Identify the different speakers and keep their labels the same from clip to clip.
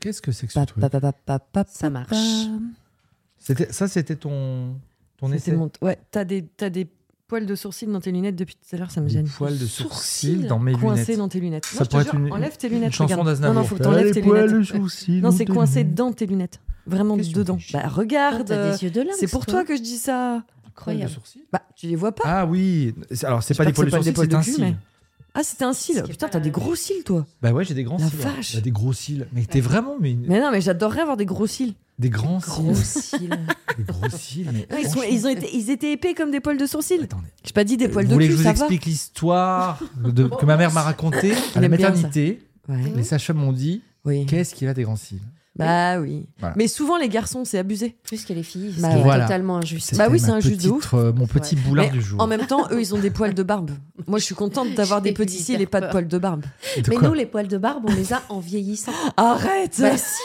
Speaker 1: Qu'est-ce que c'est que ce
Speaker 2: Pa,
Speaker 1: truc
Speaker 2: pa, pa, pa, pa, pa,
Speaker 3: Ça marche.
Speaker 2: pa.
Speaker 1: C'était- Ça, c'était ton, ton
Speaker 2: C'était
Speaker 1: essai
Speaker 2: mon-
Speaker 3: Ouais, t'as des, t'as des poils de sourcils dans tes lunettes depuis tout à l'heure, ça me
Speaker 1: Des
Speaker 3: gêne.
Speaker 1: poils de sourcils dans mes
Speaker 3: coincés
Speaker 1: lunettes.
Speaker 3: dans tes lunettes.
Speaker 1: Ça
Speaker 3: Non, je te
Speaker 1: pourrait
Speaker 3: jure,
Speaker 1: être une-
Speaker 3: enlève tes
Speaker 1: une
Speaker 3: lunettes.
Speaker 1: chanson
Speaker 3: regarde.
Speaker 1: d'Aznavour.
Speaker 3: Non, non, faut que
Speaker 1: Ah,
Speaker 3: t'enlèves
Speaker 1: les
Speaker 3: tes
Speaker 1: poils
Speaker 3: lunettes.
Speaker 1: de sourcils dans
Speaker 3: non, c'est
Speaker 1: tes
Speaker 3: coincé
Speaker 1: lunettes.
Speaker 3: dans tes lunettes. Vraiment
Speaker 1: Qu'est-ce que tu
Speaker 3: dedans.
Speaker 1: me fais chier
Speaker 3: Bah,
Speaker 2: Ah,
Speaker 3: regarde.
Speaker 2: T'as des yeux de lynx.
Speaker 3: C'est pour toi que je dis
Speaker 1: Poils
Speaker 3: ça.
Speaker 1: de
Speaker 2: Incroyable.
Speaker 1: sourcils
Speaker 3: Bah, tu les vois pas.
Speaker 1: Ah oui, C'est- alors c'est pas des
Speaker 3: J'espère
Speaker 1: poils de
Speaker 3: que c'est
Speaker 1: sourcils,
Speaker 3: pas des
Speaker 1: c'est un
Speaker 3: poils de cul,
Speaker 1: cil.
Speaker 3: Ah, c'était un cil.
Speaker 2: Ce qui est
Speaker 3: Putain,
Speaker 2: pas-
Speaker 3: t'as des gros cils, toi.
Speaker 1: Bah ouais, j'ai des grands
Speaker 3: La
Speaker 1: cils. ouais.
Speaker 3: vache.
Speaker 1: Bah, des gros cils. Mec, t'es vraiment mais,
Speaker 3: Mais non, mais j'adorerais avoir des gros cils.
Speaker 1: des grands
Speaker 2: Gros
Speaker 1: cils.
Speaker 2: cils.
Speaker 1: des gros cils. mais
Speaker 3: ils, sont-
Speaker 1: franchement-
Speaker 3: ils ont été, ils étaient épais comme des poils de sourcils.
Speaker 1: Attendez.
Speaker 3: J'ai pas dit des poils
Speaker 1: vous
Speaker 3: de
Speaker 1: voulez
Speaker 3: cul,
Speaker 1: que je vous
Speaker 3: ça
Speaker 1: explique l'histoire de- que ma mère m'a racontée à la
Speaker 3: aime bien ça.
Speaker 1: maternité
Speaker 3: va. Ouais.
Speaker 1: Les sages-femmes m'ont dit
Speaker 3: Oui.
Speaker 1: qu'est-ce qu'il a des grands cils
Speaker 3: Bah oui.
Speaker 1: Voilà.
Speaker 3: Mais souvent, les garçons, c'est abusé.
Speaker 2: Plus que les filles.
Speaker 3: Bah,
Speaker 2: c'est
Speaker 1: voilà.
Speaker 2: totalement injuste.
Speaker 1: C'était
Speaker 3: Bah oui,
Speaker 1: ma
Speaker 3: c'est un jus de
Speaker 1: petite,
Speaker 3: ouf.
Speaker 1: euh, mon petit boulard
Speaker 3: Mais
Speaker 1: du jour.
Speaker 3: En même temps, eux, ils ont des poils de barbe. Moi, je suis contente d'avoir des
Speaker 2: J'ai
Speaker 3: petits cils et
Speaker 2: hyper
Speaker 3: pas de
Speaker 2: peur.
Speaker 3: poils de barbe.
Speaker 1: De
Speaker 2: Mais
Speaker 1: quoi
Speaker 2: nous, les poils de barbe, on les a en vieillissant.
Speaker 3: Arrête
Speaker 2: bah si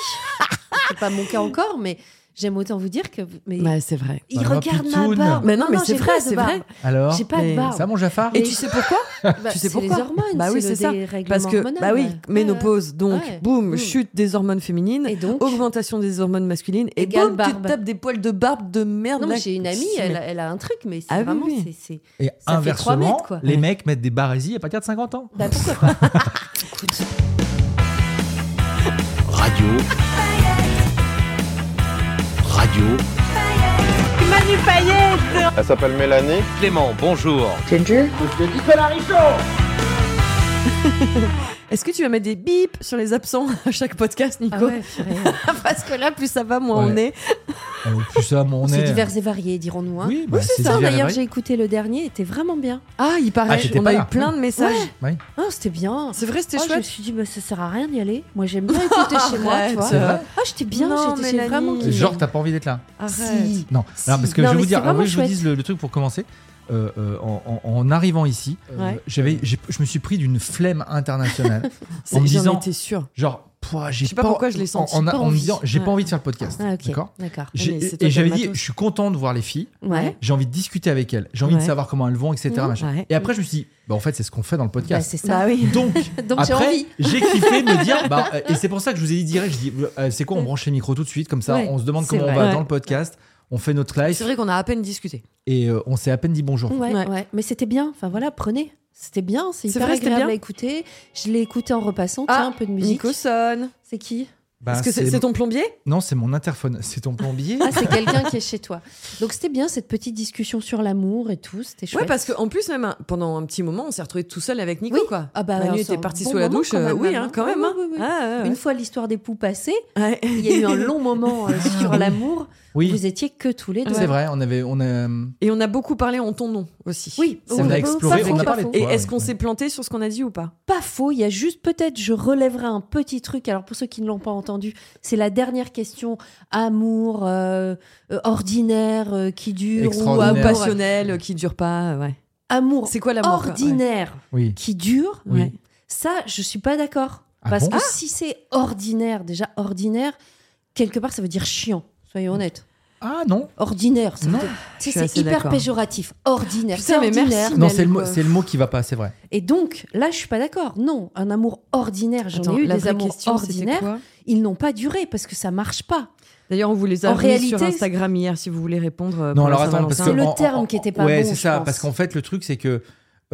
Speaker 2: C'est pas mon cas encore, mais j'aime autant vous dire que... vous- Mais
Speaker 3: Ouais, Bah, c'est vrai.
Speaker 2: il
Speaker 1: Barbara
Speaker 2: regarde ma
Speaker 1: Pitoune.
Speaker 2: barbe
Speaker 3: Mais non, mais c'est
Speaker 2: j'ai
Speaker 3: vrai,
Speaker 2: pas de
Speaker 3: c'est
Speaker 2: barbe.
Speaker 3: vrai.
Speaker 1: Alors
Speaker 2: J'ai pas
Speaker 3: Mais
Speaker 2: de barbe.
Speaker 1: Ça, mon Jafar
Speaker 3: Et tu sais pourquoi
Speaker 2: Bah,
Speaker 3: tu sais
Speaker 2: c'est les
Speaker 3: pourquoi
Speaker 2: hormones,
Speaker 3: Bah oui,
Speaker 2: c'est
Speaker 3: c'est ça.
Speaker 2: le dérèglement
Speaker 3: Parce que,
Speaker 2: hormonal,
Speaker 3: bah oui,
Speaker 2: ouais.
Speaker 3: ménopause, donc,
Speaker 2: Ouais.
Speaker 3: boum,
Speaker 2: Mm.
Speaker 3: chute des hormones féminines,
Speaker 2: Et donc
Speaker 3: augmentation des hormones masculines, et
Speaker 2: Égale
Speaker 3: boum, tu
Speaker 2: barbe.
Speaker 3: te tapes des poils de barbe de merde.
Speaker 2: Non, mais
Speaker 3: là,
Speaker 2: j'ai une
Speaker 3: qui-
Speaker 2: amie,
Speaker 3: mais-
Speaker 2: elle, a- elle a un truc, mais c'est
Speaker 3: Ah oui,
Speaker 2: vraiment...
Speaker 3: oui.
Speaker 2: c'est- c'est-
Speaker 1: Et
Speaker 2: trois
Speaker 1: inversement,
Speaker 2: mètres, quoi.
Speaker 1: les
Speaker 2: Ouais.
Speaker 1: mecs mettent des barésies à partir de 50 ans.
Speaker 2: Bah pourquoi pas Écoute,
Speaker 4: Radio. Radio.
Speaker 5: Elle s'appelle Mélanie.
Speaker 6: Clément, bonjour.
Speaker 3: Est-ce que tu vas mettre des bips sur les absents à chaque podcast, Nico
Speaker 2: ah ouais, purée.
Speaker 3: Parce que là, plus ça va, moins
Speaker 1: Ouais.
Speaker 3: on est.
Speaker 1: Euh, plus ça, mon
Speaker 2: c'est
Speaker 1: est.
Speaker 2: divers et varié, dirons-nous. Hein.
Speaker 1: Oui, bah, c'est
Speaker 2: ça.
Speaker 1: divers et
Speaker 2: D'ailleurs,
Speaker 1: varié.
Speaker 2: j'ai écouté le dernier, était vraiment bien.
Speaker 3: Ah, il paraît,
Speaker 1: j'étais
Speaker 3: on
Speaker 1: pas
Speaker 3: a
Speaker 1: là.
Speaker 3: eu plein de messages.
Speaker 2: Ah, c'était bien.
Speaker 3: C'est vrai, c'était
Speaker 2: Oh, je me
Speaker 3: chouette.
Speaker 2: suis dit, bah, ça sert à rien d'y aller. Moi, j'aime bien écouter chez moi, tu
Speaker 3: Arrête.
Speaker 2: vois.
Speaker 1: C'est vrai
Speaker 2: Ah, j'étais bien,
Speaker 3: Non,
Speaker 2: j'étais j'ai
Speaker 3: Mélanie.
Speaker 2: vraiment kiffé.
Speaker 1: Genre, t'as pas envie d'être là.
Speaker 2: Si.
Speaker 1: Non.
Speaker 2: Si.
Speaker 1: Non, parce que
Speaker 2: Non,
Speaker 1: je vais
Speaker 2: mais
Speaker 1: vous
Speaker 2: c'est
Speaker 1: dire,
Speaker 2: vraiment
Speaker 1: oui, je vous
Speaker 2: chouette.
Speaker 1: dise le, le truc pour commencer. Euh, euh, en, en- en arrivant ici, euh,
Speaker 3: Ouais.
Speaker 1: j'avais, j'ai- je me suis pris d'une flemme internationale.
Speaker 3: C'est-
Speaker 1: en me
Speaker 3: J'en
Speaker 1: disant,
Speaker 3: étais sûre.
Speaker 1: genre, pouah, j'ai
Speaker 3: Je sais pas pourquoi je l'ai senti,
Speaker 1: En, en-
Speaker 3: pas
Speaker 1: en me
Speaker 3: envie.
Speaker 1: disant, j'ai
Speaker 3: Ouais.
Speaker 1: pas envie de faire le podcast.
Speaker 2: Ah, ok.
Speaker 1: D'accord
Speaker 2: D'accord.
Speaker 1: J'ai-
Speaker 3: mais
Speaker 1: Et
Speaker 3: c'est toi qui as
Speaker 1: j'avais
Speaker 3: le
Speaker 1: dit,
Speaker 3: matos.
Speaker 1: je suis content de voir les filles.
Speaker 2: Ouais.
Speaker 1: J'ai envie de discuter avec elles. J'ai envie
Speaker 3: Ouais. Mm,
Speaker 1: de savoir comment elles vont, etc.
Speaker 2: Mhm.
Speaker 1: machin.
Speaker 3: Ouais.
Speaker 1: Et après, je me suis dit, bah, en fait, c'est ce qu'on fait dans le
Speaker 2: Bah,
Speaker 1: podcast.
Speaker 2: c'est ça.
Speaker 3: Bah oui.
Speaker 1: Donc,
Speaker 2: Donc, j'ai
Speaker 1: après,
Speaker 2: envie.
Speaker 1: j'ai kiffé de me dire, bah, euh, et c'est pour ça que je vous ai dit direct, je dis, euh, c'est quoi, on branche les micros tout de suite, comme ça,
Speaker 2: Ouais,
Speaker 1: on se demande
Speaker 2: c'est
Speaker 1: comment
Speaker 2: vrai.
Speaker 1: on va
Speaker 3: Ouais.
Speaker 1: dans le podcast, on fait notre live,
Speaker 3: C'est vrai qu'on a à peine discuté.
Speaker 1: et euh, on s'est à peine dit bonjour.
Speaker 2: Ouais,
Speaker 3: Ouais.
Speaker 2: ouais. Mais c'était bien. Enfin, voilà, prenez. C'était bien. C'est
Speaker 3: C'est
Speaker 2: hyper
Speaker 3: vrai, c'était
Speaker 2: agréable
Speaker 3: bien.
Speaker 2: à écouter. Je l'ai écouté en repassant.
Speaker 3: Ah,
Speaker 2: Tiens, un peu de musique.
Speaker 3: Nico sonne.
Speaker 2: C'est qui
Speaker 1: Bah,
Speaker 3: Est-ce que c'est c'est ton plombier
Speaker 1: Non, c'est mon interphone, c'est ton plombier.
Speaker 2: Ah, c'est quelqu'un qui est chez toi. Donc, c'était bien cette petite discussion sur l'amour et tout. C'était chouette.
Speaker 3: Ouais, parce qu'en plus, même un- pendant un petit moment, on s'est retrouvé tout seul avec Nico,
Speaker 2: Oui.
Speaker 3: quoi.
Speaker 2: Ah bah, on
Speaker 3: Manu
Speaker 2: s'en-
Speaker 3: était parti
Speaker 2: bon
Speaker 3: sous la
Speaker 2: moment
Speaker 3: douche.
Speaker 2: quand
Speaker 3: euh,
Speaker 2: même,
Speaker 3: oui,
Speaker 2: Manu.
Speaker 3: hein, quand
Speaker 2: Ah
Speaker 3: même.
Speaker 2: oui,
Speaker 3: hein.
Speaker 2: oui, oui.
Speaker 3: Ah, ouais,
Speaker 2: Une fois l'histoire des poux passée,
Speaker 3: ouais.
Speaker 2: il y a eu un long moment euh, sur l'amour.
Speaker 1: Oui,
Speaker 2: Vous étiez que tous les deux.
Speaker 1: c'est vrai, on avait, on a,
Speaker 3: Et on a beaucoup parlé en ton nom aussi.
Speaker 2: Oui,
Speaker 1: on
Speaker 2: oui,
Speaker 1: a
Speaker 2: oui,
Speaker 1: exploré,
Speaker 2: pas
Speaker 1: on
Speaker 2: faux,
Speaker 1: a
Speaker 2: pas
Speaker 1: parlé de
Speaker 2: faux.
Speaker 3: Et
Speaker 1: Ouais,
Speaker 3: est-ce qu'on
Speaker 1: ouais.
Speaker 3: s'est planté sur ce qu'on a dit ou pas
Speaker 2: Pas faux, il y a juste peut-être, je relèverai un petit truc. Alors pour ceux qui ne l'ont pas entendu, c'est la dernière question amour euh, euh, ordinaire euh, qui dure ou
Speaker 1: Extraordinaire.
Speaker 2: amour,
Speaker 3: Passionnel, euh, qui dure pas, ouais.
Speaker 2: amour
Speaker 3: C'est quoi l'amour quoi Ouais.
Speaker 2: ordinaire
Speaker 1: oui.
Speaker 2: qui dure.
Speaker 1: Oui.
Speaker 2: Ouais. Ça, je suis pas d'accord
Speaker 1: Ah
Speaker 2: parce
Speaker 1: bon
Speaker 2: que si c'est ordinaire, déjà ordinaire, quelque part ça veut dire chiant. Soyons honnêtes.
Speaker 1: Ah non,
Speaker 2: Ordinaire, ça veut
Speaker 1: Non,
Speaker 2: dire- tu
Speaker 3: suis
Speaker 2: sais,
Speaker 3: assez
Speaker 2: c'est hyper
Speaker 3: d'accord.
Speaker 2: péjoratif. Ordinaire,
Speaker 3: Putain,
Speaker 2: c'est
Speaker 3: mais
Speaker 2: ordinaire.
Speaker 3: merci.
Speaker 1: non,
Speaker 3: Mais
Speaker 1: c'est le mot,
Speaker 3: elle, euh,
Speaker 1: c'est le mot qui va pas, c'est vrai.
Speaker 2: Et donc, là, je suis pas d'accord. Non, un amour ordinaire, j'en
Speaker 3: Attends,
Speaker 2: ai eu
Speaker 3: la
Speaker 2: des
Speaker 3: vraie
Speaker 2: amours
Speaker 3: question, c'était
Speaker 2: ordinaires,
Speaker 3: quoi
Speaker 2: ils n'ont pas duré parce que ça marche pas.
Speaker 3: D'ailleurs, on vous les a
Speaker 2: En
Speaker 3: mis sur
Speaker 2: réalité,
Speaker 3: Instagram hier si vous voulez répondre. euh,
Speaker 1: Non,
Speaker 3: pour
Speaker 1: alors
Speaker 3: la
Speaker 1: attends, parce que
Speaker 3: Saint-Valentin.
Speaker 2: le
Speaker 1: en- en-
Speaker 2: terme
Speaker 1: en-
Speaker 2: qui était pas
Speaker 1: ouais,
Speaker 2: bon,
Speaker 1: c'est
Speaker 2: je
Speaker 1: ça,
Speaker 2: pense.
Speaker 1: parce qu'en fait, le truc, c'est que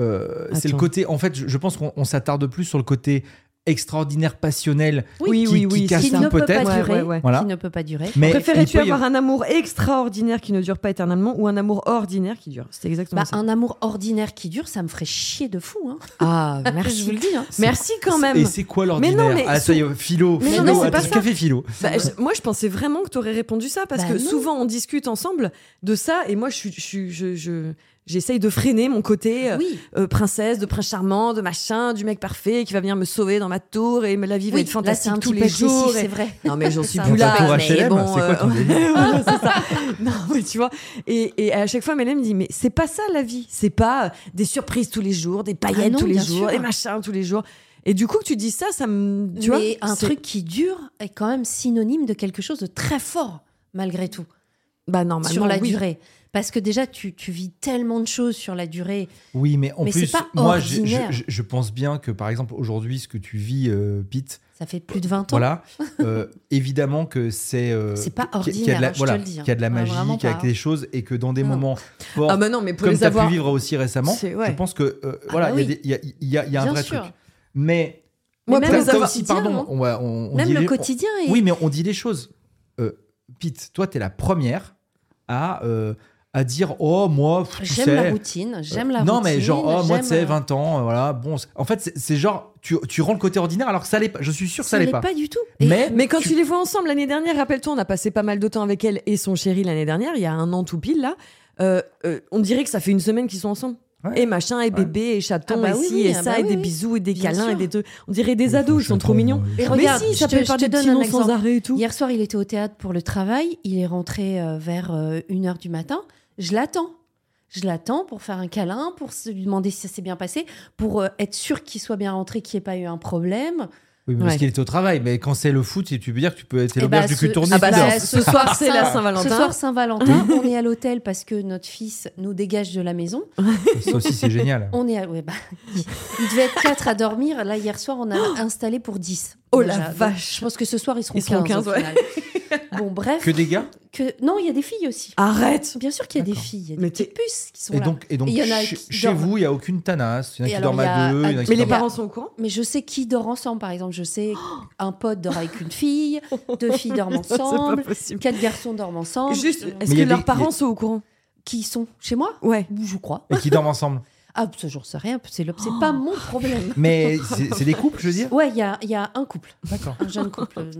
Speaker 1: euh, c'est le
Speaker 3: Attends.
Speaker 1: côté. En fait, je, je pense qu'on on s'attarde plus sur le côté extraordinaire, passionnel.
Speaker 3: Oui,
Speaker 1: qui-
Speaker 3: oui,
Speaker 1: qui
Speaker 3: oui.
Speaker 1: casse
Speaker 3: c'est
Speaker 2: Qui
Speaker 1: ça,
Speaker 3: ça.
Speaker 2: ne peut pas
Speaker 1: peut-être.
Speaker 3: Ouais,
Speaker 2: durer.
Speaker 3: ouais, ouais.
Speaker 1: Voilà.
Speaker 2: Qui ne peut pas durer.
Speaker 1: Mais il
Speaker 3: Préfères-tu
Speaker 1: peut y
Speaker 3: avoir un amour extraordinaire qui ne dure pas éternellement ou un amour ordinaire qui dure C'était exactement
Speaker 2: Bah,
Speaker 3: ça.
Speaker 2: un amour ordinaire qui dure, ça me ferait chier de fou. hein.
Speaker 3: Ah,
Speaker 2: Je vous le dis. hein.
Speaker 3: Merci quand même.
Speaker 1: Et c'est quoi l'ordinaire
Speaker 3: Mais non, mais
Speaker 1: Ah, ça y est, philo,
Speaker 3: Mais
Speaker 1: philo,
Speaker 2: non, mais c'est
Speaker 1: attends,
Speaker 3: pas ça.
Speaker 1: café philo.
Speaker 3: Bah, je- moi, je pensais vraiment que tu aurais répondu ça parce
Speaker 2: Bah
Speaker 3: que
Speaker 2: non.
Speaker 3: souvent on discute ensemble de ça et moi, je suis, je, suis- je, je- J'essaye de freiner mon côté euh,
Speaker 2: Oui,
Speaker 3: euh, princesse, de prince charmant, de machin, du mec parfait qui va venir me sauver dans ma tour et me la vie va
Speaker 2: oui,
Speaker 3: être
Speaker 2: là, c'est
Speaker 3: fantastique
Speaker 2: un
Speaker 3: tous
Speaker 2: petit
Speaker 3: les
Speaker 2: peu excessif,
Speaker 3: jours. et-
Speaker 2: c'est vrai.
Speaker 3: Non mais j'en suis
Speaker 2: Ça
Speaker 3: plus
Speaker 2: va.
Speaker 3: là.
Speaker 2: Tour
Speaker 3: mais
Speaker 1: HLM,
Speaker 3: bon,
Speaker 1: c'est quoi ton
Speaker 3: euh,
Speaker 1: délire
Speaker 3: voilà, c'est ça. Non mais tu vois. Et, et à chaque fois, Mélène me dit mais c'est pas ça la vie. C'est pas euh, des surprises tous les jours, des paillettes
Speaker 2: Ah non,
Speaker 3: tous les
Speaker 2: bien
Speaker 3: jours,
Speaker 2: sûr.
Speaker 3: des machins tous les jours. Et du coup, que tu dis ça, ça me tu
Speaker 2: mais
Speaker 3: vois
Speaker 2: un
Speaker 3: c'est-
Speaker 2: truc qui dure est quand même synonyme de quelque chose de très fort, malgré tout,
Speaker 3: bah normalement
Speaker 2: sur la
Speaker 3: oui.
Speaker 2: durée. Parce que déjà, tu, tu vis tellement de choses sur la durée.
Speaker 1: Oui, mais en
Speaker 2: Mais c'est
Speaker 1: plus,
Speaker 2: pas
Speaker 1: moi, je, je-
Speaker 2: ordinaire.
Speaker 1: je- je pense bien que, par exemple, aujourd'hui, ce que tu vis, euh, Pete,
Speaker 2: Ça fait plus de 20 ans.
Speaker 1: voilà, euh, évidemment que c'est. euh,
Speaker 2: C'est pas
Speaker 1: qu'il y a- qu'il y a de
Speaker 2: ordinaire,
Speaker 1: la-
Speaker 2: hein, je te
Speaker 1: voilà,
Speaker 2: le dis, hein.
Speaker 1: Qu'il y a de la
Speaker 2: Ah,
Speaker 1: magie,
Speaker 2: vraiment
Speaker 1: qu'il y a
Speaker 2: pas,
Speaker 1: des choses, et que dans des
Speaker 2: Non.
Speaker 1: moments forts,
Speaker 3: Ah bah non mais pour
Speaker 1: comme
Speaker 3: les
Speaker 1: tu as pu
Speaker 3: avoir.
Speaker 1: vivre aussi récemment,
Speaker 3: C'est- ouais.
Speaker 1: je pense que, euh,
Speaker 2: Ah
Speaker 1: voilà, il
Speaker 2: bah
Speaker 1: y a
Speaker 2: oui.
Speaker 1: des- il y a, il y a- il y a un
Speaker 2: Bien
Speaker 1: vrai
Speaker 2: sûr.
Speaker 1: truc. Mais.
Speaker 3: Moi,
Speaker 2: Mais
Speaker 3: pour
Speaker 1: t'as-
Speaker 3: les
Speaker 1: t'as
Speaker 3: avoir.
Speaker 1: aussi,
Speaker 2: quotidien,
Speaker 1: pardon,
Speaker 2: hein.
Speaker 1: on va- on- on
Speaker 2: Même
Speaker 1: dit
Speaker 2: le
Speaker 1: les- on-
Speaker 2: quotidien est...
Speaker 1: Oui, mais on dit les choses. Euh, Pete, toi, t'es la première à, euh, à dire Oh, moi, pff, tu
Speaker 2: J'aime
Speaker 1: sais,
Speaker 2: la routine, j'aime la
Speaker 1: non,
Speaker 2: routine.
Speaker 1: mais genre, oh, moi,
Speaker 2: j'aime-
Speaker 1: tu sais, 20 ans, euh, voilà, bon. c'est- En fait, c'est- c'est genre, tu, tu rends le côté ordinaire alors que ça l'est pas. Je suis sûr que ça
Speaker 2: Ça
Speaker 1: l'est
Speaker 2: l'est
Speaker 1: pas.
Speaker 2: pas du tout.
Speaker 1: Mais-
Speaker 3: Mais quand tu... les vois ensemble l'année dernière, rappelle-toi, on a passé pas mal de temps avec elle et son chéri l'année dernière, il y a un an tout pile là. Euh, euh, on dirait que ça fait une semaine qu'ils sont ensemble.
Speaker 1: Ouais.
Speaker 3: Et machin, et bébé, et chaton,
Speaker 2: Ah bah
Speaker 3: et
Speaker 2: oui,
Speaker 3: ci,
Speaker 2: oui,
Speaker 3: et
Speaker 2: ah
Speaker 3: ça,
Speaker 2: bah
Speaker 3: et
Speaker 2: oui,
Speaker 3: des
Speaker 2: oui.
Speaker 3: bisous, et des
Speaker 2: Bien
Speaker 3: câlins,
Speaker 2: sûr.
Speaker 3: et des trucs. On dirait des ados, ils sont trop mignons.
Speaker 2: Et
Speaker 3: Mais
Speaker 2: regarde,
Speaker 3: si, ça
Speaker 2: je te-
Speaker 3: peut faire
Speaker 2: je te
Speaker 3: des petits
Speaker 2: donne un
Speaker 3: noms sans
Speaker 2: exemple.
Speaker 3: arrêt et tout.
Speaker 2: Hier soir, il était au théâtre pour le travail. Il est rentré euh, vers 1h du matin. Je l'attends. Je l'attends pour faire un câlin, pour se- lui demander si ça s'est bien passé, pour euh, être sûr qu'il soit bien rentré, qu'il n'y ait pas eu un problème.
Speaker 1: Oui, mais parce
Speaker 3: Ouais.
Speaker 1: qu'il était au travail. Mais quand c'est le foot, tu peux dire que tu peux être
Speaker 2: Eh
Speaker 1: l'auberge
Speaker 2: bah,
Speaker 1: du cul
Speaker 2: ce-
Speaker 1: tourné.
Speaker 3: Ah bah
Speaker 1: c'est
Speaker 3: non,
Speaker 1: bien.
Speaker 3: ce soir c'est la Saint-Valentin.
Speaker 2: Ce soir, Saint-Valentin, on est à l'hôtel parce que notre fils nous dégage de la maison.
Speaker 1: Ça aussi, c'est génial.
Speaker 2: On est à... ouais, bah, il devait être 4 à dormir. Là, hier soir, on a installé pour 10.
Speaker 3: Oh la
Speaker 2: déjà. Donc,
Speaker 3: vache.
Speaker 2: Je pense que ce soir, ils seront
Speaker 3: Ils seront
Speaker 2: 15. au
Speaker 3: 15, ouais.
Speaker 2: final. bon, bref.
Speaker 1: Que des gars
Speaker 2: que- Non, il y a des filles aussi.
Speaker 3: Arrête
Speaker 2: Bien sûr qu'il y a des
Speaker 1: D'accord.
Speaker 2: filles, il y a des
Speaker 3: Ah. Mais
Speaker 2: petites puces qui sont
Speaker 1: Et
Speaker 2: là.
Speaker 1: donc, et donc
Speaker 2: Et il y en a
Speaker 1: chez,
Speaker 2: qui
Speaker 1: chez
Speaker 2: dorment.
Speaker 1: vous, il y a aucune tanasse. Il y en a
Speaker 2: Et
Speaker 1: qui
Speaker 2: alors,
Speaker 1: dorment
Speaker 2: il y
Speaker 1: à
Speaker 2: a-
Speaker 1: deux. il y en a qui
Speaker 3: Mais les
Speaker 1: dorment à-
Speaker 3: parents sont au courant
Speaker 2: Mais je sais qui dort ensemble, par exemple. Je sais un pote dort avec une fille, deux filles dorment
Speaker 3: C'est pas
Speaker 2: ensemble,
Speaker 3: possible.
Speaker 2: quatre garçons dorment ensemble.
Speaker 3: Juste,
Speaker 2: Euh,
Speaker 3: est-ce
Speaker 1: il y
Speaker 3: que
Speaker 1: a des-
Speaker 3: leurs
Speaker 1: il y
Speaker 3: parents
Speaker 1: a-
Speaker 3: sont au courant
Speaker 2: qui sont chez moi
Speaker 3: Ouais.
Speaker 2: Je crois.
Speaker 1: Et qui dorment ensemble.
Speaker 2: Ah, ça, j'en sais rien. C'est le- c'est pas mon problème.
Speaker 1: Mais c'est c'est des couples, je veux dire
Speaker 2: Ouais, il y a, il y a un couple,
Speaker 1: D'accord.
Speaker 2: un jeune couple, euh,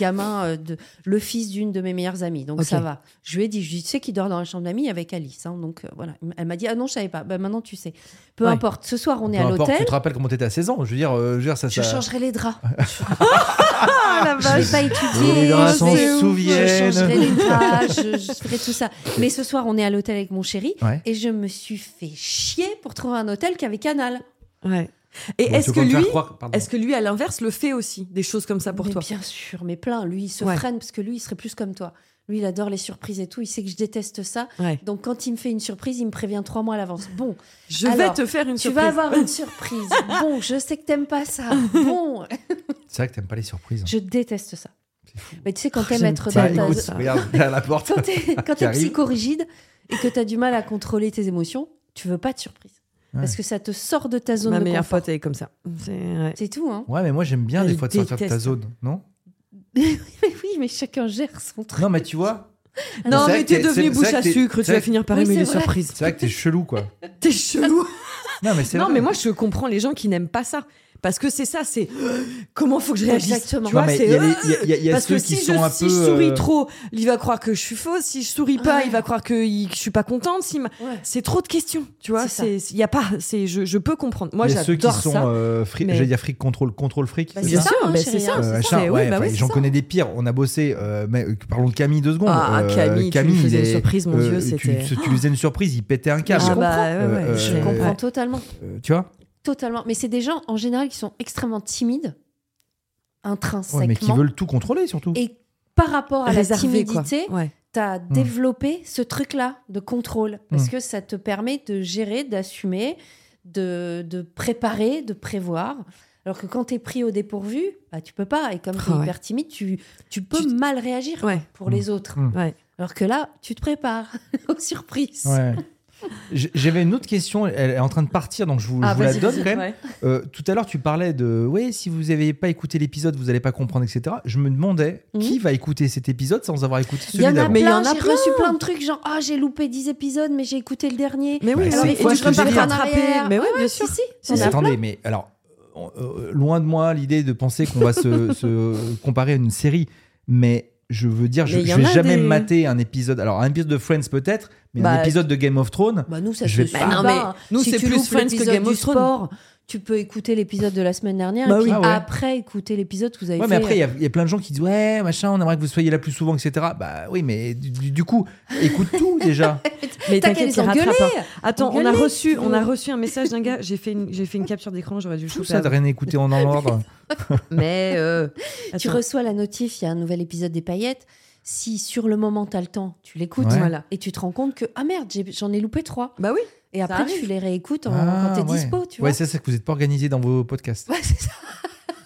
Speaker 2: gamin, euh, de, le fils d'une de mes meilleures amies. Donc
Speaker 3: Ok.
Speaker 2: ça va. Je lui ai dit, je lui ai dit, tu sais qu'il dort dans la chambre d'amis avec Alice. hein. donc euh, voilà. Elle m'a dit, ah non, je savais pas. Bah, maintenant, tu sais. Peu
Speaker 3: Ouais.
Speaker 2: importe. Ce soir, on est
Speaker 1: Peu
Speaker 2: à
Speaker 1: importe,
Speaker 2: l'hôtel.
Speaker 1: Tu te rappelles comment t'étais à 16 ans Je veux dire, euh, je veux dire ça.
Speaker 2: Je
Speaker 1: ça...
Speaker 2: changerai les draps. Bah,
Speaker 3: Ah la
Speaker 2: Je vais
Speaker 3: vache
Speaker 2: pas étudier.
Speaker 1: Les draps
Speaker 2: je
Speaker 1: s'en
Speaker 2: vais-
Speaker 1: souviennent.
Speaker 2: Je changerai les draps, je, je ferai tout ça. Mais ce soir, on est à l'hôtel avec mon chéri
Speaker 1: Ouais.
Speaker 2: et je me suis fait chier pour trouver un hôtel qui avait canal.
Speaker 3: Ouais. Et
Speaker 1: Bon,
Speaker 3: est-ce
Speaker 1: tu
Speaker 3: que
Speaker 1: peux me faire
Speaker 3: lui,
Speaker 1: croire- pardon.
Speaker 3: est-ce que lui à l'inverse le fait aussi des choses comme ça pour
Speaker 2: Mais
Speaker 3: toi
Speaker 2: Bien sûr, mais plein. Lui, il se
Speaker 3: Ouais.
Speaker 2: freine parce que lui, il serait plus comme toi. Lui, il adore les surprises et tout. Il sait que je déteste ça.
Speaker 3: Ouais.
Speaker 2: Donc, quand il me fait une surprise, il me prévient trois mois à l'avance. Bon,
Speaker 3: Je
Speaker 2: Alors,
Speaker 3: vais te faire une
Speaker 2: tu
Speaker 3: surprise.
Speaker 2: vas avoir une surprise. Bon, je sais que t'aimes pas ça. Bon,
Speaker 1: C'est vrai que t'aimes pas les surprises.
Speaker 2: je déteste ça.
Speaker 1: C'est fou.
Speaker 2: Mais tu sais, quand t'aimes
Speaker 3: j'aime
Speaker 2: être dans
Speaker 1: Bah,
Speaker 3: tellement
Speaker 2: ta,
Speaker 1: écoute,
Speaker 3: ça.
Speaker 1: regarde, il est à la porte.
Speaker 2: quand t'es quand
Speaker 1: Qui
Speaker 2: t'es
Speaker 1: arrive.
Speaker 2: psychorigide et que t'as du mal à contrôler tes émotions, tu veux pas de surprise. Parce que ça te sort de ta zone
Speaker 3: Ma
Speaker 2: de
Speaker 3: meilleure
Speaker 2: confort.
Speaker 3: pote elle est comme ça. C'est ouais.
Speaker 2: C'est tout, hein
Speaker 1: Ouais, mais moi j'aime bien des
Speaker 3: Elle
Speaker 1: fois de sortir de ta
Speaker 3: déteste.
Speaker 1: zone, non
Speaker 2: Mais oui, mais chacun gère son truc.
Speaker 1: Non, mais tu vois, C'est
Speaker 3: Non,
Speaker 1: vrai
Speaker 3: mais
Speaker 1: que
Speaker 3: t'es
Speaker 1: t'es-
Speaker 3: devenu
Speaker 1: c'est- c'est
Speaker 3: bouche
Speaker 1: vrai
Speaker 3: à
Speaker 1: que t'es-
Speaker 3: sucre, tu
Speaker 1: c'est
Speaker 3: vas
Speaker 1: vrai-
Speaker 3: finir par
Speaker 2: Oui,
Speaker 3: aimer
Speaker 2: c'est
Speaker 3: les
Speaker 2: vrai.
Speaker 3: surprises.
Speaker 1: c'est vrai que t'es chelou, quoi.
Speaker 3: T'es chelou.
Speaker 1: Non, mais c'est
Speaker 3: Non,
Speaker 1: vrai.
Speaker 3: mais moi, je comprends les gens qui n'aiment pas ça. Parce que c'est ça, c'est comment faut que je réagisse.
Speaker 2: Exactement.
Speaker 3: Tu
Speaker 1: Non,
Speaker 3: vois,
Speaker 1: mais
Speaker 3: c'est
Speaker 1: il y a les- il y a- il y a- il y a
Speaker 3: parce
Speaker 1: ceux
Speaker 3: que
Speaker 1: qui
Speaker 3: si,
Speaker 1: sont
Speaker 3: je,
Speaker 1: un
Speaker 3: si
Speaker 1: peu,
Speaker 3: je souris
Speaker 1: euh,
Speaker 3: trop, il va croire que je suis fausse. Si je souris pas,
Speaker 2: Ouais.
Speaker 3: il va croire que, il- que je suis pas contente. s'il m'a-
Speaker 2: Ouais.
Speaker 3: C'est trop de questions, tu vois.
Speaker 2: C'est ça.
Speaker 3: C'est- Il y a pas. C'est je, je peux comprendre. Moi,
Speaker 1: il y a ceux qui
Speaker 3: j'adore
Speaker 1: sont
Speaker 3: ça.
Speaker 1: euh, fri-
Speaker 3: mais-
Speaker 1: j'allais dire fric contrôle, contrôle fric.
Speaker 2: Bah,
Speaker 1: c'est
Speaker 2: c'est
Speaker 1: ça
Speaker 2: ça, hein,
Speaker 3: bah,
Speaker 2: chérie,
Speaker 3: c'est ça.
Speaker 2: hein,
Speaker 1: Euh,
Speaker 2: c'est
Speaker 3: ça.
Speaker 1: machin,
Speaker 3: C'est-
Speaker 1: ouais,
Speaker 3: oui, bah
Speaker 1: enfin,
Speaker 3: oui, c'est
Speaker 1: J'en
Speaker 3: ça.
Speaker 1: connais des pires. On a bossé. euh, mais, euh, parlons de Camille deux secondes.
Speaker 3: Ah,
Speaker 1: Euh,
Speaker 3: Camille, tu lui
Speaker 1: il
Speaker 3: faisais une
Speaker 1: est- Euh,
Speaker 3: surprise, mon Dieu,
Speaker 1: tu-
Speaker 3: c'était-
Speaker 1: Tu, tu lui faisais une surprise, il pétait un câble.
Speaker 3: Ah, bah, ouais,
Speaker 1: Euh,
Speaker 3: ouais,
Speaker 1: euh,
Speaker 3: je
Speaker 2: Je
Speaker 1: euh,
Speaker 2: comprends totalement.
Speaker 1: euh, tu vois
Speaker 2: Totalement. Mais c'est des gens, en général, qui sont extrêmement timides, intrinsèquement.
Speaker 1: Ouais, Mais qui veulent tout contrôler, surtout.
Speaker 2: Et par rapport à la
Speaker 3: Réservé, quoi.
Speaker 2: timidité,
Speaker 3: Ouais.
Speaker 2: tu as développé ce truc-là de contrôle. Parce que ça te permet de gérer, d'assumer, de, de préparer, de prévoir. Alors que quand tu es pris au dépourvu, bah, tu peux pas. Et comme tu es
Speaker 3: Ah ouais.
Speaker 2: hyper timide, tu, tu peux
Speaker 3: Tu-
Speaker 2: mal réagir
Speaker 3: Ouais.
Speaker 2: pour les autres.
Speaker 1: Mm.
Speaker 3: Ouais.
Speaker 2: Alors que là, tu te prépares aux surprises.
Speaker 1: Ouais. J- J'avais une autre question, elle est en train de partir, donc je vous,
Speaker 2: Ah,
Speaker 1: je vous la
Speaker 2: vas-y,
Speaker 1: donne
Speaker 2: vas-y,
Speaker 1: quand même.
Speaker 3: ouais.
Speaker 1: Euh, tout à l'heure, tu parlais de oui, si vous n'avez pas écouté l'épisode, vous n'allez pas comprendre, etc. Je me demandais
Speaker 2: Mhm.
Speaker 1: qui va écouter cet épisode sans avoir écouté
Speaker 2: Il y
Speaker 1: celui
Speaker 2: en a
Speaker 1: d'avant.
Speaker 3: Mais il y
Speaker 2: plein,
Speaker 3: en a
Speaker 2: j'ai
Speaker 3: plein.
Speaker 2: reçu plein de trucs, genre, ah, j'ai loupé 10 épisodes, mais j'ai écouté le dernier.
Speaker 3: Mais oui,
Speaker 1: Bah,
Speaker 3: alors,
Speaker 1: c'est
Speaker 3: et
Speaker 1: quoi
Speaker 3: tu
Speaker 1: ce que j'ai
Speaker 3: repars
Speaker 1: dit
Speaker 3: rattraper. Mais oui, bien sûr.
Speaker 2: sûr. Si, si,
Speaker 1: Mais
Speaker 2: on a
Speaker 1: attendez, mais alors, euh, euh, loin de moi l'idée de penser qu'on va se, se comparer à une série, mais je veux dire, je,
Speaker 3: Mais il y
Speaker 1: je
Speaker 3: en
Speaker 1: vais
Speaker 3: a
Speaker 1: jamais
Speaker 3: des-
Speaker 1: mater un épisode. Alors, un épisode de Friends peut-être, mais un
Speaker 3: Bah,
Speaker 1: épisode de Game of Thrones.
Speaker 2: Bah nous, ça
Speaker 1: Je
Speaker 2: se
Speaker 1: vais
Speaker 2: suit
Speaker 1: pas.
Speaker 3: Bah, non,
Speaker 2: pas.
Speaker 3: mais nous,
Speaker 2: si
Speaker 3: c'est
Speaker 2: tu
Speaker 3: plus
Speaker 2: loupes
Speaker 3: Friends que
Speaker 2: l'épisode
Speaker 3: Game
Speaker 2: du
Speaker 3: of Thrones.
Speaker 2: sport, tu peux écouter l'épisode de la semaine dernière
Speaker 3: Bah
Speaker 2: et puis
Speaker 3: oui.
Speaker 1: Ah ouais.
Speaker 2: après écouter l'épisode que vous avez
Speaker 1: Ouais,
Speaker 2: fait. euh,
Speaker 1: mais après, il y a- il y, a plein de gens qui disent Ouais, machin, on aimerait que vous soyez là plus souvent, etc. Bah oui, mais du- du, du coup, écoute tout déjà.
Speaker 3: Mais
Speaker 2: T'as qu'à
Speaker 3: t'inquiète,
Speaker 2: les
Speaker 3: il rattrape.
Speaker 2: engueuler
Speaker 3: hein. Attends, on a
Speaker 2: Engueuler, si
Speaker 3: reçu,
Speaker 2: tu
Speaker 3: on a
Speaker 2: veux.
Speaker 3: reçu un message d'un gars. J'ai fait une, j'ai fait une capture d'écran. J'aurais dû le
Speaker 1: Tout
Speaker 3: choper.
Speaker 1: ça de rien écouter en ordre.
Speaker 3: avant. Mais euh,
Speaker 2: Tu
Speaker 3: attends.
Speaker 2: reçois la notif, il y a un nouvel épisode des paillettes. Si sur le moment, t'as le temps, tu l'écoutes
Speaker 1: Ouais.
Speaker 2: voilà, et tu te rends compte que ah merde, j'ai- j'en ai loupé trois.
Speaker 3: Bah oui.
Speaker 2: Et
Speaker 3: Ça
Speaker 2: après,
Speaker 3: arrive.
Speaker 2: tu les réécoutes en-
Speaker 1: Ah,
Speaker 2: quand t'es
Speaker 1: ouais.
Speaker 2: dispo, tu
Speaker 1: Ouais,
Speaker 2: vois.
Speaker 1: c'est ça que vous n'êtes pas organisé dans vos podcasts.
Speaker 2: Ouais, c'est ça.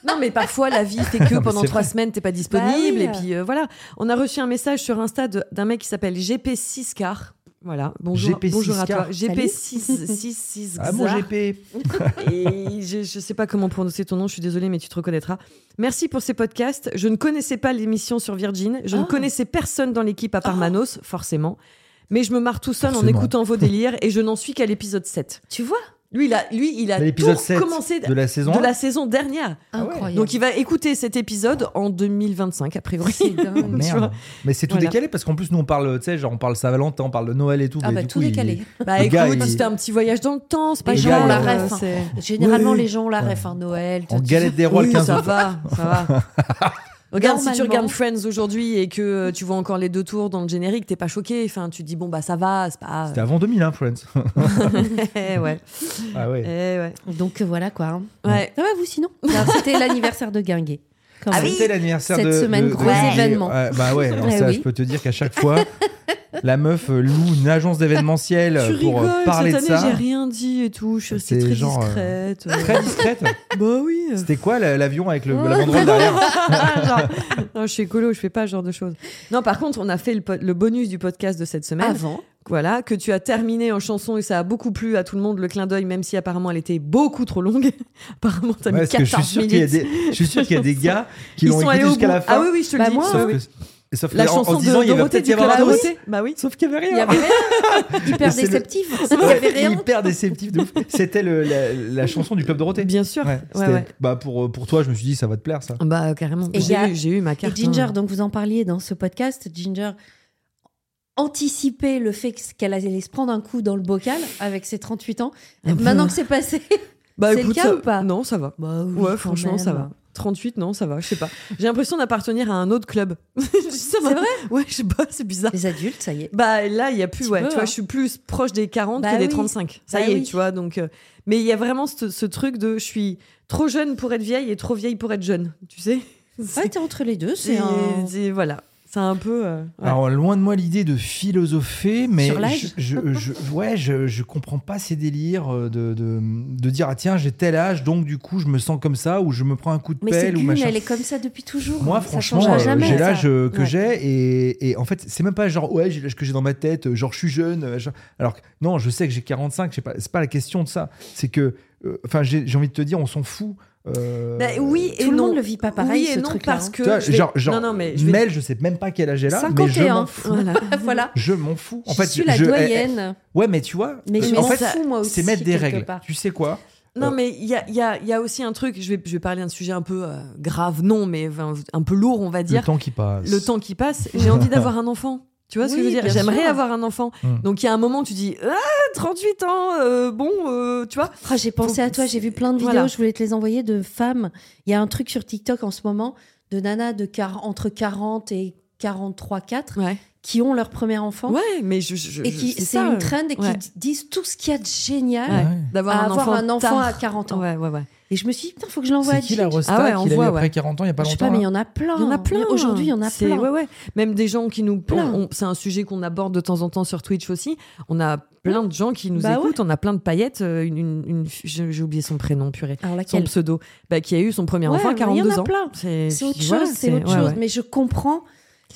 Speaker 3: Non, mais parfois la vie fait que
Speaker 1: Non, mais
Speaker 3: pendant
Speaker 1: c'est
Speaker 3: trois
Speaker 1: vrai.
Speaker 3: semaines t'es pas
Speaker 2: Bah oui.
Speaker 3: disponible et puis euh, voilà. On a reçu un message sur Insta de- d'un mec qui s'appelle GP6 Car. Voilà. Bonjour.
Speaker 1: GP6
Speaker 3: bonjour à toi.
Speaker 1: Car.
Speaker 3: GP6 6 6
Speaker 1: Ah mon
Speaker 3: Xar.
Speaker 1: GP
Speaker 3: Et je, je sais pas comment prononcer ton nom, je suis désolée, mais tu te reconnaîtras. Merci pour ces podcasts. Je ne connaissais pas l'émission sur Virgin. Je
Speaker 1: Ah.
Speaker 3: ne
Speaker 2: Oh.
Speaker 3: connaissais personne dans l'équipe à part Manos, forcément. Mais je me marre tout seul en
Speaker 1: Forcément.
Speaker 3: écoutant vos délires et je n'en suis qu'à l'épisode 7.
Speaker 2: Tu vois
Speaker 3: Lui, il a, lui, il a
Speaker 1: Mais
Speaker 3: tout
Speaker 1: L'épisode 7
Speaker 3: commencé
Speaker 1: de la saison.
Speaker 3: de
Speaker 1: 1.
Speaker 3: la saison dernière.
Speaker 1: Ah ouais.
Speaker 2: Incroyable.
Speaker 3: Donc il va écouter cet épisode en 2025, a priori.
Speaker 2: C'est dingue.
Speaker 3: tu vois.
Speaker 1: Merde. Mais c'est tout
Speaker 3: Voilà.
Speaker 1: décalé parce qu'en plus nous on parle, tu sais, genre on parle Saint-Valentin, on parle de Noël et tout.
Speaker 2: Ah
Speaker 1: mais
Speaker 2: bah
Speaker 1: du
Speaker 2: tout
Speaker 1: coup, il-
Speaker 2: décalé.
Speaker 3: Bah
Speaker 1: Le
Speaker 3: écoute,
Speaker 1: gars, il-
Speaker 3: c'était un petit voyage dans le temps, c'est pas
Speaker 2: Les
Speaker 3: genre.
Speaker 1: gens ont la
Speaker 3: euh,
Speaker 2: ref, hein.
Speaker 3: c'est-
Speaker 2: Généralement,
Speaker 1: Ouais.
Speaker 2: les gens ont la
Speaker 1: Ouais.
Speaker 2: ref, hein, Noël.
Speaker 1: En
Speaker 2: tu-
Speaker 1: galette des rois le
Speaker 3: Oui,
Speaker 1: 15
Speaker 3: ça
Speaker 1: août.
Speaker 3: va, ça va. Regarde, si tu
Speaker 2: Normalement.
Speaker 3: regardes Friends aujourd'hui et que euh, tu vois encore les deux tours dans le générique, t'es pas choqué. Enfin, tu te dis bon bah ça va, c'est pas.
Speaker 1: C'était avant 2000, hein, Friends.
Speaker 3: Eh ouais,
Speaker 1: ah ouais.
Speaker 3: eh ouais.
Speaker 2: Donc euh, voilà quoi. hein.
Speaker 3: Ouais.
Speaker 2: Ça va vous sinon Non, C'était l'anniversaire de Guinguet. quand
Speaker 3: Ah
Speaker 2: même.
Speaker 3: oui,
Speaker 1: C'était l'anniversaire
Speaker 2: cette
Speaker 1: de.
Speaker 2: semaine,
Speaker 1: de- de
Speaker 2: gros
Speaker 1: Gigi.
Speaker 2: événement.
Speaker 1: Ouais, bah ouais, alors
Speaker 2: Eh
Speaker 1: ça,
Speaker 2: oui.
Speaker 1: je peux te dire qu'à chaque fois, la meuf euh, loue une agence d'événementiel
Speaker 3: Tu
Speaker 1: euh, pour euh,
Speaker 3: rigoles,
Speaker 1: parler
Speaker 3: cette
Speaker 1: de
Speaker 3: année j'ai
Speaker 1: ça.
Speaker 3: rien dit et tout, je suis restée
Speaker 1: C'est
Speaker 3: très
Speaker 1: genre, euh,
Speaker 3: discrète. euh.
Speaker 1: Très discrète.
Speaker 3: bah oui.
Speaker 1: C'était quoi la- l'avion avec le, la banderole derrière
Speaker 3: Euh. Genre, non, je suis écolo, je fais pas ce genre de choses. Non, par contre, on a fait le, po- le bonus du podcast de cette semaine.
Speaker 2: Avant.
Speaker 3: Voilà, que tu as terminé en chanson et ça a beaucoup plu à tout le monde, le clin d'œil, même si apparemment elle était beaucoup trop longue. apparemment, t'as
Speaker 1: Ouais,
Speaker 3: mis
Speaker 1: Parce que je suis
Speaker 3: 14
Speaker 1: sûr qu'il y a
Speaker 3: minutes.
Speaker 1: des, je suis sûr qu'il y a des gars qui
Speaker 3: Ils
Speaker 1: l'ont
Speaker 3: sont
Speaker 1: écouté
Speaker 3: allés au
Speaker 1: jusqu'à
Speaker 3: bout.
Speaker 1: la fin.
Speaker 3: Ah oui, oui, je te le
Speaker 2: Bah
Speaker 3: dis.
Speaker 2: moi,
Speaker 3: Sauf
Speaker 1: Sauf
Speaker 3: que-
Speaker 1: que- et sauf que
Speaker 3: La
Speaker 1: en- en,
Speaker 3: chanson
Speaker 1: se disant,
Speaker 3: de
Speaker 1: il va
Speaker 3: Dorothée
Speaker 1: peut-être
Speaker 3: du
Speaker 1: y avoir
Speaker 3: Club
Speaker 1: un truc.
Speaker 3: Dorothée. Bah oui.
Speaker 1: Sauf qu'il y avait rien.
Speaker 2: Il y avait rien. Hyper
Speaker 1: Et c'est le-
Speaker 2: déceptif. Il y avait rien.
Speaker 1: Hyper déceptif de ouf. C'était le- la, la chanson du Club Dorothée.
Speaker 3: Bien sûr.
Speaker 1: Ouais,
Speaker 3: Ouais,
Speaker 1: c'était-
Speaker 3: ouais.
Speaker 1: Bah pour, pour toi, je me suis dit, ça va te plaire, ça.
Speaker 3: Bah euh, carrément.
Speaker 2: Et
Speaker 3: J'ai
Speaker 2: y a-
Speaker 3: eu, j'ai eu ma
Speaker 2: Et
Speaker 3: carte.
Speaker 2: Ginger,
Speaker 3: hein.
Speaker 2: donc vous en parliez dans ce podcast, Ginger anticipait le fait que- qu'elle allait se prendre un coup dans le bocal avec ses 38 ans.
Speaker 1: Ah
Speaker 3: Un peu.
Speaker 2: Maintenant que c'est passé,
Speaker 3: Bah
Speaker 2: c'est le
Speaker 3: écoute,
Speaker 2: cas
Speaker 3: ça-
Speaker 2: ou pas
Speaker 3: Non, ça va.
Speaker 2: bah oui,
Speaker 3: ouais,
Speaker 2: quand
Speaker 3: franchement,
Speaker 2: même.
Speaker 3: ça va. 38, non, ça va. Je sais pas. J'ai l'impression d'appartenir à un autre club. c'est
Speaker 2: vrai
Speaker 3: Ouais, je sais pas. C'est bizarre.
Speaker 2: Les adultes, ça y est.
Speaker 3: Bah là, il y a plus,
Speaker 2: Petit
Speaker 3: ouais,
Speaker 2: peu,
Speaker 3: tu vois,
Speaker 2: hein.
Speaker 3: je suis plus proche des 40
Speaker 2: Bah
Speaker 3: que des
Speaker 2: oui.
Speaker 3: 35. Ça
Speaker 2: Bah
Speaker 3: y est,
Speaker 2: oui.
Speaker 3: tu vois, donc euh, mais il y a vraiment ce, ce truc de je suis trop jeune pour être vieille et trop vieille pour être jeune, tu sais
Speaker 2: Ouais, t'es entre les deux, c'est
Speaker 3: C'est-
Speaker 2: un...
Speaker 3: c'est- voilà, c'est un peu euh, ouais.
Speaker 1: Alors, loin de moi l'idée de philosopher, mais
Speaker 2: Sur
Speaker 1: je,
Speaker 2: l'âge
Speaker 1: je, je- ouais, je, je comprends pas ces délires euh, de, de, de dire, ah tiens, j'ai tel âge, donc du coup, je me sens comme ça, ou je me prends un coup de
Speaker 2: Mais c'est
Speaker 1: pelle, ou
Speaker 2: qu'une,
Speaker 1: machin.
Speaker 2: elle est comme ça depuis toujours. hein,
Speaker 1: Moi,
Speaker 2: Ça
Speaker 1: franchement,
Speaker 2: changera
Speaker 1: euh,
Speaker 2: jamais,
Speaker 1: j'ai
Speaker 2: ça.
Speaker 1: l'âge euh, que
Speaker 3: Ouais.
Speaker 1: j'ai et, et en fait, c'est même pas genre ouais, j'ai l'âge que j'ai dans ma tête, euh, genre je suis jeune. euh, genre- Alors que non, je sais que j'ai 45, je sais pas, c'est pas la question de ça. C'est que, euh, enfin, j'ai j'ai envie de te dire, on s'en fout. euh,
Speaker 3: Bah, oui et
Speaker 2: Tout le
Speaker 3: non.
Speaker 2: monde le vit pas pareil,
Speaker 3: oui et
Speaker 2: ce
Speaker 3: non
Speaker 2: truc-là. hein.
Speaker 3: parce que
Speaker 1: tu vois,
Speaker 3: je vais-
Speaker 1: genre, genre,
Speaker 3: non non mais je vais-
Speaker 1: Mel, je sais même pas quel âge elle a, mais je
Speaker 2: 51.
Speaker 1: m'en fous.
Speaker 3: voilà.
Speaker 2: voilà.
Speaker 1: Je m'en fous. En
Speaker 2: je
Speaker 1: fait,
Speaker 2: suis la
Speaker 1: je-
Speaker 2: doyenne.
Speaker 1: eh, eh, ouais, mais tu vois,
Speaker 2: Mais
Speaker 1: euh,
Speaker 2: je
Speaker 1: en
Speaker 2: m'en
Speaker 1: fait,
Speaker 2: fous, moi aussi.
Speaker 1: c'est mettre des
Speaker 2: quelque
Speaker 1: règles.
Speaker 2: part.
Speaker 1: Tu sais quoi
Speaker 3: Non,
Speaker 1: Euh,
Speaker 3: mais il y a, il y a- il y a aussi un truc, je vais, je vais parler d'un sujet un peu euh, grave, non, mais enfin, un peu lourd, on va
Speaker 1: Le
Speaker 3: dire.
Speaker 1: temps qui passe.
Speaker 3: le temps qui passe, j'ai envie d'avoir un enfant. Tu vois ce que
Speaker 2: Oui,
Speaker 3: je veux dire
Speaker 2: bien
Speaker 3: J'aimerais
Speaker 2: sûr.
Speaker 3: avoir un enfant.
Speaker 1: Mm.
Speaker 3: Donc il y a un moment, tu dis ah, 38 ans, euh, bon, euh, tu vois.
Speaker 2: Ah, j'ai pensé
Speaker 3: Faut-
Speaker 2: à toi, j'ai vu plein de vidéos,
Speaker 3: Voilà.
Speaker 2: je voulais te les envoyer de femmes. Il y a un truc sur TikTok en ce moment de nanas de quar- entre 40 et 43, 4
Speaker 3: Ouais,
Speaker 2: qui ont leur premier enfant
Speaker 3: ouais mais je. je- je-
Speaker 2: et qui c'est
Speaker 3: ça,
Speaker 2: une
Speaker 3: euh,
Speaker 2: trend et qui
Speaker 3: ouais.
Speaker 2: d- disent tout ce qu'il y a de génial
Speaker 3: ouais,
Speaker 1: Ouais.
Speaker 3: D'avoir
Speaker 2: à
Speaker 3: un
Speaker 2: avoir
Speaker 3: enfant,
Speaker 2: un enfant
Speaker 3: tard.
Speaker 2: à 40 ans.
Speaker 3: Ouais, ouais, ouais.
Speaker 2: Et je me suis dit putain, faut que je l'envoie
Speaker 1: C'est
Speaker 2: à
Speaker 1: qui
Speaker 2: Gigi.
Speaker 1: la resta
Speaker 3: Ah ouais, on
Speaker 1: qu'il a eu
Speaker 3: voit,
Speaker 1: après
Speaker 3: ouais.
Speaker 1: 40 ans il y a pas
Speaker 2: Je sais
Speaker 1: longtemps
Speaker 2: pas, Oh, mais il y
Speaker 1: là
Speaker 2: en a plein.
Speaker 3: hein Il y en a plein.
Speaker 2: Aujourd'hui, il y en a
Speaker 3: C'est-
Speaker 2: plein.
Speaker 3: Ouais, ouais. Même des gens qui nous.
Speaker 2: Plein.
Speaker 3: on- on- C'est un sujet qu'on aborde de temps en temps sur Twitch aussi. On a plein de gens qui nous
Speaker 2: Bah
Speaker 3: écoutent. On a plein de paillettes. euh, Une, une- une- J'ai j'ai oublié son prénom, purée.
Speaker 2: Alors
Speaker 3: Son
Speaker 2: laquelle
Speaker 3: pseudo. Bah, qui a eu son premier
Speaker 2: Ouais,
Speaker 3: enfant à
Speaker 2: mais il y en a
Speaker 3: 42 ans.
Speaker 2: plein.
Speaker 3: C'est
Speaker 2: C'est autre
Speaker 3: voilà,
Speaker 2: chose, c'est autre
Speaker 3: ouais,
Speaker 2: chose.
Speaker 3: ouais.
Speaker 2: Mais je comprends.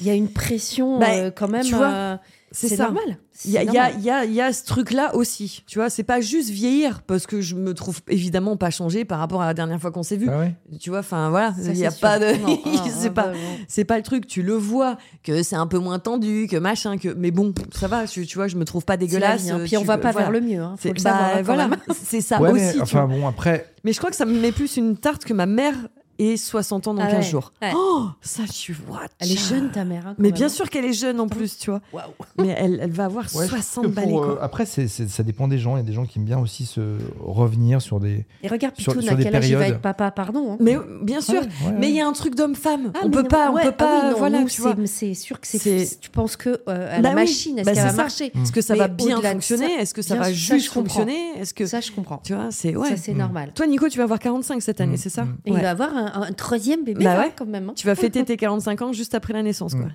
Speaker 2: Il y a une pression
Speaker 3: Bah,
Speaker 2: euh, quand même.
Speaker 3: tu vois,
Speaker 2: euh,
Speaker 3: C'est
Speaker 2: c'est
Speaker 3: ça.
Speaker 2: normal.
Speaker 3: Il y a,
Speaker 2: C'est
Speaker 3: il y a-
Speaker 2: normal.
Speaker 3: il y a- il y a ce truc-là aussi. Tu vois, c'est pas juste vieillir, parce que je me trouve évidemment pas changée par rapport à la dernière fois qu'on s'est vu.
Speaker 1: Ah ouais
Speaker 3: Tu vois, enfin voilà,
Speaker 2: Ça,
Speaker 3: il y a
Speaker 2: c'est
Speaker 3: pas
Speaker 2: sûr.
Speaker 3: de.
Speaker 2: Non, ah,
Speaker 3: c'est
Speaker 2: ah,
Speaker 3: pas.
Speaker 2: bah, non.
Speaker 3: C'est pas le truc, tu le vois, que c'est un peu moins tendu, que machin, que. Mais bon, ça va, je- tu vois, je me trouve pas
Speaker 2: C'est la
Speaker 3: dégueulasse. euh,
Speaker 2: vie, hein. Puis
Speaker 3: tu-
Speaker 2: on va pas
Speaker 3: voilà.
Speaker 2: vers le mieux. hein. Faut
Speaker 3: C'est-
Speaker 2: le
Speaker 3: bah,
Speaker 2: savoir. hein, quand
Speaker 3: voilà,
Speaker 2: même.
Speaker 3: c'est ça
Speaker 1: Ouais,
Speaker 3: aussi.
Speaker 1: mais,
Speaker 3: tu
Speaker 1: enfin
Speaker 3: vois.
Speaker 1: bon, après,
Speaker 3: mais je crois que ça me met plus une tarte que ma mère et 60 ans dans
Speaker 2: Ah
Speaker 3: 15
Speaker 2: ouais,
Speaker 3: jours.
Speaker 2: ouais.
Speaker 3: Oh, ça, tu vois.
Speaker 2: Elle est jeune, ta mère. hein, quand
Speaker 3: Mais
Speaker 2: même,
Speaker 3: bien
Speaker 2: hein.
Speaker 3: sûr qu'elle est jeune en plus, tu vois.
Speaker 2: Waouh.
Speaker 3: Mais elle, elle va avoir
Speaker 1: Ouais, je pense
Speaker 3: 60
Speaker 1: que
Speaker 3: balais.
Speaker 1: pour,
Speaker 3: quoi.
Speaker 1: euh, après, c'est- c'est- ça dépend des gens. Il y a des gens qui aiment bien aussi se revenir sur des.
Speaker 2: Et regarde
Speaker 1: Sur-
Speaker 2: Pitoun,
Speaker 1: sur
Speaker 2: à
Speaker 1: des
Speaker 2: quel âge il va
Speaker 1: périodes.
Speaker 2: être papa, pardon. hein.
Speaker 3: Mais euh, bien sûr.
Speaker 1: Ouais, Ah ouais,
Speaker 3: Mais
Speaker 1: ouais.
Speaker 3: il y a un truc d'homme-femme.
Speaker 2: Ah,
Speaker 3: on
Speaker 2: mais
Speaker 3: peut
Speaker 2: non,
Speaker 3: pas,
Speaker 2: ouais,
Speaker 3: on
Speaker 2: ah
Speaker 3: peut pas.
Speaker 2: oui, non,
Speaker 3: voilà,
Speaker 2: nous,
Speaker 3: tu vois.
Speaker 2: c'est- C'est sûr que
Speaker 3: C'est-
Speaker 2: c'est. Tu penses que euh, à
Speaker 3: Bah
Speaker 2: la
Speaker 3: oui,
Speaker 2: machine, est-ce
Speaker 3: bah
Speaker 2: qu'elle
Speaker 3: c'est
Speaker 2: va
Speaker 3: ça.
Speaker 2: marcher
Speaker 3: Est-ce que ça
Speaker 2: Mais
Speaker 3: va bien
Speaker 2: au-delà de
Speaker 3: fonctionner
Speaker 2: ça-
Speaker 3: Est-ce que ça
Speaker 2: bien
Speaker 3: va
Speaker 2: sûr, ça,
Speaker 3: juste
Speaker 2: je comprends.
Speaker 3: fonctionner Est-ce que
Speaker 2: Ça, je comprends.
Speaker 3: tu vois, c'est ouais.
Speaker 2: Ça, c'est normal.
Speaker 3: Toi, Nico, tu vas avoir 45 cette année,
Speaker 1: Mm.
Speaker 3: c'est ça
Speaker 1: Mm.
Speaker 2: Et
Speaker 3: Ouais.
Speaker 2: il va avoir un, un troisième bébé,
Speaker 3: Bah
Speaker 2: hein,
Speaker 3: ouais.
Speaker 2: quand même. hein.
Speaker 3: Tu vas fêter tes 45 ans juste après la naissance,
Speaker 1: Mm.
Speaker 3: quoi.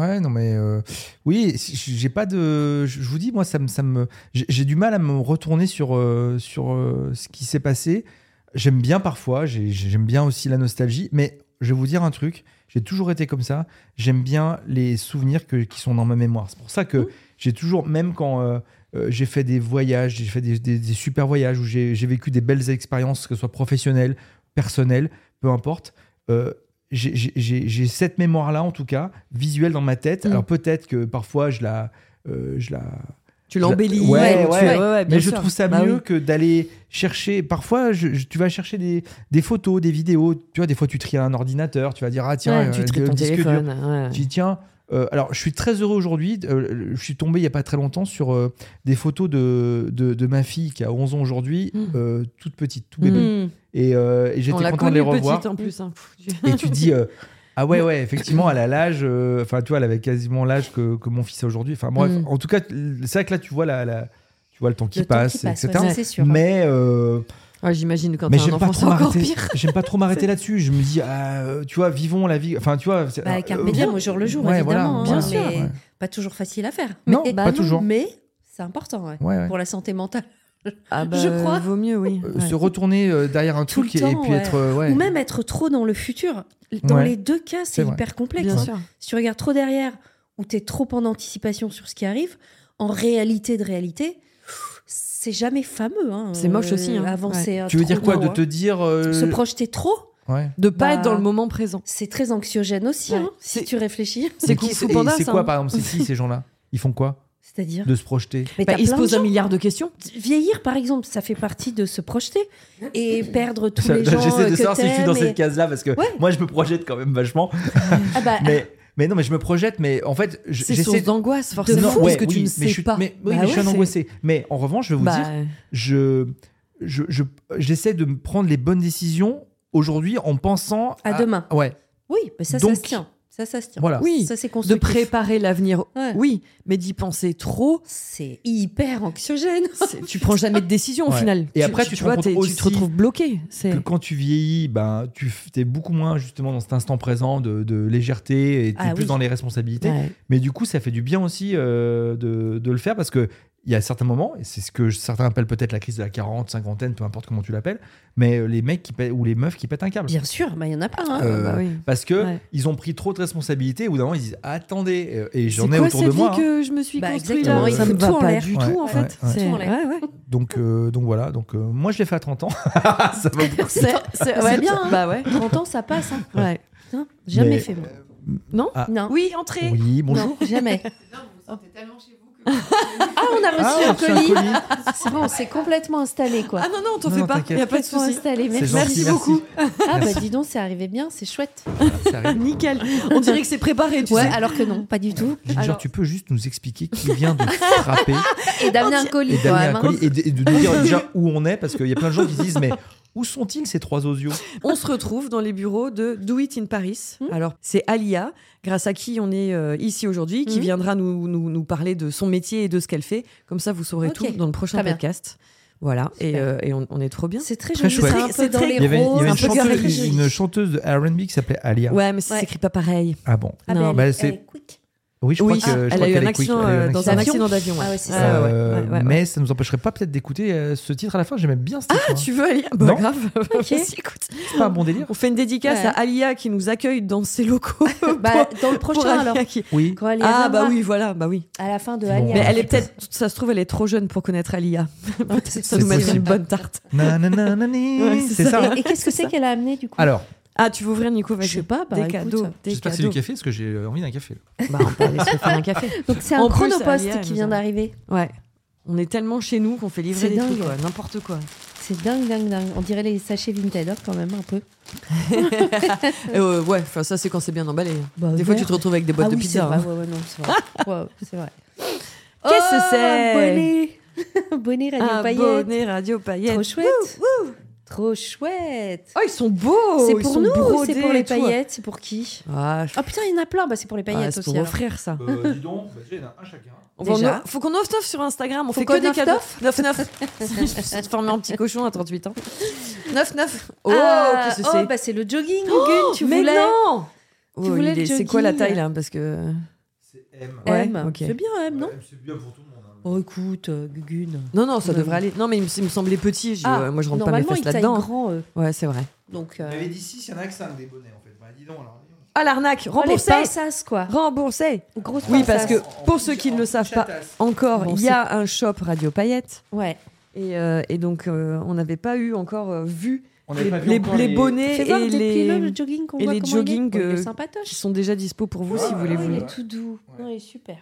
Speaker 1: Ouais, non, mais euh, oui, si- j'ai pas de. Je je vous dis, moi, ça me, ça me, j'ai j'ai du mal à me retourner sur euh, sur euh, ce qui s'est passé. J'aime bien parfois, j'ai- j'aime bien aussi la nostalgie, mais je vais vous dire un truc. J'ai toujours été comme ça. J'aime bien les souvenirs que- qui sont dans ma mémoire. C'est pour ça que j'ai toujours, même quand euh, euh, j'ai fait des voyages, j'ai fait des, des- des super voyages où j'ai j'ai vécu des belles expériences, que ce soit professionnelles, personnelles, peu importe. euh, j'ai- j'ai j'ai- j'ai cette mémoire-là, en tout cas, visuelle dans ma tête.
Speaker 3: Mm.
Speaker 1: Alors peut-être que parfois je la. euh, je la...
Speaker 3: Tu l'embellis.
Speaker 1: Ouais, ouais,
Speaker 3: tu-
Speaker 1: ouais.
Speaker 3: bien
Speaker 1: Mais je
Speaker 3: sûr.
Speaker 1: trouve ça
Speaker 3: Bah
Speaker 1: mieux
Speaker 3: oui.
Speaker 1: que d'aller chercher. Parfois, je- je- tu vas chercher des, des photos, des vidéos. Tu vois, des fois, tu tries un ordinateur. Tu vas dire, ah tiens,
Speaker 3: Ouais, tu
Speaker 1: euh,
Speaker 3: traites
Speaker 1: le
Speaker 3: ton
Speaker 1: disque dur.
Speaker 3: téléphone. ouais.
Speaker 1: J'ai dit, tiens, euh, alors je suis très heureux aujourd'hui. euh, je suis tombé il n'y a pas très longtemps sur euh, des photos de, de, de ma fille qui a 11 ans aujourd'hui,
Speaker 3: Mm.
Speaker 1: euh, toute petite, tout
Speaker 3: Mm.
Speaker 1: bébé. Et, euh, et
Speaker 3: On
Speaker 1: j'étais
Speaker 3: l'a
Speaker 1: content de les
Speaker 3: connue
Speaker 1: revoir.
Speaker 3: petite en plus. hein. Pff, tu-
Speaker 1: Et tu dis, euh, ah ouais, ouais, effectivement, elle a l'âge, euh, enfin, tu vois, elle avait quasiment l'âge que, que mon fils a aujourd'hui. Enfin, bref,
Speaker 3: Mm.
Speaker 1: en tout cas, c'est vrai que là, tu vois, la, la- tu vois le temps qui
Speaker 2: Le temps
Speaker 1: passe,
Speaker 2: qui passe,
Speaker 1: etc.
Speaker 2: ouais, ça, c'est sûr.
Speaker 1: Mais, euh,
Speaker 3: Ouais, J'imagine quand
Speaker 1: mais
Speaker 3: t'as un
Speaker 1: j'aime pas
Speaker 3: enfant, c'est
Speaker 1: trop
Speaker 3: encore
Speaker 1: m'arrêter.
Speaker 3: pire.
Speaker 1: J'aime pas trop m'arrêter là-dessus. Je me dis, ah, euh, tu vois, vivons la vie. Enfin, tu vois, c'est-
Speaker 2: Bah, carpe
Speaker 1: euh,
Speaker 2: diem au jour le jour,
Speaker 1: Ouais, voilà,
Speaker 2: évidemment. hein,
Speaker 1: bien
Speaker 3: sûr,
Speaker 2: mais
Speaker 1: ouais.
Speaker 2: Pas toujours facile à faire.
Speaker 1: Non,
Speaker 2: mais,
Speaker 1: pas toujours.
Speaker 2: Mais c'est important ouais,
Speaker 1: Ouais, ouais.
Speaker 2: pour la santé mentale.
Speaker 3: Ah bah,
Speaker 2: Je crois.
Speaker 3: Vaut mieux, oui.
Speaker 1: Euh,
Speaker 3: Ouais.
Speaker 1: se retourner euh, derrière un
Speaker 2: Tout
Speaker 1: truc
Speaker 2: le
Speaker 1: et, et
Speaker 2: temps,
Speaker 1: puis
Speaker 2: ouais.
Speaker 1: être euh, ouais.
Speaker 2: Ou même être trop dans le futur. Dans
Speaker 1: Ouais.
Speaker 2: les deux cas,
Speaker 1: C'est
Speaker 2: c'est
Speaker 1: vrai.
Speaker 2: hyper complexe.
Speaker 3: Bien
Speaker 2: hein.
Speaker 3: sûr.
Speaker 2: Si tu regardes trop derrière ou tu es trop en anticipation sur ce qui arrive, en réalité de réalité, c'est jamais fameux. hein.
Speaker 3: C'est moche
Speaker 2: Euh,
Speaker 3: aussi, hein.
Speaker 2: Avancer. euh,
Speaker 1: tu veux
Speaker 2: trop
Speaker 1: dire quoi de
Speaker 2: haut,
Speaker 1: te dire
Speaker 2: hein.
Speaker 1: euh,
Speaker 2: Se projeter trop,
Speaker 1: ouais.
Speaker 3: De pas
Speaker 2: Bah,
Speaker 3: être dans le moment présent.
Speaker 2: c'est très anxiogène aussi,
Speaker 3: Ouais.
Speaker 2: hein,
Speaker 3: C'est-
Speaker 2: si tu réfléchis.
Speaker 3: C'est
Speaker 1: Mais qui
Speaker 3: Kung Fu
Speaker 1: et
Speaker 3: Panda,
Speaker 1: c'est
Speaker 3: ça,
Speaker 1: quoi
Speaker 3: hein.
Speaker 1: par exemple c'est qui ces gens-là ils font quoi
Speaker 2: C'est-à-dire.
Speaker 1: de se projeter
Speaker 2: Mais
Speaker 3: Bah,
Speaker 2: t'as
Speaker 3: il se
Speaker 2: plein de
Speaker 3: pose un
Speaker 2: gens.
Speaker 3: milliard de questions.
Speaker 2: Vieillir, par exemple, ça fait partie de se projeter et perdre tous
Speaker 1: Ça-
Speaker 2: les gens
Speaker 1: J'essaie
Speaker 2: euh,
Speaker 1: de
Speaker 2: que
Speaker 1: savoir si je suis dans
Speaker 2: t'aimes et-
Speaker 1: cette case là parce que
Speaker 2: Ouais.
Speaker 1: moi je me projette quand même vachement
Speaker 2: Ah bah,
Speaker 1: mais mais non mais je me projette mais en fait je-
Speaker 3: C'est source
Speaker 1: j'essaie
Speaker 3: d'angoisse,
Speaker 1: Non,
Speaker 3: forcément, parce
Speaker 1: ouais,
Speaker 3: que tu
Speaker 1: oui,
Speaker 3: ne
Speaker 1: mais je
Speaker 3: sais
Speaker 1: suis-
Speaker 3: pas.
Speaker 1: mais, oui,
Speaker 3: Bah
Speaker 1: mais je suis
Speaker 3: ouais,
Speaker 1: un
Speaker 3: c'est-
Speaker 1: angoissé mais en revanche je vais vous
Speaker 3: Bah,
Speaker 1: dire je je je- j'essaie de me prendre les bonnes décisions aujourd'hui en pensant
Speaker 2: À demain.
Speaker 1: ouais
Speaker 2: oui, mais ça,
Speaker 1: ah, Donc-
Speaker 2: ça se tient. Ça, ça se tient.
Speaker 1: voilà
Speaker 3: Oui,
Speaker 2: Ça, c'est
Speaker 3: de
Speaker 2: constructif.
Speaker 3: préparer l'avenir,
Speaker 2: Ouais.
Speaker 3: oui, mais d'y penser trop,
Speaker 2: C'est hyper anxiogène.
Speaker 3: c'est- tu prends jamais de décision au
Speaker 1: Ouais.
Speaker 3: final.
Speaker 1: Et après, tu te rends
Speaker 3: vois,
Speaker 1: compte
Speaker 3: t'es- tu
Speaker 1: aussi
Speaker 3: te retrouves bloqué. C'est
Speaker 1: que quand tu vieillis, ben, tu es beaucoup moins justement dans cet instant présent de, de légèreté et tu
Speaker 2: Ah
Speaker 1: plus
Speaker 2: oui.
Speaker 1: dans les responsabilités.
Speaker 3: Ouais.
Speaker 1: Mais du coup, ça fait du bien aussi euh, de, de le faire parce que il y a certains moments, et c'est ce que certains appellent peut-être la crise de la quarante, cinquantaine, peu importe comment tu l'appelles, mais euh, les mecs qui pè- ou les meufs qui pètent un câble.
Speaker 2: Bien sûr, mais il y en a plein. hein.
Speaker 1: Euh,
Speaker 3: bah oui.
Speaker 1: Parce que
Speaker 3: Ouais.
Speaker 1: ils ont pris trop de responsabilités. et Au bout d'un moment, ils disent attendez, euh, et
Speaker 3: C'est
Speaker 1: j'en ai
Speaker 3: quoi
Speaker 1: autour
Speaker 3: cette
Speaker 1: de moi.
Speaker 3: vie
Speaker 1: hein.
Speaker 3: que je me suis
Speaker 2: Bah,
Speaker 3: construite
Speaker 2: exactement,
Speaker 3: là
Speaker 1: il
Speaker 3: Ça
Speaker 1: faut
Speaker 3: me
Speaker 2: tout
Speaker 3: va
Speaker 2: en
Speaker 3: pas
Speaker 2: l'air.
Speaker 3: du
Speaker 1: Ouais,
Speaker 3: tout en
Speaker 1: ouais,
Speaker 3: fait.
Speaker 1: ouais.
Speaker 3: C'est-
Speaker 2: Tout en l'air.
Speaker 3: ouais, ouais.
Speaker 1: Donc, euh, donc voilà. Donc euh, moi, je l'ai fait à 30 ans. Ça va beaucoup.
Speaker 3: C'est c'est- ouais,
Speaker 2: bien, hein.
Speaker 3: Bah ouais.
Speaker 2: 30 ans, ça passe. hein.
Speaker 3: Ouais.
Speaker 2: Putain, jamais
Speaker 1: Mais-
Speaker 2: fait, moi.
Speaker 3: Non
Speaker 1: Ah.
Speaker 2: Non.
Speaker 3: Oui, entrez.
Speaker 1: Oui, bonjour.
Speaker 2: Non, jamais. Oh. Ah, on a reçu
Speaker 1: Ah,
Speaker 2: un
Speaker 1: c'est un
Speaker 2: colis.
Speaker 1: colis.
Speaker 2: C'est vrai, on s'est complètement installé, quoi.
Speaker 3: Ah non, non, t'en
Speaker 1: Non,
Speaker 3: fais
Speaker 1: non,
Speaker 3: pas,
Speaker 1: t'inquiète.
Speaker 3: y a pas de
Speaker 2: Complètement
Speaker 3: souci.
Speaker 2: installé.
Speaker 1: C'est
Speaker 2: Merci.
Speaker 1: gentil, Ah,
Speaker 3: Merci beaucoup.
Speaker 2: Ah bah dis donc, c'est arrivé bien, c'est chouette.
Speaker 1: Ça arrive.
Speaker 3: Nickel. On dirait que c'est préparé, tu
Speaker 2: Ouais,
Speaker 3: sais.
Speaker 2: alors que non, pas du tout.
Speaker 1: Ginger,
Speaker 3: Alors-
Speaker 1: tu peux juste nous expliquer qui vient de frapper
Speaker 2: Et d'amener un colis
Speaker 1: et
Speaker 2: quand
Speaker 1: d'amener
Speaker 2: même.
Speaker 1: un
Speaker 2: hein.
Speaker 1: colis et de, et de nous dire déjà où on est parce qu'il y a plein de gens qui se disent mais où sont-ils ces trois osios
Speaker 3: On se retrouve dans les bureaux de Do It in Paris.
Speaker 2: Mmh.
Speaker 3: Alors, c'est Alia, grâce à qui on est euh, ici aujourd'hui, qui
Speaker 2: Mhm.
Speaker 3: viendra nous, nous, nous parler de son métier et de ce qu'elle fait. Comme ça, vous saurez
Speaker 2: Ok.
Speaker 3: tout dans le prochain
Speaker 2: Très bien.
Speaker 3: podcast. Voilà, et,
Speaker 2: Super.
Speaker 3: euh, et on, on est trop bien.
Speaker 2: C'est très
Speaker 1: Très
Speaker 2: joli.
Speaker 1: chouette.
Speaker 2: C'est un
Speaker 3: C'est
Speaker 2: peu dans
Speaker 3: très-
Speaker 2: les
Speaker 1: Il y avait, il y avait
Speaker 3: un
Speaker 1: une,
Speaker 2: roses.
Speaker 3: peu
Speaker 1: chanteuse,
Speaker 3: garagiste.
Speaker 1: une chanteuse de R&B qui s'appelait Alia.
Speaker 3: Ouais, mais ça
Speaker 2: Ouais.
Speaker 3: s'écrit pas pareil.
Speaker 1: Ah bon
Speaker 2: Ah, mais
Speaker 3: Non.
Speaker 2: elle
Speaker 1: Bah,
Speaker 2: est-
Speaker 1: c'est-
Speaker 2: elle est quick.
Speaker 1: Oui, je crois
Speaker 3: oui,
Speaker 1: que je
Speaker 3: elle
Speaker 1: crois
Speaker 3: a eu
Speaker 1: qu'elle
Speaker 3: un
Speaker 1: est quick,
Speaker 3: accident
Speaker 1: elle a eu
Speaker 3: euh, dans un
Speaker 2: accident.
Speaker 3: accident d'avion.
Speaker 2: Ah ouais, c'est
Speaker 3: Ouais,
Speaker 2: ça.
Speaker 3: ouais,
Speaker 1: Euh,
Speaker 3: ouais, ouais, ouais.
Speaker 1: Mais ça nous empêcherait pas peut-être d'écouter euh, ce titre à la fin. J'aimais bien ce titre. hein.
Speaker 3: Tu veux Alia Bah
Speaker 1: Non.
Speaker 3: grave.
Speaker 2: Ok.
Speaker 3: Vas-y, écoute.
Speaker 1: C'est pas un bon délire
Speaker 3: On fait une dédicace
Speaker 2: Ouais.
Speaker 3: à Alia qui nous accueille dans ses locaux.
Speaker 2: Bah, dans le prochain,
Speaker 3: Pour Alia
Speaker 2: alors.
Speaker 3: qui-
Speaker 1: Oui.
Speaker 2: Quand elle est
Speaker 3: Ah
Speaker 2: à
Speaker 3: bah
Speaker 2: Zara,
Speaker 3: oui, voilà, bah oui.
Speaker 2: À la fin de
Speaker 1: Bon.
Speaker 2: Alia.
Speaker 3: Mais elle est
Speaker 1: Ouais.
Speaker 3: peut-être, ça se trouve, elle est trop jeune pour connaître Alia. Peut-être ça
Speaker 1: C'est
Speaker 3: nous mettra
Speaker 1: possible.
Speaker 3: une bonne tarte.
Speaker 1: Na, na, na, na, ni.
Speaker 3: Ouais, c'est
Speaker 1: C'est ça. hein
Speaker 2: Et, et qu'est-ce que c'est qu'elle a amené du coup
Speaker 1: Alors,
Speaker 3: Ah, tu veux ouvrir Nico vas-y.
Speaker 2: Je sais pas, bah,
Speaker 3: des
Speaker 2: écoute.
Speaker 3: cadeaux. Des
Speaker 1: j'espère que c'est
Speaker 3: cadeaux.
Speaker 1: du café parce que j'ai euh, envie d'un café.
Speaker 3: Bah, on peut aller se faire un café.
Speaker 2: Donc c'est un
Speaker 3: En plus,
Speaker 2: chronopost
Speaker 3: Alia, elle
Speaker 2: qui
Speaker 3: nous
Speaker 2: vient
Speaker 3: a-
Speaker 2: d'arriver.
Speaker 3: Ouais. On est tellement chez nous qu'on fait livrer
Speaker 2: C'est
Speaker 3: des
Speaker 2: dingue.
Speaker 3: trucs, quoi, n'importe quoi.
Speaker 2: C'est dingue, dingue, dingue. On dirait les sachets Vinted hein, quand même, un peu.
Speaker 3: Euh, ouais, enfin, ça, c'est quand c'est bien emballé.
Speaker 2: Bah,
Speaker 3: Des fois,
Speaker 2: vert.
Speaker 3: tu te retrouves avec des boîtes
Speaker 2: ah
Speaker 3: de
Speaker 2: oui,
Speaker 3: pizza.
Speaker 2: c'est
Speaker 3: hein.
Speaker 2: vrai. Ouais, ouais, non, c'est vrai. Ouais, c'est vrai.
Speaker 3: Qu'est-ce que
Speaker 2: Oh,
Speaker 3: c'est
Speaker 2: Un bonnet, bonnet Radio
Speaker 3: Oh, Un
Speaker 2: Paillettes.
Speaker 3: bonnet radio paillettes.
Speaker 2: Trop chouette. Trop chouette.
Speaker 3: Oh, ils sont beaux
Speaker 2: c'est
Speaker 3: ils
Speaker 2: pour
Speaker 3: sont
Speaker 2: nous ou
Speaker 3: brodés
Speaker 2: c'est pour les
Speaker 3: et tout.
Speaker 2: paillettes C'est pour qui
Speaker 3: Ah, je-
Speaker 2: Oh putain, il y en a plein. Bah, c'est pour les
Speaker 3: ah,
Speaker 2: paillettes
Speaker 3: c'est
Speaker 2: aussi.
Speaker 3: pour vos
Speaker 2: alors.
Speaker 3: frères, ça.
Speaker 1: Euh, dis donc, j'ai un chacun.
Speaker 3: On va en-
Speaker 2: Déjà.
Speaker 3: faut qu'on offre offre sur Instagram, on
Speaker 2: Faut
Speaker 3: fait
Speaker 2: qu'on
Speaker 3: que des
Speaker 2: offre
Speaker 3: cadeaux.
Speaker 2: offre
Speaker 3: 9-9. je me suis transformée en petit cochon à 38 ans. 9-9. Oh,
Speaker 2: Ah,
Speaker 3: qu'est-ce que
Speaker 2: oh,
Speaker 3: c'est Oh,
Speaker 2: bah c'est le jogging, Gugun, tu
Speaker 3: Mais
Speaker 2: voulais
Speaker 3: non
Speaker 2: Tu
Speaker 3: Oh,
Speaker 2: voulais
Speaker 3: il
Speaker 2: le
Speaker 3: est- C'est quoi la
Speaker 2: jogging.
Speaker 3: taille là Parce que.
Speaker 1: C'est M.
Speaker 3: Ouais,
Speaker 2: M.
Speaker 3: ok.
Speaker 2: C'est bien M, non
Speaker 1: C'est bien pour tout le monde. hein.
Speaker 2: Oh écoute, euh, Gugun.
Speaker 3: Non, non, ça
Speaker 2: Ouais.
Speaker 3: devrait aller. Non, mais il me, il me semblait petit. J'ai dit,
Speaker 2: Ah,
Speaker 3: ouais, euh, moi, je rentre pas mes
Speaker 2: normalement,
Speaker 3: fesses
Speaker 2: il taille
Speaker 3: là-dedans.
Speaker 2: grand, euh,
Speaker 3: Ouais, c'est vrai.
Speaker 2: donc. euh,
Speaker 1: dit 6, il y en a que 5 des bonnets en fait. Bah, dis donc alors.
Speaker 3: Ah, l'arnaque
Speaker 2: Oh, les
Speaker 3: Remboursé
Speaker 2: pinces, quoi.
Speaker 3: Remboursé
Speaker 2: Grosse
Speaker 3: Oui,
Speaker 2: pinces.
Speaker 3: parce que pour ceux qui ne le savent pas encore,
Speaker 2: Bon,
Speaker 3: il y a un shop Radio Paillettes.
Speaker 2: Ouais.
Speaker 3: Et, euh, et donc, euh, on n'avait pas eu encore euh, vu
Speaker 1: on
Speaker 3: les, les- les bonnets
Speaker 2: Fais voir,
Speaker 3: et
Speaker 2: déplie-le, le
Speaker 3: les.
Speaker 2: jogging qu'on
Speaker 3: et
Speaker 2: voit
Speaker 3: les
Speaker 2: comment
Speaker 3: joggings,
Speaker 2: il est. Oh, il est
Speaker 3: euh,
Speaker 2: sympatoche.
Speaker 3: qui sont déjà dispo pour vous si vous
Speaker 1: Ah,
Speaker 3: les
Speaker 2: Oh, Il
Speaker 3: voulez.
Speaker 2: est tout doux.
Speaker 1: Ouais.
Speaker 2: Non, il est super.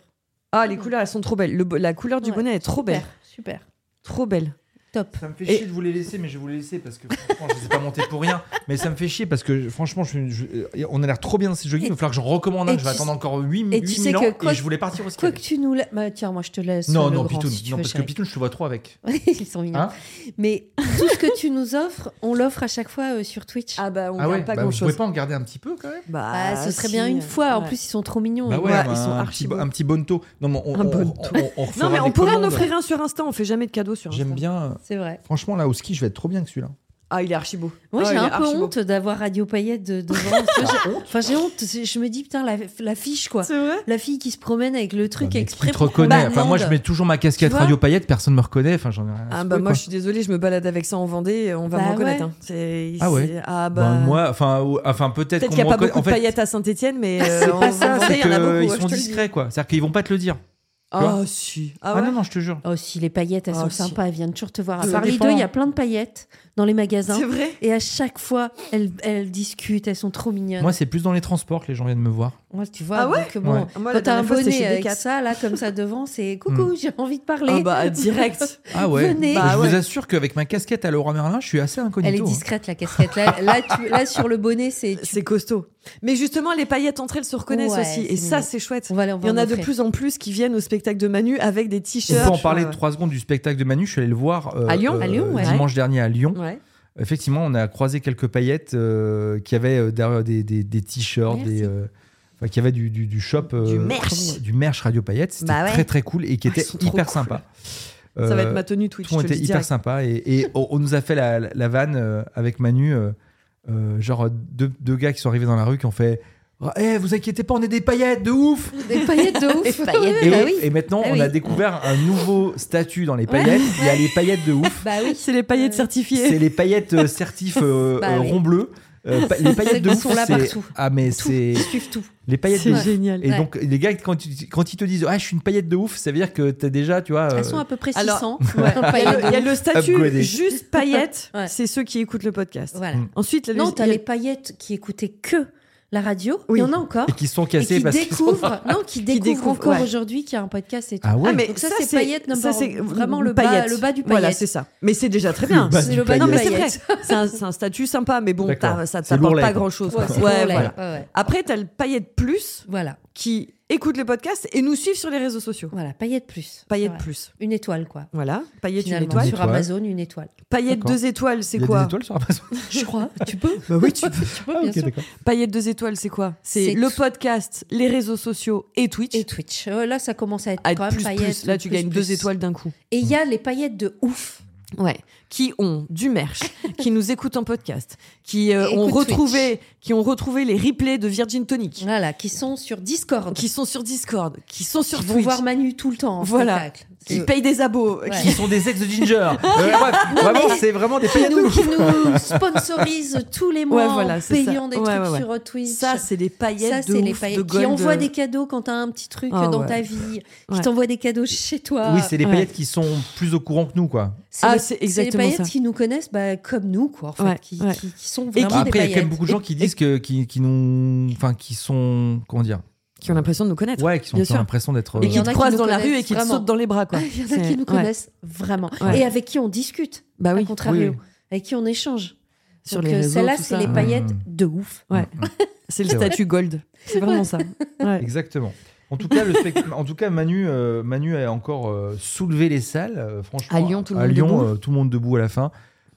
Speaker 3: Ah, les couleurs, elles sont trop belles. Le bo- la couleur du
Speaker 2: Ouais,
Speaker 3: bonnet est trop belle.
Speaker 2: Super, super.
Speaker 3: Trop belle.
Speaker 2: Top.
Speaker 1: Ça me fait
Speaker 3: Et-
Speaker 1: chier de vous les laisser, mais je vais vous les laisser parce que franchement, je les ai pas montés pour rien. Mais ça me fait chier parce que franchement, je suis- je- euh, on a l'air trop bien dans ces joggings. Il va falloir que j'en recommande
Speaker 2: et
Speaker 1: un. Je vais
Speaker 2: tu-
Speaker 1: attendre encore 8,
Speaker 2: et tu sais que
Speaker 1: ans
Speaker 2: quoi
Speaker 1: et je voulais partir au ski.
Speaker 2: Quoi que
Speaker 1: avec.
Speaker 2: tu nous la... bah, tiens, moi je te laisse.
Speaker 1: Non,
Speaker 2: euh, le
Speaker 1: non,
Speaker 2: grand,
Speaker 1: Pitoun.
Speaker 2: si tu
Speaker 1: non,
Speaker 2: veux,
Speaker 1: parce que
Speaker 2: chérie.
Speaker 1: Pitoun, je te vois trop avec.
Speaker 2: Ils sont mignons.
Speaker 1: Hein
Speaker 2: Mais tout ce que tu nous offres, on l'offre à chaque fois euh, sur Twitch.
Speaker 3: Ah, bah, on
Speaker 1: ah
Speaker 3: garde
Speaker 1: ouais,
Speaker 3: pas
Speaker 1: bah,
Speaker 3: grand
Speaker 1: vous pouvez
Speaker 3: chose.
Speaker 1: pas en garder un petit peu quand même
Speaker 3: Bah,
Speaker 2: Ah, ce serait bien une fois. En plus, ils sont trop mignons.
Speaker 1: Bah
Speaker 2: Et-
Speaker 1: ouais,
Speaker 3: Ouais,
Speaker 1: bah,
Speaker 3: ils sont
Speaker 1: un,
Speaker 3: archi
Speaker 1: petit, bo-
Speaker 3: beaux.
Speaker 1: un petit bonneto. Non, mais on,
Speaker 3: Un
Speaker 1: on-
Speaker 3: bonneto.
Speaker 1: on- on- on refera
Speaker 3: Non, mais on
Speaker 1: des
Speaker 3: pourrait en
Speaker 1: commandes.
Speaker 3: offrir un sur Insta. On fait jamais de cadeaux sur Insta.
Speaker 1: J'aime bien. euh,
Speaker 2: C'est vrai.
Speaker 1: Franchement, là, au ski, je vais être trop bien que celui-là.
Speaker 3: Ah, il est archi beau.
Speaker 2: Moi,
Speaker 3: Ah,
Speaker 2: j'ai
Speaker 3: il
Speaker 2: un
Speaker 3: est
Speaker 2: peu
Speaker 3: archi beau.
Speaker 2: honte d'avoir Radio Paillette de- devant. Tu vois, j'ai- enfin, j'ai honte. C'est- Je me dis, putain, la, la fiche, quoi.
Speaker 3: C'est vrai
Speaker 2: La fille qui se promène avec le
Speaker 1: Ouais,
Speaker 2: truc
Speaker 1: Bah, mais
Speaker 2: exprès.
Speaker 1: qui te
Speaker 2: pour Bah, qu'on
Speaker 1: reconnaît.
Speaker 2: la
Speaker 1: Enfin, moi, je
Speaker 2: lande.
Speaker 1: mets toujours ma casquette
Speaker 2: vois
Speaker 1: radio paillette, personne me reconnaît. Enfin, j'en ai rien à
Speaker 3: Ah,
Speaker 1: secouer,
Speaker 3: bah, moi,
Speaker 1: quoi.
Speaker 3: je suis désolée, je me balade avec ça en Vendée. On va
Speaker 2: Bah
Speaker 3: me reconnaître.
Speaker 2: ouais.
Speaker 3: hein. C'est-
Speaker 1: Ah ouais.
Speaker 3: c'est- Ah, bah.
Speaker 1: Bah, moi, enfin, ou- enfin peut-être
Speaker 3: Peut-être
Speaker 1: qu'on
Speaker 3: qu'il n'y
Speaker 1: me
Speaker 3: a pas
Speaker 1: reconnaît-
Speaker 3: beaucoup
Speaker 1: en
Speaker 3: de
Speaker 1: fait,
Speaker 3: paillettes à Saint-Etienne, mais.
Speaker 2: C'est
Speaker 3: euh,
Speaker 2: pas
Speaker 3: en
Speaker 2: ça,
Speaker 3: Vendée,
Speaker 1: c'est
Speaker 3: il y en a
Speaker 1: que
Speaker 3: beaucoup,
Speaker 1: ils
Speaker 3: ouais,
Speaker 1: sont
Speaker 3: je te le dis.
Speaker 1: discrets, quoi. C'est-à-dire qu'ils vont pas te le dire.
Speaker 3: Ah, si.
Speaker 1: Ah,
Speaker 3: Ah, ouais.
Speaker 1: non, non, je te jure.
Speaker 2: Oh, si, les paillettes, elles
Speaker 3: Oh,
Speaker 2: sont
Speaker 3: si.
Speaker 2: sympas. Elles viennent toujours te voir. À
Speaker 3: Ça
Speaker 2: Paris
Speaker 3: dépend.
Speaker 2: 2, il y a plein de paillettes dans les magasins.
Speaker 3: C'est vrai
Speaker 2: Et à chaque fois, elles, elles discutent. Elles sont trop mignonnes.
Speaker 1: Moi, c'est plus dans les transports que les gens viennent me voir.
Speaker 2: Ouais, tu vois,
Speaker 3: Ah ouais
Speaker 2: donc, bon,
Speaker 1: Ouais.
Speaker 3: Moi, la
Speaker 2: quand t'as un
Speaker 3: dernière fois, c'était
Speaker 2: bonnet
Speaker 3: chez
Speaker 2: avec
Speaker 3: Decathlon.
Speaker 2: ça, là, comme ça, devant, c'est coucou,
Speaker 1: Hmm.
Speaker 2: j'ai envie de parler.
Speaker 3: Ah, bah, direct.
Speaker 1: Ah ouais.
Speaker 2: Venez.
Speaker 1: Bah, je
Speaker 3: Bah, ouais.
Speaker 1: vous assure qu'avec ma casquette à Laura Merlin, je suis assez
Speaker 2: Elle
Speaker 1: incognito.
Speaker 2: est
Speaker 1: hein.
Speaker 2: discrète, la casquette. Là, là, tu- là, sur le bonnet, c'est. tu-
Speaker 3: C'est costaud. Mais justement, les paillettes entre elles se reconnaissent
Speaker 2: Ouais,
Speaker 3: aussi.
Speaker 2: c'est
Speaker 3: Et ça,
Speaker 2: mignon.
Speaker 3: c'est chouette.
Speaker 2: On va aller on va
Speaker 3: Il y en a de
Speaker 2: offrir.
Speaker 3: plus en plus qui viennent au spectacle de Manu avec des
Speaker 1: On
Speaker 3: t-shirts.
Speaker 1: peut en parler
Speaker 3: Ouais,
Speaker 1: trois secondes du spectacle de Manu. Je suis allé le voir euh,
Speaker 3: À Lyon.
Speaker 1: euh,
Speaker 3: À Lyon, ouais.
Speaker 1: dimanche dernier à Lyon.
Speaker 3: ouais. Ouais.
Speaker 1: Effectivement, on a croisé quelques paillettes euh, qui avaient euh, derrière des, des- des t-shirts,
Speaker 2: Merci.
Speaker 1: des, euh, enfin, qui avaient du, du, du shop. euh,
Speaker 3: merch.
Speaker 1: Du merch Radio Paillettes. C'était
Speaker 3: Bah ouais.
Speaker 1: très très cool et qui
Speaker 3: Ah, ils
Speaker 1: était
Speaker 3: sont trop
Speaker 1: hyper
Speaker 3: cool.
Speaker 1: sympa.
Speaker 3: Ça va être
Speaker 1: Euh,
Speaker 3: ma tenue Twitch.
Speaker 1: tout le monde
Speaker 3: je te le
Speaker 1: était
Speaker 3: dis
Speaker 1: hyper
Speaker 3: direct.
Speaker 1: sympa et, et on, on nous a fait la, la- la vanne euh, avec Manu euh, euh, genre deux, deux gars qui sont arrivés dans la rue qui ont fait Eh, vous inquiétez pas on est des paillettes de ouf
Speaker 2: Des paillettes de ouf.
Speaker 3: Des paillettes
Speaker 2: Ouais,
Speaker 1: et,
Speaker 2: bah
Speaker 1: on-
Speaker 2: oui.
Speaker 1: et maintenant
Speaker 2: Ah
Speaker 1: on a
Speaker 2: oui.
Speaker 1: découvert un nouveau statut dans les paillettes il y a les paillettes de ouf
Speaker 2: Bah oui.
Speaker 3: C'est les paillettes
Speaker 2: Euh,
Speaker 3: certifiées.
Speaker 1: c'est les paillettes euh, certif euh,
Speaker 2: Bah
Speaker 1: euh,
Speaker 2: oui.
Speaker 1: rond bleu Euh, pa- les paillettes de
Speaker 2: Elles
Speaker 1: ouf
Speaker 2: sont là
Speaker 1: c'est-
Speaker 2: partout.
Speaker 1: ah mais
Speaker 2: Tout.
Speaker 1: c'est
Speaker 2: Ils suivent tout.
Speaker 1: les paillettes de
Speaker 3: C'est
Speaker 1: ouf
Speaker 3: génial.
Speaker 1: et
Speaker 2: Ouais.
Speaker 1: donc les gars quand, ils- quand ils te disent ah je suis une paillette de ouf ça veut dire que t'as déjà tu vois euh,
Speaker 2: Elles sont à peu près
Speaker 3: alors-
Speaker 2: 600.
Speaker 3: Il y a le- il y a le statut
Speaker 1: Upgradé.
Speaker 3: juste paillettes.
Speaker 2: Ouais.
Speaker 3: C'est ceux qui écoutent le podcast.
Speaker 2: Voilà.
Speaker 1: Mm.
Speaker 3: Ensuite, la
Speaker 2: Non,
Speaker 3: deuxi- Ah,
Speaker 2: t'as
Speaker 3: il y a-
Speaker 2: les paillettes qui écoutaient que la radio.
Speaker 3: Oui.
Speaker 2: Il y en a encore.
Speaker 1: et qui sont
Speaker 2: Et
Speaker 1: cassés
Speaker 2: qui
Speaker 1: parce qu'ils sont-
Speaker 2: découvrent, non, qui découvrent
Speaker 3: découvrent,
Speaker 2: encore
Speaker 3: ouais.
Speaker 2: aujourd'hui qu'il y a un podcast et tout.
Speaker 1: ah ouais
Speaker 3: Ah, mais
Speaker 2: Donc ça, c'est paillettes number
Speaker 3: ça,
Speaker 2: one.
Speaker 3: c'est
Speaker 2: Vraiment le bas-
Speaker 3: paillette.
Speaker 2: le bas du
Speaker 3: Voilà,
Speaker 2: paillette.
Speaker 3: c'est ça. Mais c'est déjà très bien.
Speaker 1: bas
Speaker 2: C'est
Speaker 1: du
Speaker 2: le bas
Speaker 3: bah, Non,
Speaker 2: du
Speaker 3: mais c'est vrai.
Speaker 2: paillette.
Speaker 3: C'est un, c'est un statut sympa, mais bon,
Speaker 1: D'accord.
Speaker 3: t'as- ça
Speaker 1: C'est lourd,
Speaker 3: t'apporte
Speaker 1: là,
Speaker 3: pas
Speaker 1: quoi.
Speaker 3: grand chose.
Speaker 2: Ouais, c'est pour l'air. Ouais, ouais.
Speaker 3: Après, t'as le paillette plus
Speaker 2: Voilà.
Speaker 3: qui écoute le podcast et nous suivent sur les réseaux sociaux.
Speaker 2: Voilà, paillettes plus.
Speaker 3: Paillette
Speaker 2: Ouais.
Speaker 3: plus.
Speaker 2: Une étoile, quoi.
Speaker 3: Voilà, paillette une
Speaker 2: Finalement,
Speaker 3: étoile.
Speaker 2: sur
Speaker 1: Étoile.
Speaker 2: Amazon, une étoile.
Speaker 3: Paillette
Speaker 1: D'accord.
Speaker 3: deux étoiles, c'est
Speaker 1: Il y a
Speaker 3: quoi
Speaker 1: des étoiles sur Amazon
Speaker 2: Je crois. Tu peux
Speaker 3: Bah oui, tu-
Speaker 2: Tu peux,
Speaker 1: Ah,
Speaker 2: bien
Speaker 1: ok,
Speaker 2: sûr.
Speaker 1: d'accord.
Speaker 3: Paillette deux étoiles, c'est quoi C'est
Speaker 2: C'est
Speaker 3: le
Speaker 2: tout.
Speaker 3: podcast, les réseaux sociaux et Twitch.
Speaker 2: Et Twitch. Euh, là, ça commence à être
Speaker 3: Ah,
Speaker 2: quand même
Speaker 3: plus,
Speaker 2: paillettes.
Speaker 3: plus. Là, tu
Speaker 2: plus,
Speaker 3: gagnes
Speaker 2: plus.
Speaker 3: deux étoiles d'un coup.
Speaker 2: Et il y a les paillettes de ouf.
Speaker 3: Ouais. Qui ont du merch, qui nous écoutent en podcast, qui euh,
Speaker 2: Et
Speaker 3: ont
Speaker 2: écoute
Speaker 3: retrouvé, qui ont retrouvé les replays de Virgin Tonic,
Speaker 2: Voilà, qui sont sur Discord.
Speaker 3: qui sont sur Discord, qui sont sur
Speaker 2: Qui vont
Speaker 3: Twitch,
Speaker 2: voir Manu tout le temps. en
Speaker 3: Voilà.
Speaker 2: spectacle.
Speaker 3: qui payent des abos,
Speaker 2: Ouais.
Speaker 3: qui
Speaker 1: qui sont des ex de Ginger. Euh, bref, vraiment, c'est vraiment des
Speaker 2: Qui
Speaker 1: paillettes de
Speaker 2: nous,
Speaker 1: ouf.
Speaker 2: qui nous sponsorise tous les mois
Speaker 3: Ouais, voilà,
Speaker 2: en
Speaker 3: c'est ça.
Speaker 2: payant des
Speaker 3: Ouais,
Speaker 2: trucs
Speaker 3: ouais, ouais.
Speaker 2: sur euh, Twitch.
Speaker 3: Ça, c'est les
Speaker 2: Ça,
Speaker 3: paillettes
Speaker 2: c'est
Speaker 3: de
Speaker 2: les
Speaker 3: ouf,
Speaker 2: paillettes
Speaker 3: de
Speaker 2: qui
Speaker 3: gold.
Speaker 2: envoient des cadeaux quand t'as un petit truc
Speaker 3: Ah,
Speaker 2: euh, dans
Speaker 3: ouais.
Speaker 2: ta vie,
Speaker 3: Ouais.
Speaker 2: qui t'envoient des cadeaux chez toi.
Speaker 1: Oui, c'est les
Speaker 3: Ouais.
Speaker 1: paillettes qui sont plus au courant que nous, quoi.
Speaker 2: C'est
Speaker 3: Ah,
Speaker 2: les-
Speaker 3: c'est
Speaker 2: les
Speaker 3: exactement
Speaker 2: paillettes
Speaker 3: ça.
Speaker 2: qui nous connaissent bah, comme nous, quoi, en fait,
Speaker 3: Ouais,
Speaker 2: qui,
Speaker 3: ouais.
Speaker 2: qui- qui sont
Speaker 3: Et
Speaker 2: vraiment
Speaker 3: qui-
Speaker 2: des
Speaker 1: Après, il y a quand
Speaker 2: paillettes.
Speaker 1: même beaucoup de gens qui disent que, qui, qui nous, enfin, qui sont, comment dire,
Speaker 3: qui ont l'impression de nous connaître.
Speaker 1: Ouais, qui sont
Speaker 3: Bien
Speaker 1: qui ont
Speaker 3: sûr.
Speaker 1: l'impression d'être. euh,
Speaker 3: Et
Speaker 2: Il y
Speaker 3: qui
Speaker 2: en
Speaker 3: te
Speaker 2: a qui
Speaker 3: croisent
Speaker 2: nous
Speaker 3: dans la rue
Speaker 2: connaissent
Speaker 3: et qui te
Speaker 2: vraiment.
Speaker 3: sautent dans les bras. Quoi.
Speaker 2: Il y en a
Speaker 3: C'est-
Speaker 2: qui nous
Speaker 3: ouais.
Speaker 2: connaissent vraiment
Speaker 3: Ouais.
Speaker 2: et avec qui on discute,
Speaker 3: Bah
Speaker 2: au
Speaker 3: oui,
Speaker 2: contrario,
Speaker 1: oui.
Speaker 2: avec qui on échange.
Speaker 3: sur
Speaker 2: Donc,
Speaker 3: les
Speaker 2: euh,
Speaker 3: réseaux.
Speaker 2: Celle-là,
Speaker 3: tout
Speaker 2: c'est
Speaker 3: ça.
Speaker 2: les
Speaker 1: Mmh.
Speaker 2: paillettes de ouf.
Speaker 1: Mm,
Speaker 3: Ouais.
Speaker 1: mm.
Speaker 3: C'est le
Speaker 1: C'est vrai.
Speaker 3: statut gold. C'est vraiment ça. Ouais.
Speaker 1: Exactement. En tout cas, le spect- en tout cas Manu, euh, Manu a encore euh, soulevé les salles. euh, franchement,
Speaker 3: À Lyon, tout le
Speaker 1: à
Speaker 3: monde
Speaker 1: Lyon,
Speaker 3: debout.
Speaker 1: euh, tout le monde debout à la fin.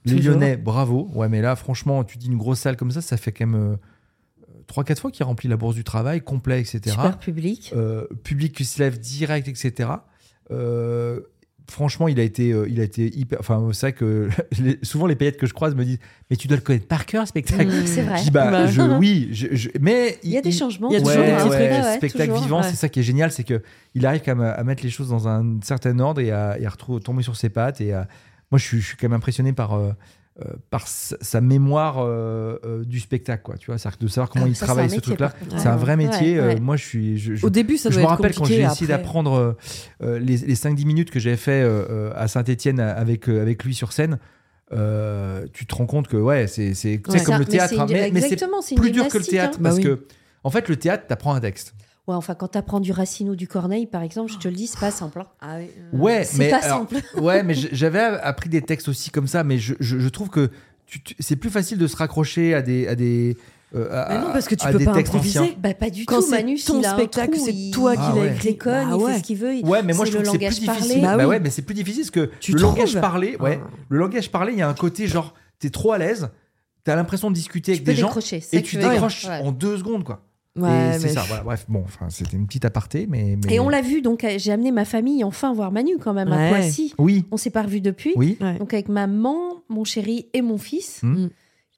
Speaker 1: Les
Speaker 3: Toujours.
Speaker 1: Lyonnais, bravo. Ouais, mais là, franchement, tu dis une grosse salle comme ça, ça fait quand même 3-4 fois qu'il remplit la bourse du travail, complet, etc.
Speaker 2: Super public.
Speaker 1: Euh, public qui se lève direct, etc. Euh, franchement, il a été, euh, il a été hyper. Enfin, c'est vrai que les- souvent les paillettes que je croise me disent, mais tu dois le connaître par cœur, ce spectacle.
Speaker 3: Mmh.
Speaker 2: C'est vrai.
Speaker 1: Je dis, bah,
Speaker 3: Bah.
Speaker 1: je- oui, je- je- mais
Speaker 2: Il y a des changements.
Speaker 3: il y a
Speaker 1: Ouais,
Speaker 3: toujours des petits
Speaker 1: ouais,
Speaker 3: trucs,
Speaker 2: ouais,
Speaker 1: spectacle
Speaker 2: toujours,
Speaker 1: vivant,
Speaker 3: ouais.
Speaker 1: c'est ça qui est génial, c'est que il arrive quand même à, à mettre les choses dans un certain ordre et à, et à retrou- tomber sur ses pattes. Et à- moi, je suis, je suis quand même impressionné par euh, euh, par sa, sa mémoire euh, euh, du spectacle, quoi. Tu vois, c'est-à-dire que de savoir comment
Speaker 2: Ah,
Speaker 1: il
Speaker 2: ça, c'est un
Speaker 1: travaille ce
Speaker 2: métier,
Speaker 1: truc-là,
Speaker 2: par contre.
Speaker 1: c'est un
Speaker 2: Ouais.
Speaker 1: vrai métier.
Speaker 2: Ouais,
Speaker 1: Euh,
Speaker 2: ouais.
Speaker 1: Moi, je suis, je, je-
Speaker 3: Au début, ça
Speaker 1: je
Speaker 3: doit
Speaker 1: me
Speaker 3: être
Speaker 1: rappelle quand
Speaker 3: compliqué,
Speaker 1: j'ai essayé
Speaker 3: après.
Speaker 1: d'apprendre euh, euh, les, les 5-10 minutes que j'avais fait euh, euh, à Saint-Etienne avec, euh, avec lui sur scène. euh, tu te rends compte que ouais, c'est c'est c'est
Speaker 3: Ouais.
Speaker 1: comme
Speaker 2: Ça,
Speaker 1: le
Speaker 2: mais
Speaker 1: théâtre,
Speaker 2: c'est une-
Speaker 1: hein, mais, mais c'est
Speaker 2: exactement, c'est une
Speaker 1: plus dur que le
Speaker 2: gymnastique, hein.
Speaker 1: théâtre
Speaker 3: Bah
Speaker 1: parce
Speaker 3: oui.
Speaker 1: que en fait le théâtre t'apprends un texte.
Speaker 2: Ouais, enfin, quand t'apprends du Racine ou du Corneille, par exemple, je te le dis, c'est pas simple. hein.
Speaker 3: Ah
Speaker 1: Ouais,
Speaker 2: C'est
Speaker 1: mais
Speaker 2: pas
Speaker 1: alors,
Speaker 2: simple.
Speaker 1: ouais, mais je- j'avais appris des textes aussi comme ça, mais je, je- je trouve que tu- tu- c'est plus facile de se raccrocher à des à des euh, à,
Speaker 3: Mais non, parce que tu
Speaker 1: à
Speaker 3: peux
Speaker 1: des
Speaker 3: pas
Speaker 1: textes
Speaker 3: improviser.
Speaker 1: anciens.
Speaker 2: Bah, pas du
Speaker 3: Quand
Speaker 2: tout,
Speaker 3: c'est
Speaker 2: Manu.
Speaker 3: ton
Speaker 2: s'il a un
Speaker 3: spectacle,
Speaker 2: trou,
Speaker 3: c'est
Speaker 2: il-
Speaker 3: toi
Speaker 1: qui l'as
Speaker 2: il
Speaker 1: écrit.
Speaker 2: déconne,
Speaker 3: Bah
Speaker 2: il
Speaker 3: ouais.
Speaker 2: fait ce qu'il veut. il-
Speaker 1: Ouais, mais moi
Speaker 2: c'est
Speaker 1: je
Speaker 2: le
Speaker 1: trouve que c'est plus
Speaker 2: langage parlé.
Speaker 1: difficile.
Speaker 3: Bah oui.
Speaker 1: ouais, mais c'est plus difficile parce que
Speaker 3: Tu
Speaker 1: le
Speaker 3: trouves
Speaker 1: langage parlé, ouais,
Speaker 3: Ah.
Speaker 1: le langage parlé, il y a un côté genre t'es trop à l'aise, t'as l'impression de discuter
Speaker 2: Tu
Speaker 1: avec
Speaker 2: peux
Speaker 1: des gens
Speaker 2: décrocher. c'est ça
Speaker 1: et
Speaker 2: que
Speaker 1: tu
Speaker 2: veux dire.
Speaker 1: décroches
Speaker 2: Ouais.
Speaker 1: en deux secondes quoi.
Speaker 3: Ouais,
Speaker 1: et c'est
Speaker 3: mais-
Speaker 1: ça. Voilà, bref, bon, enfin c'était une petite aparté, mais, mais-
Speaker 2: Et on l'a vu, donc euh, j'ai amené ma famille enfin voir Manu quand même
Speaker 3: Ouais.
Speaker 2: à Poissy.
Speaker 1: Oui,
Speaker 2: On s'est pas revus depuis.
Speaker 1: oui.
Speaker 3: Ouais.
Speaker 2: Donc avec maman, mon chéri et mon fils,
Speaker 1: Hmm.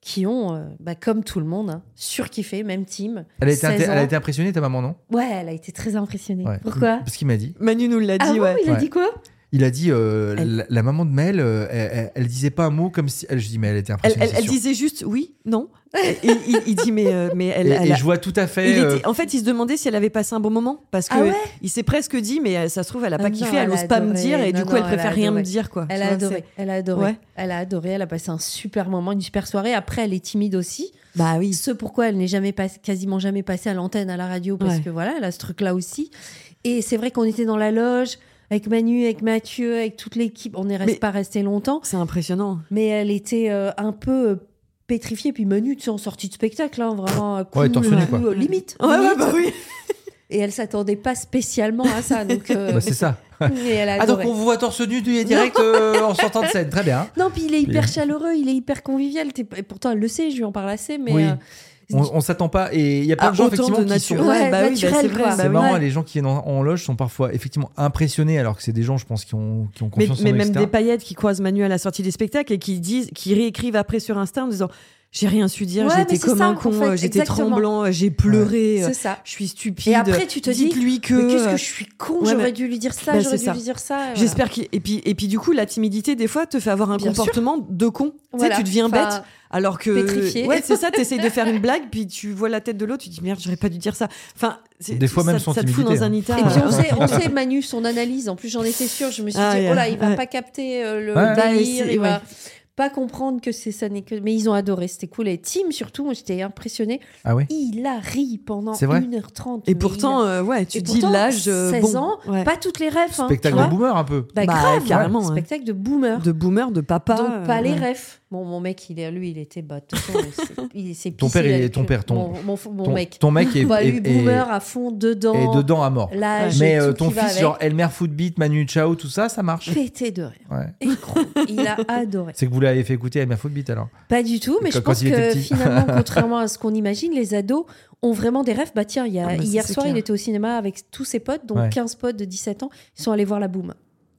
Speaker 2: qui ont, euh, bah, comme tout le monde, hein, surkiffé, même team.
Speaker 1: Elle a été,
Speaker 2: 16
Speaker 1: inté- elle a
Speaker 2: ans.
Speaker 1: été impressionnée ta maman non
Speaker 2: Ouais, elle a été très impressionnée.
Speaker 1: Ouais.
Speaker 2: Pourquoi
Speaker 1: Parce qu'il m'a dit.
Speaker 3: Manu nous l'a dit,
Speaker 2: Ah bon,
Speaker 3: ouais.
Speaker 2: il a
Speaker 1: Ouais.
Speaker 2: dit quoi
Speaker 1: Il a dit euh,
Speaker 3: Elle-
Speaker 1: la, la maman de Mel, euh, elle, elle- elle disait pas un mot comme si. Elle, je dis mais elle était
Speaker 3: Elle,
Speaker 1: impressionnée.
Speaker 3: elle-
Speaker 1: Ah, c'est
Speaker 3: elle
Speaker 1: sûr.
Speaker 3: disait juste oui, non. Et il, il dit mais, euh, mais elle,
Speaker 1: et,
Speaker 3: elle
Speaker 1: et
Speaker 3: a-
Speaker 1: je vois tout à fait.
Speaker 3: il
Speaker 1: euh,
Speaker 3: était- en fait, il se demandait si elle avait passé un bon moment parce que
Speaker 2: Ah ouais
Speaker 3: il s'est presque dit mais euh, ça se trouve elle a pas
Speaker 2: Ah non,
Speaker 3: kiffé, elle,
Speaker 2: elle a
Speaker 3: ose pas me
Speaker 2: adoré.
Speaker 3: dire et du
Speaker 2: Non,
Speaker 3: coup
Speaker 2: non,
Speaker 3: elle
Speaker 2: elle a
Speaker 3: préfère rien me
Speaker 2: adoré.
Speaker 3: dire quoi.
Speaker 2: Elle
Speaker 3: Tu
Speaker 2: a
Speaker 3: vois,
Speaker 2: adoré. Elle a adoré.
Speaker 3: Ouais.
Speaker 2: Elle a adoré. Elle a passé un super moment, une super soirée. Après, elle est timide aussi.
Speaker 3: c'est- Bah oui.
Speaker 2: Ce pourquoi elle n'est jamais pas- quasiment jamais passée à l'antenne, à la radio, parce
Speaker 3: Ouais.
Speaker 2: que voilà, elle a ce truc-là aussi. Et c'est vrai qu'on était dans la loge avec Manu, avec Mathieu, avec toute l'équipe. On n'est reste-
Speaker 3: Mais-
Speaker 2: pas resté longtemps,
Speaker 3: C'est impressionnant.
Speaker 2: mais elle était euh, un peu euh, pétrifiée. Puis Manu, tu sais, en sortie de spectacle, hein, vraiment euh,
Speaker 1: Ouais, torse nu,
Speaker 2: euh,
Speaker 1: quoi.
Speaker 2: euh, limite.
Speaker 3: Ouais, ouais,
Speaker 2: limite.
Speaker 3: bah oui.
Speaker 2: Et elle s'attendait pas spécialement à ça. Donc, euh,
Speaker 1: bah, c'est ça.
Speaker 2: et elle a
Speaker 1: Ah donc
Speaker 2: adoré.
Speaker 1: on vous voit torse nu du- direct euh, en sortant de scène. Très bien.
Speaker 2: Non, puis il est hyper
Speaker 1: Puis-
Speaker 2: chaleureux, il est hyper convivial. T'es- Et pourtant, elle le sait, je lui en parle assez, mais.
Speaker 1: Oui.
Speaker 2: euh,
Speaker 1: On, on s'attend pas. Et il y a plein
Speaker 3: Ah,
Speaker 1: de gens
Speaker 3: autant
Speaker 1: effectivement
Speaker 3: de
Speaker 1: qui sont.
Speaker 3: nature.
Speaker 2: Ouais,
Speaker 3: bah oui, bah
Speaker 2: naturel,
Speaker 3: c'est vrai.
Speaker 2: quoi.
Speaker 3: bah
Speaker 1: C'est
Speaker 3: oui.
Speaker 1: marrant, les gens qui viennent en, en loge sont parfois effectivement impressionnés, alors que c'est des gens, je pense, qui ont, qui ont
Speaker 3: Mais,
Speaker 1: confiance
Speaker 3: mais
Speaker 1: en eux,
Speaker 3: même
Speaker 1: etc.
Speaker 3: des paillettes qui croisent Manu à la sortie des spectacles et qui disent, qui réécrivent après sur Insta en disant j'ai rien su dire,
Speaker 2: Ouais, mais
Speaker 3: j'étais
Speaker 2: c'est
Speaker 3: comme
Speaker 2: ça,
Speaker 3: un
Speaker 2: en
Speaker 3: con,
Speaker 2: fait,
Speaker 3: euh, j'étais
Speaker 2: exactement.
Speaker 3: tremblant, euh, j'ai pleuré, euh,
Speaker 2: C'est ça.
Speaker 3: je suis stupide.
Speaker 2: Et après, tu te dis.
Speaker 3: dites-lui que.
Speaker 2: mais qu'est-ce
Speaker 3: euh,
Speaker 2: que je suis con,
Speaker 3: ouais,
Speaker 2: j'aurais
Speaker 3: mais-
Speaker 2: dû lui dire ça,
Speaker 3: bah,
Speaker 2: j'aurais
Speaker 3: c'est
Speaker 2: dû
Speaker 3: ça.
Speaker 2: lui dire ça. euh, voilà.
Speaker 3: J'espère qu'il et puis et puis du coup la timidité des fois te fait avoir un
Speaker 2: Bien
Speaker 3: comportement de con. Tu
Speaker 2: Voilà.
Speaker 3: sais, tu deviens
Speaker 2: Enfin,
Speaker 3: bête alors que
Speaker 2: pétrifié.
Speaker 3: ouais c'est ça t'essayes de faire une blague puis tu vois la tête de l'autre tu te dis merde j'aurais pas dû dire ça. Enfin c'est-
Speaker 1: Des fois,
Speaker 3: ça-
Speaker 1: même son
Speaker 3: ça te fout dans
Speaker 1: timidité,
Speaker 3: un
Speaker 1: hein.
Speaker 3: état.
Speaker 2: Et puis on
Speaker 3: euh,
Speaker 2: sait, on sait, Manu, son analyse. En plus, j'en étais sûre. Je me suis
Speaker 3: Ah,
Speaker 2: dit,
Speaker 3: yeah.
Speaker 2: oh là, il va
Speaker 3: Ouais.
Speaker 2: pas capter euh, le
Speaker 1: Ouais.
Speaker 2: délire,
Speaker 3: Ouais,
Speaker 2: il va
Speaker 3: ouais.
Speaker 2: pas comprendre que c'est ça n'est que. Mais ils ont adoré, c'était cool. Et Tim, surtout, moi, j'étais impressionnée.
Speaker 1: Ah oui.
Speaker 2: Il a ri pendant
Speaker 1: C'est vrai
Speaker 2: 1h30.
Speaker 3: Et
Speaker 2: mais
Speaker 3: pourtant
Speaker 2: il
Speaker 3: euh, ouais tu
Speaker 2: Et
Speaker 3: dis
Speaker 2: pourtant,
Speaker 3: l'âge euh,
Speaker 2: 16
Speaker 3: bon,
Speaker 2: ans, a-
Speaker 3: ouais.
Speaker 2: Pas toutes les rêves. hein,
Speaker 1: Spectacle
Speaker 2: tu
Speaker 1: de
Speaker 2: vois.
Speaker 1: boomer un peu.
Speaker 2: Bah,
Speaker 3: Bah,
Speaker 2: grave,
Speaker 3: carrément, hein.
Speaker 2: spectacle de boomer.
Speaker 3: de boomer de papa.
Speaker 2: Donc pas
Speaker 3: euh,
Speaker 2: les
Speaker 3: ouais.
Speaker 2: refs. Bon, mon mec, il est, lui, il était bah, de toute façon, il s'est- il s'est
Speaker 1: Ton
Speaker 2: pissé
Speaker 1: père, il est-
Speaker 2: avec
Speaker 1: ton
Speaker 2: le-
Speaker 1: père, ton-
Speaker 2: mon, mon, mon
Speaker 1: ton,
Speaker 2: mec.
Speaker 1: ton mec est,
Speaker 2: Bah,
Speaker 1: est-
Speaker 2: lui,
Speaker 1: est-
Speaker 2: boomer à fond dedans.
Speaker 1: est dedans à mort.
Speaker 2: L'âge,
Speaker 3: Ouais.
Speaker 1: Mais
Speaker 2: tout
Speaker 1: euh, ton
Speaker 2: qui va
Speaker 1: fils,
Speaker 2: avec.
Speaker 1: genre Elmer Footbeat, Manu Chao, tout ça, ça marche.
Speaker 2: pété de rire.
Speaker 1: Ouais.
Speaker 2: Écrou- il a adoré.
Speaker 1: C'est que vous l'avez fait écouter Elmer Footbeat alors.
Speaker 2: Pas du tout, mais
Speaker 1: Quand-
Speaker 2: je pense
Speaker 1: quand il était
Speaker 2: que
Speaker 1: petit.
Speaker 2: finalement, contrairement à ce qu'on imagine, les ados ont vraiment des rêves. Bah tiens, il y a-
Speaker 3: Ah bah, ça,
Speaker 2: hier
Speaker 3: c'est
Speaker 2: soir,
Speaker 3: clair.
Speaker 2: il était au cinéma avec tous ses potes, donc
Speaker 1: Ouais.
Speaker 2: 15 potes de 17 ans. Ils sont allés voir la boum.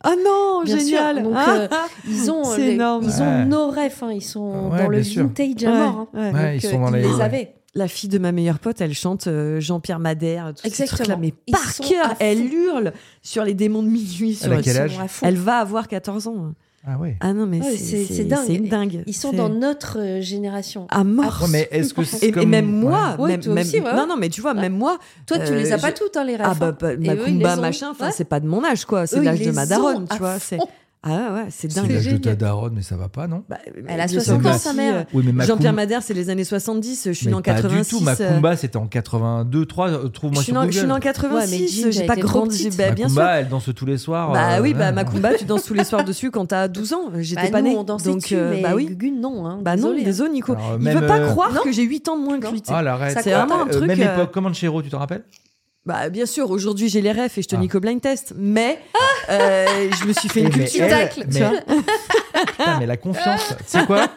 Speaker 3: Oh non
Speaker 2: Bien sûr,
Speaker 3: génial.
Speaker 2: donc,
Speaker 3: Ah,
Speaker 2: euh,
Speaker 3: ah.
Speaker 2: Ils ont,
Speaker 3: C'est
Speaker 2: les-
Speaker 3: énorme.
Speaker 2: Ils ont
Speaker 1: Ouais.
Speaker 2: nos rêves, hein. ils sont
Speaker 1: Ouais,
Speaker 2: dans le
Speaker 1: bien sûr.
Speaker 2: vintage à mort. hein.
Speaker 3: Ouais, ouais.
Speaker 1: Ouais,
Speaker 2: Donc,
Speaker 1: ils
Speaker 2: euh,
Speaker 1: sont dans les- ouais.
Speaker 2: avaient.
Speaker 3: La fille de ma meilleure pote, elle chante euh, Jean-Pierre Madère, tout
Speaker 2: Exactement.
Speaker 3: Exactement. mais
Speaker 2: Ils
Speaker 3: par
Speaker 2: sont à
Speaker 3: cœur,
Speaker 2: fond.
Speaker 3: elle hurle sur les démons de minuit. Sur
Speaker 1: Elle a
Speaker 3: le
Speaker 1: quel
Speaker 3: son.
Speaker 1: âge
Speaker 2: sont à fond.
Speaker 3: Elle va avoir 14 ans.
Speaker 1: Ah ouais.
Speaker 3: Ah non, mais
Speaker 2: Ouais,
Speaker 3: c'est
Speaker 2: c'est-
Speaker 3: c'est-
Speaker 2: c'est dingue.
Speaker 3: C'est une dingue.
Speaker 2: Ils sont
Speaker 3: C'est
Speaker 2: dans notre euh, génération.
Speaker 3: à mort.
Speaker 1: Ouais, mais est-ce que c'est
Speaker 3: Ah, et, et
Speaker 1: comme-
Speaker 3: même moi,
Speaker 2: Ouais. Ouais,
Speaker 3: même,
Speaker 2: toi
Speaker 3: même-
Speaker 2: aussi, ouais, ouais.
Speaker 3: non non, mais tu vois, même moi,
Speaker 2: Toi, tu les as
Speaker 3: Euh,
Speaker 2: pas
Speaker 3: je-
Speaker 2: toutes, hein, les rêves.
Speaker 3: ah bah,
Speaker 2: hein.
Speaker 3: bah,
Speaker 2: Et eux, ils
Speaker 3: Macumba
Speaker 2: les ont.
Speaker 3: machin, enfin
Speaker 2: Ouais.
Speaker 3: c'est pas de mon âge quoi, c'est
Speaker 2: Eux,
Speaker 3: l'âge
Speaker 2: ils
Speaker 3: de
Speaker 2: les
Speaker 3: ma daronne,
Speaker 2: ont
Speaker 3: tu
Speaker 2: à
Speaker 3: vois,
Speaker 2: fond.
Speaker 3: c'est Ah ouais, ouais, c'est
Speaker 1: C'est
Speaker 3: dingue.
Speaker 1: l'âge de ta
Speaker 3: Génial.
Speaker 1: daronne, mais ça va pas, non
Speaker 3: Bah,
Speaker 2: Elle a
Speaker 3: bien
Speaker 2: 60
Speaker 3: sûr,
Speaker 1: ans,
Speaker 3: si,
Speaker 2: sa mère.
Speaker 3: euh,
Speaker 1: Oui, mais
Speaker 3: Jean-Pierre
Speaker 1: Macum-
Speaker 3: Madère, c'est les années 70. Je suis
Speaker 1: mais
Speaker 3: né en
Speaker 1: pas
Speaker 3: 86.
Speaker 1: du tout.
Speaker 3: euh,
Speaker 1: Macumba, c'était en 82, 3. Trouve-moi
Speaker 3: je
Speaker 1: sur
Speaker 3: suis né en-
Speaker 1: Google.
Speaker 3: je suis né en
Speaker 2: Ouais, mais
Speaker 3: 86.
Speaker 2: Jean, t'as
Speaker 3: j'ai pas
Speaker 2: été trop
Speaker 3: grandi.
Speaker 2: petite.
Speaker 3: bah, bien sûr.
Speaker 1: Macumba, elle danse tous les soirs.
Speaker 3: Bah
Speaker 1: euh,
Speaker 3: oui, bah
Speaker 1: ouais.
Speaker 3: Macumba, tu danses tous les soirs dessus quand t'as 12 ans. J'étais
Speaker 2: Bah,
Speaker 3: pas
Speaker 2: nous,
Speaker 3: née.
Speaker 2: on dansait
Speaker 3: donc,
Speaker 2: dessus,
Speaker 3: euh,
Speaker 2: mais
Speaker 3: bah oui.
Speaker 2: Gune, non. hein.
Speaker 3: Bah non,
Speaker 2: Désolée, hein.
Speaker 3: désolé Nico.
Speaker 1: Alors,
Speaker 3: Il
Speaker 1: même,
Speaker 3: veut pas
Speaker 1: euh,
Speaker 3: croire
Speaker 2: Non.
Speaker 3: que j'ai 8 ans de moins que lui. tu sais.
Speaker 1: Ah, l'arrête.
Speaker 3: C'est vraiment un
Speaker 1: Euh,
Speaker 3: truc.
Speaker 1: Même
Speaker 3: euh,
Speaker 1: époque, Comanchero, tu te rappelles
Speaker 3: Bah bien sûr, aujourd'hui j'ai les refs et je te
Speaker 1: Ah.
Speaker 3: nique au blind test, mais
Speaker 2: Ah.
Speaker 3: euh, je me suis fait une
Speaker 1: Eh, mais
Speaker 3: culture.
Speaker 1: elle-
Speaker 2: tacles, tu
Speaker 1: mais-
Speaker 2: vois.
Speaker 1: Putain, mais la confiance. tu sais quoi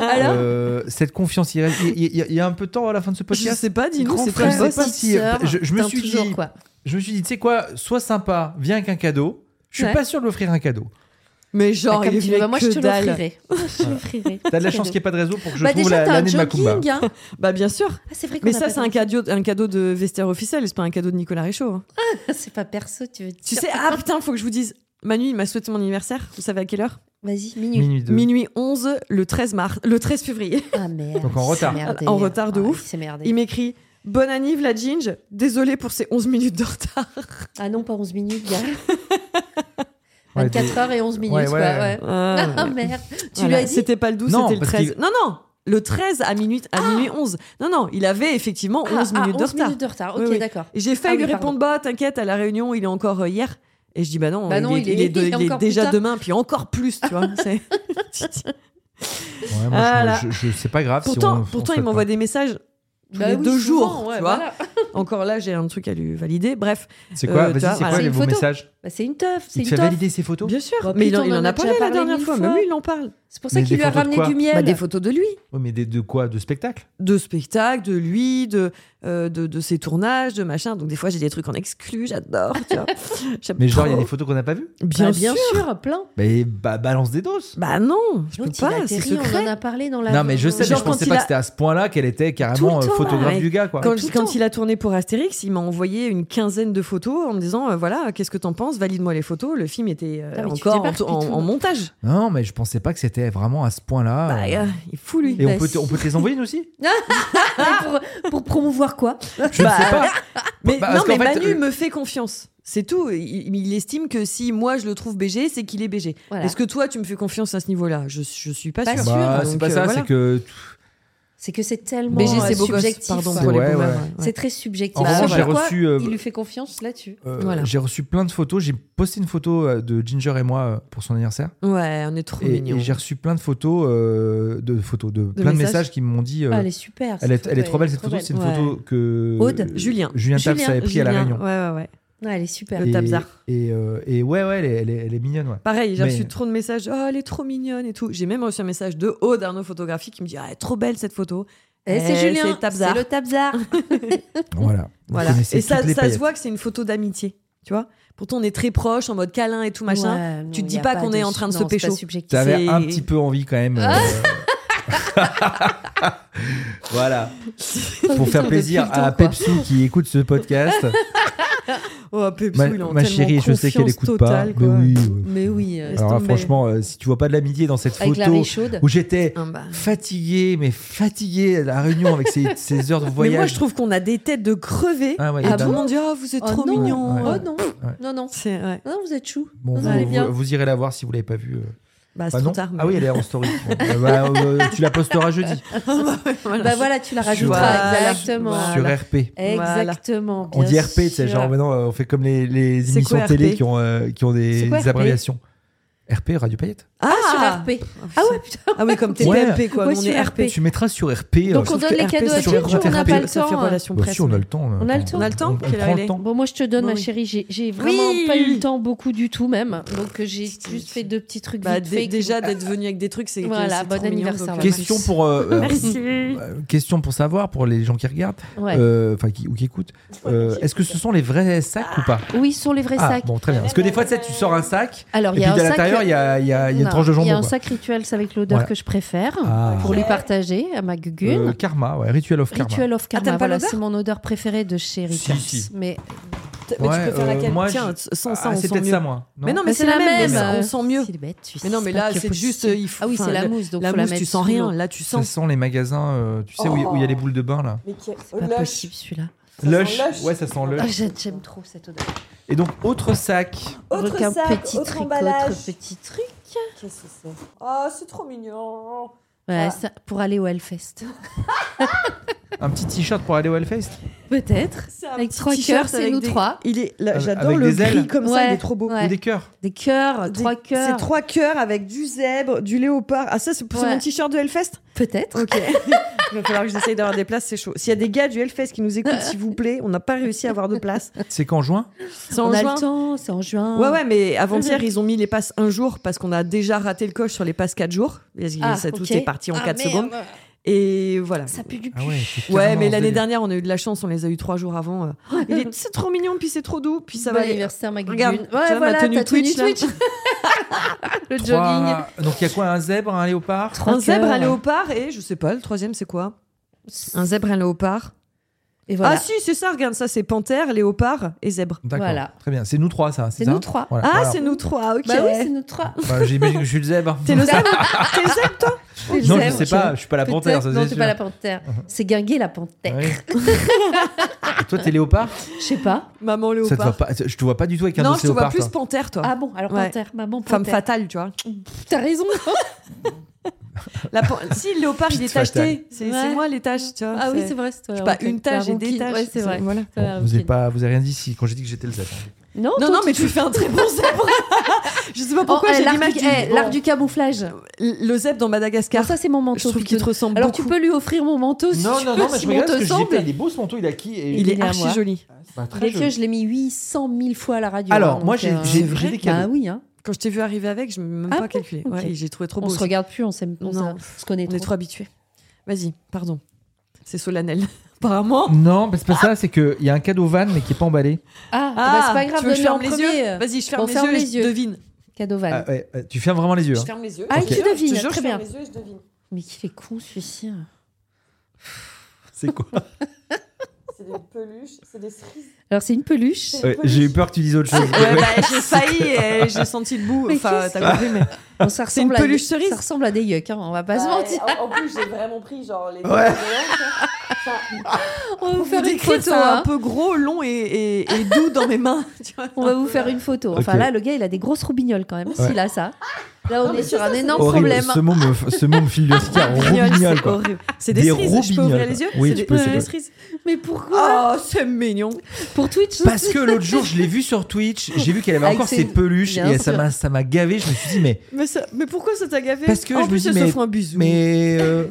Speaker 3: Alors
Speaker 1: Euh, Cette confiance, il reste- il il- il y, a un peu de temps à la fin de ce
Speaker 3: Je
Speaker 1: podcast.
Speaker 3: sais pas, dis-nous,
Speaker 1: Grand
Speaker 3: c'est
Speaker 1: frère,
Speaker 3: pas
Speaker 1: je sais
Speaker 3: possible.
Speaker 1: pas si- je- je me
Speaker 2: Putain,
Speaker 1: suis
Speaker 2: toujours,
Speaker 1: dit-
Speaker 2: quoi.
Speaker 1: Je me suis dit, tu sais quoi Sois sympa, viens avec un cadeau. Je suis
Speaker 3: Ouais.
Speaker 1: pas sûr de lui offrir un cadeau.
Speaker 3: Mais genre,
Speaker 2: Bah, comme
Speaker 3: il
Speaker 2: tu
Speaker 3: fait
Speaker 2: veux, bah, moi,
Speaker 3: que
Speaker 2: je te
Speaker 3: dalle.
Speaker 2: l'offrirai. Moi, je te l'offrirai.
Speaker 1: T'as de la
Speaker 2: C'est
Speaker 1: chance
Speaker 2: cadeau.
Speaker 1: qu'il n'y ait pas de réseau pour que je
Speaker 2: bah,
Speaker 1: trouve
Speaker 2: déjà,
Speaker 1: la-
Speaker 2: t'as un
Speaker 1: l'année de Macumba.
Speaker 2: jogging. hein.
Speaker 3: Bah bien sûr.
Speaker 2: Ah, c'est vrai qu'on
Speaker 3: Mais
Speaker 2: a
Speaker 3: ça,
Speaker 2: pas
Speaker 3: c'est un
Speaker 2: dit.
Speaker 3: cadeau, un cadeau de vestiaire officiel, c'est pas un cadeau de Nicolas Richaud. hein.
Speaker 2: C'est pas perso, tu veux dire.
Speaker 3: Tu sais, ah putain, faut que je vous dise. Manu, il m'a souhaité mon anniversaire. Vous savez à quelle heure
Speaker 2: Vas-y, minuit.
Speaker 1: Minuit deux.
Speaker 3: Minuit 11, le 13 mars, le 13 février.
Speaker 2: Ah merde.
Speaker 1: Donc, en
Speaker 2: c'est
Speaker 1: retard.
Speaker 2: merdé.
Speaker 3: En retard de
Speaker 2: Ah,
Speaker 3: ouf.
Speaker 2: il s'est merdé.
Speaker 3: Il m'écrit Bonne anniv la Ginge, désolé pour ces 11 minutes de retard.
Speaker 2: Ah non, pas 11 minutes, gars.
Speaker 1: Ouais,
Speaker 2: 24 heures et 11 minutes,
Speaker 1: Ouais, ouais,
Speaker 2: quoi. Ouais.
Speaker 1: ouais.
Speaker 2: Ah merde. Tu
Speaker 3: Voilà,
Speaker 2: lui as dit
Speaker 3: C'était pas le 12,
Speaker 1: Non,
Speaker 3: c'était le
Speaker 1: parce
Speaker 3: 13.
Speaker 1: qu'il-
Speaker 3: Non, non, le 13 à minuit, à minuit 11. Non, non, il avait effectivement
Speaker 2: Ah,
Speaker 3: 11
Speaker 2: ah,
Speaker 3: minutes de
Speaker 2: 11
Speaker 3: retard.
Speaker 2: minutes de retard. Ok,
Speaker 3: Oui, oui.
Speaker 2: d'accord.
Speaker 3: Et j'ai failli
Speaker 2: Ah oui,
Speaker 3: lui répondre Bah, t'inquiète, à la réunion, il est encore euh, hier. Et je dis Bah non,
Speaker 2: Bah non,
Speaker 3: il,
Speaker 2: il est-
Speaker 3: est, il est de-
Speaker 2: il est
Speaker 3: il est
Speaker 2: encore plus
Speaker 3: déjà
Speaker 2: tard.
Speaker 3: demain, puis encore plus, tu vois. c'est-
Speaker 1: Ouais, moi,
Speaker 3: Voilà.
Speaker 1: je, je- je- c'est pas grave. si
Speaker 3: pourtant,
Speaker 1: on- on
Speaker 3: pourtant il
Speaker 1: souhaite
Speaker 3: m'envoie
Speaker 1: pas.
Speaker 3: des messages. Tous
Speaker 2: Bah
Speaker 3: les
Speaker 2: oui,
Speaker 3: deux
Speaker 2: souvent,
Speaker 3: jours,
Speaker 2: ouais,
Speaker 3: tu vois.
Speaker 2: voilà.
Speaker 3: Encore là, j'ai un truc à lui valider. Bref,
Speaker 1: C'est quoi
Speaker 3: Euh,
Speaker 1: Vas-y,
Speaker 3: tu vois,
Speaker 1: c'est
Speaker 3: voilà.
Speaker 1: quoi les
Speaker 2: C'est
Speaker 1: vos
Speaker 2: une photo.
Speaker 1: messages
Speaker 2: Bah, c'est une teuf, c'est
Speaker 1: Il
Speaker 2: une
Speaker 1: te fait
Speaker 2: teuf.
Speaker 1: valider ses photos
Speaker 3: bien sûr.
Speaker 2: Bah,
Speaker 3: mais il en,
Speaker 2: putain, on
Speaker 3: il en
Speaker 2: en
Speaker 3: a
Speaker 2: a
Speaker 3: parlé
Speaker 2: déjà
Speaker 3: la
Speaker 2: parlé
Speaker 3: dernière
Speaker 2: mille
Speaker 3: fois.
Speaker 2: fois.
Speaker 3: Mais oui, il en parle.
Speaker 2: C'est pour ça
Speaker 1: Mais des
Speaker 2: qu'il lui a
Speaker 1: photos de
Speaker 2: ramené
Speaker 1: quoi
Speaker 2: du miel.
Speaker 3: Bah, des photos de lui.
Speaker 1: Oui, Oh, mais des- de quoi De spectacle
Speaker 3: de spectacles, de lui, de, euh, de, de ses tournages, de machin. Donc des fois j'ai des trucs en exclu, j'adore. tu vois. J'aime
Speaker 1: Mais genre, il y a
Speaker 3: trop.
Speaker 1: des photos qu'on n'a pas vues
Speaker 2: Bah,
Speaker 3: bien, sûr.
Speaker 2: plein.
Speaker 1: Mais bah, balance des doses
Speaker 3: Bah non, je peux
Speaker 2: L'autre, il a
Speaker 3: pas, c'est
Speaker 2: atterri, on en
Speaker 3: secret.
Speaker 2: a parlé dans la.
Speaker 1: Non, mais je sais, mais
Speaker 3: Genre
Speaker 1: je pensais
Speaker 3: quand
Speaker 1: pas
Speaker 3: il a-
Speaker 1: que c'était à ce point-là qu'elle était
Speaker 3: Tout
Speaker 1: carrément
Speaker 3: le
Speaker 1: euh,
Speaker 3: temps,
Speaker 1: photographe
Speaker 3: ouais.
Speaker 1: du gars, quoi.
Speaker 3: Quand,
Speaker 2: tout le temps.
Speaker 3: quand il a tourné pour Astérix, il m'a envoyé une quinzaine de photos en me disant euh, voilà, qu'est-ce que t'en penses Valide-moi les photos. Le film était euh,
Speaker 2: Ah, mais tu
Speaker 3: encore
Speaker 2: faisais
Speaker 3: en,
Speaker 2: pas
Speaker 3: en-
Speaker 2: tout.
Speaker 3: en montage.
Speaker 1: Non, mais je pensais pas que c'était vraiment à ce point-là.
Speaker 3: Bah,
Speaker 1: euh.
Speaker 3: euh, il est fou lui.
Speaker 1: Et
Speaker 2: bah,
Speaker 1: on peut, te-
Speaker 2: si.
Speaker 1: on peut te les envoyer, nous aussi
Speaker 2: pour, pour promouvoir quoi
Speaker 1: Je ne
Speaker 3: Bah,
Speaker 1: sais pas.
Speaker 3: Mais
Speaker 1: Bah,
Speaker 3: non,
Speaker 1: parce
Speaker 3: mais
Speaker 1: qu'en fait,
Speaker 3: Manu
Speaker 1: euh,
Speaker 3: me fait confiance. C'est tout. Il, il estime que si moi je le trouve BG, c'est qu'il est BG.
Speaker 2: Voilà.
Speaker 3: Est-ce que toi tu me fais confiance à ce niveau-là Je je suis pas,
Speaker 2: Pas
Speaker 3: sûre.
Speaker 2: sûre.
Speaker 1: Bah, c'est
Speaker 3: Donc,
Speaker 1: pas
Speaker 3: euh,
Speaker 1: ça,
Speaker 3: voilà.
Speaker 1: c'est que.
Speaker 2: C'est que c'est tellement
Speaker 3: BG, c'est
Speaker 2: euh,
Speaker 3: beau gosse.
Speaker 2: subjectif.
Speaker 3: Pardon
Speaker 2: quoi.
Speaker 3: pour les
Speaker 1: Ouais,
Speaker 3: boomers,
Speaker 1: ouais.
Speaker 3: ouais, ouais.
Speaker 2: C'est très subjectif.
Speaker 1: En
Speaker 3: Bah,
Speaker 1: revanche,
Speaker 3: ouais.
Speaker 1: j'ai
Speaker 2: Pourquoi
Speaker 1: reçu. euh,
Speaker 2: Il lui fait confiance là-dessus.
Speaker 1: euh,
Speaker 3: Voilà.
Speaker 1: J'ai reçu plein de photos. J'ai posté une photo euh, de Ginger et moi euh, pour son anniversaire.
Speaker 3: Ouais, on est trop
Speaker 1: Et,
Speaker 3: mignons.
Speaker 1: et j'ai reçu plein de photos, euh, de photos, de, plein de
Speaker 3: messages.
Speaker 1: messages qui m'ont dit. euh,
Speaker 2: Ah, elle est super.
Speaker 1: elle, est,
Speaker 2: cette
Speaker 1: elle est
Speaker 2: photo,
Speaker 1: trop belle cette
Speaker 2: trop
Speaker 1: photo. C'est une
Speaker 3: Ouais.
Speaker 1: photo que
Speaker 2: Aude,
Speaker 3: Julien.
Speaker 1: euh, Julien Taps
Speaker 3: Julien,
Speaker 1: avait pris à la
Speaker 3: Julien,
Speaker 1: Réunion.
Speaker 3: Ouais, ouais, ouais.
Speaker 2: Ouais, elle est super.
Speaker 3: Le
Speaker 1: Et-
Speaker 3: Tapsar.
Speaker 1: Et, euh, et ouais, ouais, elle est, elle est- elle est mignonne. Ouais.
Speaker 3: Pareil, j'ai
Speaker 1: Mais-
Speaker 3: reçu trop de messages. Oh, elle est trop mignonne et tout. J'ai même reçu un message de Aude Arnaud Photographie qui me dit Ah, elle est trop belle cette photo.
Speaker 2: Eh, c'est
Speaker 3: Eh,
Speaker 2: Julien.
Speaker 3: c'est Tapsar.
Speaker 2: C'est le Tabzar.
Speaker 1: Voilà. Vous
Speaker 3: Voilà.
Speaker 1: connaissez
Speaker 3: Et ça,
Speaker 1: toutes les
Speaker 3: ça se
Speaker 1: paillettes.
Speaker 3: voit que c'est une photo d'amitié. Tu vois Pourtant, on est très proches en mode câlin et tout machin.
Speaker 2: Ouais, non,
Speaker 3: tu te
Speaker 2: y
Speaker 3: dis
Speaker 2: a
Speaker 3: pas qu'on
Speaker 2: de-
Speaker 3: est en train de
Speaker 2: non,
Speaker 3: se
Speaker 2: c'est
Speaker 3: pécho.
Speaker 2: pas subjectif.
Speaker 1: T'avais
Speaker 3: c'est-
Speaker 1: un petit peu envie quand même. euh,
Speaker 3: Ah.
Speaker 1: voilà. Pour faire plaisir à Pepsou qui écoute ce podcast.
Speaker 3: Oh, Pepsou,
Speaker 1: Ma,
Speaker 3: il a
Speaker 1: ma chérie, je sais qu'elle écoute pas. Mais oui. ouais.
Speaker 2: Mais oui. euh,
Speaker 1: Alors là,
Speaker 3: tomber.
Speaker 1: franchement, euh, si tu vois pas de l'amitié dans cette
Speaker 2: Avec la
Speaker 1: photo
Speaker 2: riz chaude.
Speaker 1: où j'étais
Speaker 3: Ah bah.
Speaker 1: fatigué, mais fatigué à la réunion avec ces, ces heures de
Speaker 3: Mais
Speaker 1: voyage.
Speaker 3: moi, je trouve qu'on a des têtes de crevés.
Speaker 1: Ah ouais,
Speaker 3: et
Speaker 1: Ah
Speaker 3: tout le
Speaker 2: bon
Speaker 3: monde dit Ah, vous êtes
Speaker 2: Oh
Speaker 3: trop
Speaker 2: non.
Speaker 3: mignons.
Speaker 1: Ouais.
Speaker 2: Oh non.
Speaker 1: Ouais.
Speaker 2: Non, non.
Speaker 3: C'est ouais.
Speaker 2: Non, vous êtes chou.
Speaker 1: Bon,
Speaker 2: Non,
Speaker 1: vous,
Speaker 2: allez bien.
Speaker 1: vous- vous irez la voir si vous l'avez pas vue. euh.
Speaker 3: Bah, c'est
Speaker 1: Bah
Speaker 3: trop
Speaker 1: non.
Speaker 3: tard.
Speaker 1: Ah oui, elle est en story. Bon, euh, bah, euh, tu la posteras jeudi
Speaker 2: Bah voilà, tu la
Speaker 1: Ah, Sur-
Speaker 2: rajouteras.
Speaker 3: Voilà.
Speaker 2: Exactement.
Speaker 3: Voilà.
Speaker 1: sur RP.
Speaker 2: Exactement.
Speaker 1: On
Speaker 2: bien
Speaker 1: dit RP, tu sais,
Speaker 2: sûr.
Speaker 1: genre maintenant euh, on fait comme les, les
Speaker 3: C'est
Speaker 1: émissions
Speaker 3: quoi,
Speaker 1: télé
Speaker 3: RP?
Speaker 1: qui ont, euh, qui ont des,
Speaker 2: C'est quoi,
Speaker 1: des
Speaker 2: RP?
Speaker 1: abréviations. RP, Radio Paillette.
Speaker 3: Ah,
Speaker 2: Ah, sur RP. Ah ouais, putain.
Speaker 3: Ah oui, comme t'es
Speaker 1: Ouais.
Speaker 3: RP, quoi.
Speaker 2: Ouais,
Speaker 3: Nous, on
Speaker 2: sur
Speaker 3: est
Speaker 2: RP.
Speaker 3: RP.
Speaker 1: Tu mettras sur RP. euh,
Speaker 2: Donc on
Speaker 3: Sauf
Speaker 2: donne
Speaker 3: que
Speaker 2: les
Speaker 3: RP,
Speaker 2: cadeaux à
Speaker 3: c'est
Speaker 2: qui
Speaker 1: toujours
Speaker 2: ou on n'a
Speaker 1: rattrapé.
Speaker 2: pas le
Speaker 3: Ça fait
Speaker 2: temps euh.
Speaker 3: relation
Speaker 1: bah,
Speaker 3: presse.
Speaker 1: si, on a
Speaker 3: mais-
Speaker 1: le temps.
Speaker 2: On a le temps.
Speaker 3: On a le temps
Speaker 1: on
Speaker 3: Quelle heure
Speaker 1: prend
Speaker 3: il
Speaker 1: le
Speaker 3: est
Speaker 1: temps.
Speaker 2: Bon, moi, je te donne,
Speaker 3: Bon,
Speaker 2: ma
Speaker 3: oui.
Speaker 2: chérie, j'ai- j'ai vraiment
Speaker 3: Oui.
Speaker 2: pas eu le temps beaucoup du tout, même. Donc, euh, j'ai juste fait deux petits trucs
Speaker 3: Bah,
Speaker 2: vite
Speaker 3: dé-
Speaker 2: faits.
Speaker 3: déjà d'être venu avec des trucs, c'est
Speaker 2: Voilà,
Speaker 3: c'est
Speaker 2: bon
Speaker 3: trop mignon,
Speaker 2: anniversaire,
Speaker 3: donc,
Speaker 2: la
Speaker 3: euh,
Speaker 1: Question pour, euh, euh,
Speaker 3: Merci.
Speaker 1: euh, question pour savoir, pour les gens qui regardent,
Speaker 2: Ouais.
Speaker 1: euh, enfin qui, ou qui écoutent, euh, est-ce que ce sont les vrais sacs ou pas
Speaker 2: Oui, ce sont les vrais
Speaker 1: Ah,
Speaker 2: sacs.
Speaker 1: bon, très bien. Parce que des fois, tu sais, tu sors un sac,
Speaker 2: Alors,
Speaker 1: et
Speaker 2: il y
Speaker 1: puis
Speaker 2: a un
Speaker 1: à
Speaker 2: sac.
Speaker 1: l'intérieur, il y a, il y a- il y a une
Speaker 2: Non,
Speaker 1: tranche de jambon.
Speaker 2: Il y a un
Speaker 1: quoi.
Speaker 2: sac rituel, c'est avec l'odeur
Speaker 1: Voilà.
Speaker 2: que je préfère,
Speaker 1: Ah.
Speaker 2: pour lui partager à ma Ah, gugune.
Speaker 1: Euh, karma, ouais, rituel of karma.
Speaker 2: Rituel of
Speaker 3: t'aimes
Speaker 2: Karma,
Speaker 3: pas
Speaker 2: voilà,
Speaker 3: l'odeur
Speaker 2: c'est mon odeur préférée de
Speaker 1: Si,
Speaker 2: chez Richards.
Speaker 1: si.
Speaker 2: Mais
Speaker 3: Mais
Speaker 1: Ouais,
Speaker 3: tu peux faire
Speaker 1: euh,
Speaker 3: laquelle
Speaker 1: moi,
Speaker 3: Tiens,
Speaker 1: je-
Speaker 3: sans ça,
Speaker 1: Ah,
Speaker 3: on
Speaker 1: c'est
Speaker 3: sent
Speaker 1: peut-être
Speaker 3: mieux.
Speaker 1: ça, moi.
Speaker 3: Mais non, mais
Speaker 2: Bah,
Speaker 3: c'est la même. mais ça, On sent mieux.
Speaker 2: C'est bête, tu
Speaker 3: Mais non,
Speaker 2: sais,
Speaker 3: mais
Speaker 2: pas
Speaker 3: là,
Speaker 2: que
Speaker 3: c'est
Speaker 2: possible.
Speaker 3: juste, euh, il faut-
Speaker 2: Ah oui, c'est
Speaker 3: enfin,
Speaker 2: la
Speaker 3: le-
Speaker 2: mousse, donc
Speaker 3: La
Speaker 2: faut la
Speaker 3: mousse,
Speaker 2: mettre
Speaker 3: tu
Speaker 2: sous
Speaker 3: sens rien.
Speaker 2: l'eau.
Speaker 3: Là, tu
Speaker 1: Ça
Speaker 3: sens.
Speaker 1: sent les magasins, euh, tu sais, où il y a- où il y a les boules de bain, là.
Speaker 2: C'est pas possible celui-là.
Speaker 1: Lush. Ouais, ça sent
Speaker 2: Ah,
Speaker 1: lush.
Speaker 2: j'ai- J'aime trop cette odeur.
Speaker 1: Et donc, autre sac.
Speaker 2: Donc, un petit truc, autre petit truc.
Speaker 3: Qu'est-ce que c'est Oh, c'est trop mignon.
Speaker 2: Ouais,
Speaker 3: Ah.
Speaker 2: ça- pour aller au Hellfest.
Speaker 1: Un petit t-shirt pour aller au Hellfest
Speaker 2: Peut-être.
Speaker 3: C'est un
Speaker 2: Avec
Speaker 3: petit
Speaker 2: trois
Speaker 3: t-shirt
Speaker 2: cœurs, c'est
Speaker 3: avec
Speaker 2: nous
Speaker 3: des-
Speaker 2: trois.
Speaker 3: Il est, là,
Speaker 1: Avec-
Speaker 3: j'adore
Speaker 1: avec
Speaker 3: le
Speaker 1: des
Speaker 3: gris
Speaker 1: ailes.
Speaker 3: comme ça, il
Speaker 2: Ouais.
Speaker 3: est trop beau.
Speaker 2: Ouais.
Speaker 1: Ou des cœurs
Speaker 2: Des cœurs,
Speaker 3: Des-
Speaker 2: trois
Speaker 3: C'est
Speaker 2: cœurs.
Speaker 3: trois cœurs avec du zèbre, du léopard. Ah, ça, c'est pour c'est
Speaker 2: Ouais.
Speaker 3: mon t-shirt de Hellfest
Speaker 2: Peut-être.
Speaker 3: Ok. Il va falloir que j'essaye d'avoir des places, c'est chaud. S'il y a des gars du Hellfest qui nous écoutent, s'il vous plaît, on n'a pas réussi à avoir de place.
Speaker 1: C'est qu'en juin
Speaker 3: C'est
Speaker 2: On
Speaker 3: en
Speaker 2: a
Speaker 3: juin.
Speaker 2: le temps, c'est en juin.
Speaker 3: Ouais, ouais, mais avant-hier, ils ont mis les passes un jour parce qu'on a déjà raté le coche sur les passes 4 jours. Parce que
Speaker 2: Ah,
Speaker 3: ça, tout
Speaker 2: ok.
Speaker 3: est parti en
Speaker 2: Ah,
Speaker 3: 4
Speaker 2: merde.
Speaker 3: secondes. Et voilà.
Speaker 2: Ça pue du cul.
Speaker 1: Ah ouais, c'est
Speaker 3: Ouais,
Speaker 1: carrément
Speaker 3: mais
Speaker 1: en
Speaker 3: l'année
Speaker 1: délire.
Speaker 3: dernière, on a eu de la chance, on les a eu 3 jours avant. euh. Il est- C'est trop mignon, puis c'est trop doux, puis ça
Speaker 2: bon
Speaker 3: va aller.
Speaker 2: anniversaire, ma
Speaker 3: Regarde,
Speaker 2: Gudune.
Speaker 3: tu vois, ma
Speaker 2: Ouais, voilà,
Speaker 3: tenue
Speaker 2: ta tenue
Speaker 3: Twitch, là.
Speaker 2: Twitch. le jogging.
Speaker 1: Trois- Donc il y a quoi Un zèbre, un léopard
Speaker 3: Un zèbre,
Speaker 2: cœurs.
Speaker 3: un léopard, et je sais pas, le troisième, c'est quoi Un zèbre, un léopard.
Speaker 2: Et voilà.
Speaker 3: Ah si, c'est ça, regarde, ça c'est panthère, léopard et zèbre.
Speaker 1: D'accord.
Speaker 2: Voilà.
Speaker 1: Très bien. C'est nous trois, ça.
Speaker 2: C'est
Speaker 1: ça
Speaker 2: nous trois.
Speaker 1: Voilà.
Speaker 3: Ah,
Speaker 1: Voilà.
Speaker 3: c'est nous trois, ok.
Speaker 2: bah oui, c'est nous trois.
Speaker 1: Bah, J'imagine que je suis le zèbre.
Speaker 3: T'es le zèbre T'es le zèbre, toi
Speaker 2: C'est le
Speaker 1: Non, je
Speaker 2: zèbre.
Speaker 1: sais pas. Je suis pas la panthère.
Speaker 2: Peut-être-
Speaker 1: ça,
Speaker 2: Non,
Speaker 1: c'est
Speaker 2: t'es
Speaker 1: sûr.
Speaker 2: pas la panthère. C'est guingué la panthère.
Speaker 1: Ouais. Et toi, t'es léopard
Speaker 2: Je sais pas.
Speaker 3: Maman
Speaker 1: Ça
Speaker 3: léopard.
Speaker 1: te va pas Je te vois pas du tout avec un
Speaker 3: non,
Speaker 1: de
Speaker 3: je
Speaker 1: ces
Speaker 3: te vois
Speaker 1: léopards.
Speaker 3: plus
Speaker 1: toi.
Speaker 3: panthère, toi.
Speaker 2: Ah bon, alors
Speaker 3: Ouais.
Speaker 2: panthère, maman
Speaker 3: Femme
Speaker 2: panthère.
Speaker 3: fatale, tu vois.
Speaker 2: T'as raison.
Speaker 3: La pan- si, le léopard, il est
Speaker 1: Petite fatale.
Speaker 3: tacheté. C'est c'est
Speaker 2: Ouais.
Speaker 3: moi les taches, tu vois.
Speaker 2: ah oui,
Speaker 3: c'est-
Speaker 2: c'est vrai, c'est toi. la
Speaker 3: Je sais pas
Speaker 2: ronquine.
Speaker 3: une
Speaker 2: T'as la
Speaker 3: tache et des
Speaker 2: ronquine.
Speaker 3: taches.
Speaker 2: Ouais, c'est vrai.
Speaker 3: Voilà.
Speaker 2: T'as la
Speaker 1: Bon, vous, avez
Speaker 2: ronquine.
Speaker 1: pas, vous avez rien dit si, quand j'ai dit que j'étais le zèbre.
Speaker 2: Non,
Speaker 3: Non, non, mais tu fais un très bon zèbre. je sais pas pourquoi j'ai
Speaker 2: l'art
Speaker 3: l'image
Speaker 2: du,
Speaker 3: du...
Speaker 2: eh,
Speaker 3: bon.
Speaker 2: l'art du camouflage.
Speaker 3: Le zèbre dans Madagascar.
Speaker 2: Alors ça, c'est mon manteau.
Speaker 3: je trouve qu'il
Speaker 2: Pitou.
Speaker 3: te ressemble
Speaker 2: Alors
Speaker 3: beaucoup.
Speaker 2: tu peux lui offrir mon manteau si
Speaker 1: Non,
Speaker 2: tu
Speaker 1: non,
Speaker 2: veux,
Speaker 1: non, mais
Speaker 2: si
Speaker 1: je
Speaker 2: mon
Speaker 1: regarde
Speaker 2: te
Speaker 1: ce que je dis
Speaker 2: semble.
Speaker 1: pas. Il est beau ce manteau, il a qui et-
Speaker 3: Il
Speaker 2: Il
Speaker 3: est
Speaker 2: est à
Speaker 3: archi
Speaker 2: moi.
Speaker 3: joli.
Speaker 1: Bah, très
Speaker 2: Les
Speaker 1: joli.
Speaker 2: vieux, je l'ai mis 800 000 fois à la radio.
Speaker 1: Alors,
Speaker 2: hein, donc,
Speaker 1: moi, j'ai-
Speaker 2: euh,
Speaker 1: j'ai-
Speaker 3: c'est vrai
Speaker 1: j'ai des
Speaker 2: Bah
Speaker 1: cadeaux.
Speaker 2: oui, hein.
Speaker 3: Quand je t'ai vu arriver avec, je me même
Speaker 2: Ah
Speaker 3: pas
Speaker 2: bon
Speaker 3: calculé.
Speaker 2: Ok.
Speaker 3: Ouais, et j'ai trouvé trop beau.
Speaker 2: on se
Speaker 3: aussi.
Speaker 2: regarde plus, on s'aime, on
Speaker 3: Non.
Speaker 2: se- on se connaît
Speaker 3: On est
Speaker 2: trop.
Speaker 3: trop habitués. Vas-y, pardon. C'est solennel. Apparemment.
Speaker 1: Non, mais c'est pas ça, c'est qu'il y a un cadeau van mais qui est pas emballé.
Speaker 2: Ah, bah, c'est pas grave,
Speaker 3: tu veux que je
Speaker 2: donne-le en
Speaker 3: ferme les
Speaker 2: premier.
Speaker 3: yeux Vas-y, je
Speaker 2: Bon,
Speaker 3: ferme les
Speaker 2: ferme
Speaker 3: yeux et
Speaker 2: les
Speaker 3: je
Speaker 2: yeux.
Speaker 3: devine.
Speaker 2: Cadovan.
Speaker 1: Ah, ouais, ouais, tu fermes vraiment les yeux. hein.
Speaker 3: Je ferme les yeux.
Speaker 2: Ah,
Speaker 3: et
Speaker 2: il te devine,
Speaker 3: Je te jure,
Speaker 2: très
Speaker 3: je
Speaker 2: bien.
Speaker 3: ferme les yeux et je devine.
Speaker 2: Mais qu'il est con celui-ci. hein.
Speaker 1: C'est quoi
Speaker 3: C'est des peluches, c'est des cerises.
Speaker 2: Alors c'est une peluche.
Speaker 1: Ouais, J'ai eu peur que tu dises autre chose.
Speaker 3: Ouais, bah, j'ai failli et j'ai senti le bout.
Speaker 2: Mais
Speaker 3: Enfin,
Speaker 2: qu'est-ce
Speaker 3: t'as compris, mais.
Speaker 2: Bon, ça
Speaker 3: C'est une
Speaker 2: ressemble à des-
Speaker 3: peluche cerise.
Speaker 2: Ça ressemble à des yucks, hein, on va pas se mentir.
Speaker 3: en plus, j'ai vraiment pris genre les.
Speaker 1: Ouais.
Speaker 2: On va vous
Speaker 3: Vous
Speaker 2: faire une
Speaker 3: décrivez
Speaker 2: photo.
Speaker 3: ça,
Speaker 2: hein.
Speaker 3: un peu gros, long et, et, et doux dans mes mains. tu vois.
Speaker 2: On va vous faire une photo. Enfin
Speaker 1: Ok.
Speaker 2: là, le gars, il a des grosses roubignoles quand même.
Speaker 1: Ouais.
Speaker 2: S'il a ça. Là, on
Speaker 3: Non, mais
Speaker 2: est sur
Speaker 3: c'est
Speaker 2: un
Speaker 3: ça, c'est
Speaker 2: énorme
Speaker 1: Horrible.
Speaker 2: problème.
Speaker 1: Ce mot me, ce mot me file le ski à
Speaker 3: Roubignoles,
Speaker 1: Robignol,
Speaker 3: c'est
Speaker 1: quoi.
Speaker 3: horrible. C'est des,
Speaker 1: Des
Speaker 3: cerises. Je peux ouvrir
Speaker 1: roubignoles.
Speaker 3: les yeux
Speaker 1: Oui,
Speaker 3: C'est
Speaker 1: tu
Speaker 3: des-
Speaker 1: peux,
Speaker 3: c'est
Speaker 1: c'est
Speaker 3: des
Speaker 1: vrai.
Speaker 3: cerises.
Speaker 2: Mais pourquoi
Speaker 3: Oh, c'est mignon.
Speaker 2: Pour Twitch je
Speaker 1: Parce
Speaker 2: sais.
Speaker 1: que l'autre jour, je l'ai vu sur Twitch, j'ai vu qu'elle avait
Speaker 2: Avec
Speaker 1: encore
Speaker 2: ses-
Speaker 1: ses peluches
Speaker 2: Ah, Bien
Speaker 1: et ça
Speaker 2: sûr.
Speaker 1: m'a, ça m'a gavé. Je me suis dit, mais,
Speaker 3: Mais, ça- mais pourquoi ça t'a gavé
Speaker 1: Parce que
Speaker 3: en
Speaker 1: je
Speaker 3: plus,
Speaker 1: me dis,
Speaker 3: elle
Speaker 1: mais-
Speaker 3: s'offre un bisou.
Speaker 1: mais, euh,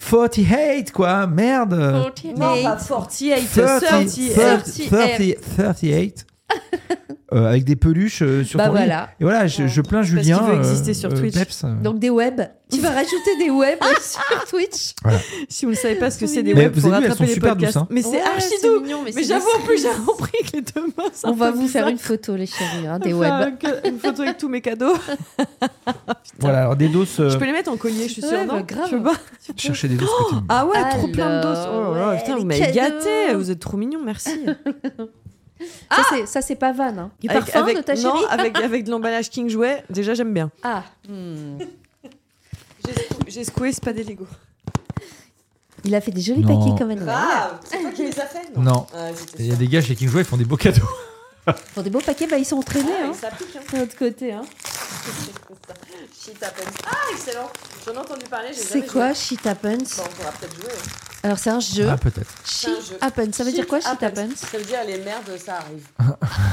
Speaker 1: 48, quoi, merde.
Speaker 3: Non,
Speaker 2: Bah,
Speaker 3: pas 48, 38.
Speaker 1: 30, 30, 38. Euh, avec des peluches euh, sur
Speaker 2: Bah
Speaker 1: ton lit.
Speaker 2: voilà.
Speaker 1: Et voilà, je, je plains
Speaker 3: qu'il
Speaker 1: Julien.
Speaker 3: veut
Speaker 1: euh,
Speaker 3: exister sur
Speaker 1: euh,
Speaker 3: Twitch.
Speaker 1: Peps.
Speaker 2: Donc des webs. Tu vas rajouter des webs
Speaker 3: Ah.
Speaker 2: sur Twitch.
Speaker 3: Si vous ne savez pas ce que c'est des
Speaker 1: Mais
Speaker 3: webs,
Speaker 1: vous
Speaker 3: pour
Speaker 1: avez vu, elles
Speaker 3: rattraper
Speaker 1: sont
Speaker 3: les
Speaker 1: super douces,
Speaker 3: podcasts.
Speaker 1: hein.
Speaker 3: Mais c'est
Speaker 2: Ouais,
Speaker 3: archi
Speaker 2: c'est
Speaker 3: doux.
Speaker 2: mignon, mais
Speaker 3: Mais
Speaker 2: c'est
Speaker 3: j'avoue,
Speaker 2: des
Speaker 3: en plus, j'ai
Speaker 2: cerises.
Speaker 3: compris que les deux mains, c'est un
Speaker 2: On va
Speaker 3: peu
Speaker 2: vous faire
Speaker 3: bizarre.
Speaker 2: une photo, les chéris, hein,
Speaker 3: On
Speaker 2: des
Speaker 3: Ah, va
Speaker 2: webs.
Speaker 3: faire un ca- Une photo avec tous mes cadeaux.
Speaker 1: Voilà, alors des doses. euh,
Speaker 3: Je peux les mettre en collier, je suis sûre.
Speaker 2: Ouais,
Speaker 3: non
Speaker 2: bah, grave.
Speaker 3: Je sais pas.
Speaker 1: Chercher des doses que t'aimes.
Speaker 3: Ah ouais, trop plein de
Speaker 2: Alors,
Speaker 3: doses. Oh là là,
Speaker 2: ouais,
Speaker 3: putain,
Speaker 2: les
Speaker 3: vous m'avez
Speaker 2: cadeaux.
Speaker 3: gâté. euh, Vous êtes trop mignons, merci. Ah.
Speaker 2: Ça, c'est- Ça, c'est pas van. Hein. Du
Speaker 3: Avec-
Speaker 2: parfum
Speaker 3: avec,
Speaker 2: de ta
Speaker 3: Non,
Speaker 2: chérie
Speaker 3: avec, avec de l'emballage King Jouet, déjà j'aime bien.
Speaker 2: Ah,
Speaker 3: J'ai secou- J'ai secoué, c'est pas des Lego.
Speaker 2: il a fait des jolis
Speaker 1: Non.
Speaker 2: paquets quand même.
Speaker 3: c'est toi qui les as fait
Speaker 1: Non.
Speaker 3: Ah,
Speaker 1: Il y a des gars chez qui je joue, ils font des beaux cadeaux.
Speaker 2: Pour des beaux paquets, bah, ils sont entraînés. hein,
Speaker 3: Ça pique, hein.
Speaker 2: de l'autre côté. Hein.
Speaker 3: Shit happens. Ah, excellent J'en ai entendu parler, j'ai
Speaker 2: C'est quoi Shit Happens
Speaker 3: on pourra peut-être jouer. hein.
Speaker 2: Alors, c'est un jeu.
Speaker 1: Ah, peut-être.
Speaker 2: Shit
Speaker 3: un jeu.
Speaker 2: Happens. Ça veut dire quoi, Shit Happens
Speaker 3: Ça veut dire les merdes, ça arrive.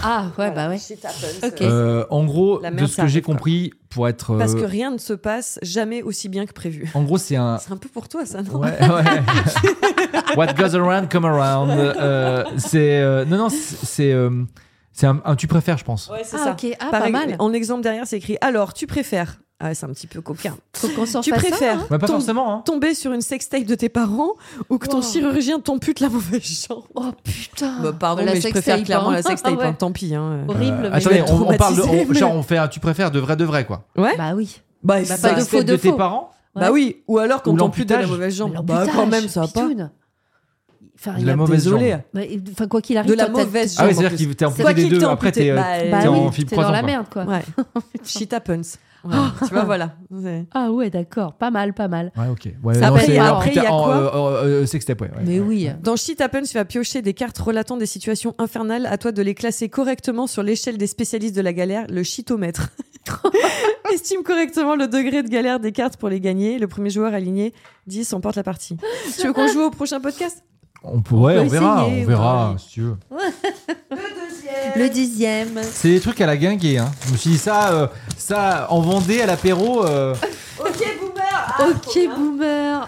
Speaker 2: Ah, ouais, bah ouais.
Speaker 3: Shit happens.
Speaker 2: Ok.
Speaker 1: Euh, en gros,
Speaker 3: La
Speaker 1: de
Speaker 3: merde,
Speaker 1: ce
Speaker 3: ça
Speaker 1: que j'ai
Speaker 3: arrive, quoi.
Speaker 1: compris, pour être. euh,
Speaker 3: Parce que rien ne se passe jamais aussi bien que prévu.
Speaker 1: En gros, c'est un.
Speaker 3: C'est un peu pour toi, ça, non
Speaker 1: Ouais, ouais. What goes around, come around. Euh, c'est. euh, Non, non, c'est. C'est euh, c'est un, un tu préfères, je pense.
Speaker 3: c'est
Speaker 2: Ah, ok. Ah,
Speaker 3: Par
Speaker 2: pas
Speaker 3: ex-
Speaker 2: mal.
Speaker 3: En exemple, derrière, c'est écrit Alors, tu préfères. Ah, c'est un petit peu coquin.
Speaker 2: Faut qu'on s'en
Speaker 3: Tu
Speaker 2: fasse un,
Speaker 3: préfères
Speaker 2: hein.
Speaker 1: Mais pas
Speaker 3: ton-
Speaker 1: forcément, hein.
Speaker 3: tomber sur une sextape de tes parents ou que ton
Speaker 2: Wow.
Speaker 3: chirurgien t'ampute la mauvaise jambe
Speaker 2: Oh putain.
Speaker 3: Bah, Pardon,
Speaker 2: La
Speaker 3: mais je
Speaker 2: sex
Speaker 3: préfère
Speaker 2: tape,
Speaker 3: clairement
Speaker 2: hein.
Speaker 3: la sextape.
Speaker 2: Ah ouais.
Speaker 3: hein, Tant pis. hein.
Speaker 2: Horrible. mais-
Speaker 1: Euh, Attendez,
Speaker 3: être
Speaker 1: on, on parle de.
Speaker 3: traumatisé,
Speaker 1: on-
Speaker 3: mais-
Speaker 1: genre, on fait un tu préfères de vrai de vrai, quoi.
Speaker 2: Bah oui. Bah,
Speaker 3: Bah, c'est
Speaker 2: pas
Speaker 3: ça.
Speaker 2: de
Speaker 1: Sextape
Speaker 2: faux, de
Speaker 1: tes
Speaker 2: faux.
Speaker 1: parents
Speaker 3: Bah oui, ou alors
Speaker 1: Ou
Speaker 3: quand t'amputes de la
Speaker 1: l'amputage.
Speaker 3: mauvaise jambe. Bah
Speaker 2: L'amputage,
Speaker 3: quand même, ça va pas.
Speaker 2: pitoune. Enfin, il
Speaker 1: De la
Speaker 2: a-
Speaker 1: mauvaise
Speaker 3: Désolé.
Speaker 1: jambe.
Speaker 2: Bah, et- Enfin, quoi qu'il arrive,
Speaker 3: De la
Speaker 2: toi, t'as-
Speaker 3: mauvaise
Speaker 1: Ah
Speaker 3: jambe.
Speaker 1: oui,
Speaker 3: en
Speaker 1: c'est-à-dire
Speaker 3: plus.
Speaker 1: qu'il t'es
Speaker 3: Quoi
Speaker 1: amputé des
Speaker 3: qu'il
Speaker 1: deux.
Speaker 3: t'ait
Speaker 1: Après, t'es
Speaker 3: amputé,
Speaker 1: euh,
Speaker 3: bah,
Speaker 1: t'es
Speaker 2: Bah
Speaker 3: T'es
Speaker 1: en
Speaker 2: oui,
Speaker 1: fibre
Speaker 2: t'es
Speaker 1: 3
Speaker 2: dans
Speaker 1: ans.
Speaker 2: la
Speaker 1: quoi.
Speaker 2: merde, quoi.
Speaker 3: Ouais. Shit happens. Ouais, tu vois, voilà. C'est-
Speaker 2: Ah ouais, d'accord. Pas mal, pas mal.
Speaker 1: Ouais, ok. Ouais,
Speaker 3: Ça
Speaker 1: non,
Speaker 3: paye,
Speaker 1: c'est-
Speaker 3: alors,
Speaker 1: en-
Speaker 3: après, il y a
Speaker 1: en-
Speaker 3: quoi
Speaker 1: euh, euh, euh, Sextape, ouais. ouais.
Speaker 2: Mais oui.
Speaker 3: Dans Shit Happens, tu vas piocher des cartes relatant des situations infernales. À toi de les classer correctement sur l'échelle des spécialistes de la galère, le shitomètre. estime correctement le degré de galère des cartes pour les gagner. Le premier joueur aligné 10 emporte la partie. tu veux qu'on joue au prochain podcast
Speaker 1: On pourrait,
Speaker 2: peut
Speaker 1: on, verra,
Speaker 2: essayer,
Speaker 1: on verra,
Speaker 2: ouais.
Speaker 1: si tu veux.
Speaker 2: Le dixième.
Speaker 1: C'est des trucs à la guinguer. Hein. Je me suis dit ça, euh, ça en Vendée à l'apéro. euh,
Speaker 3: Ah,
Speaker 2: Ok, boomer.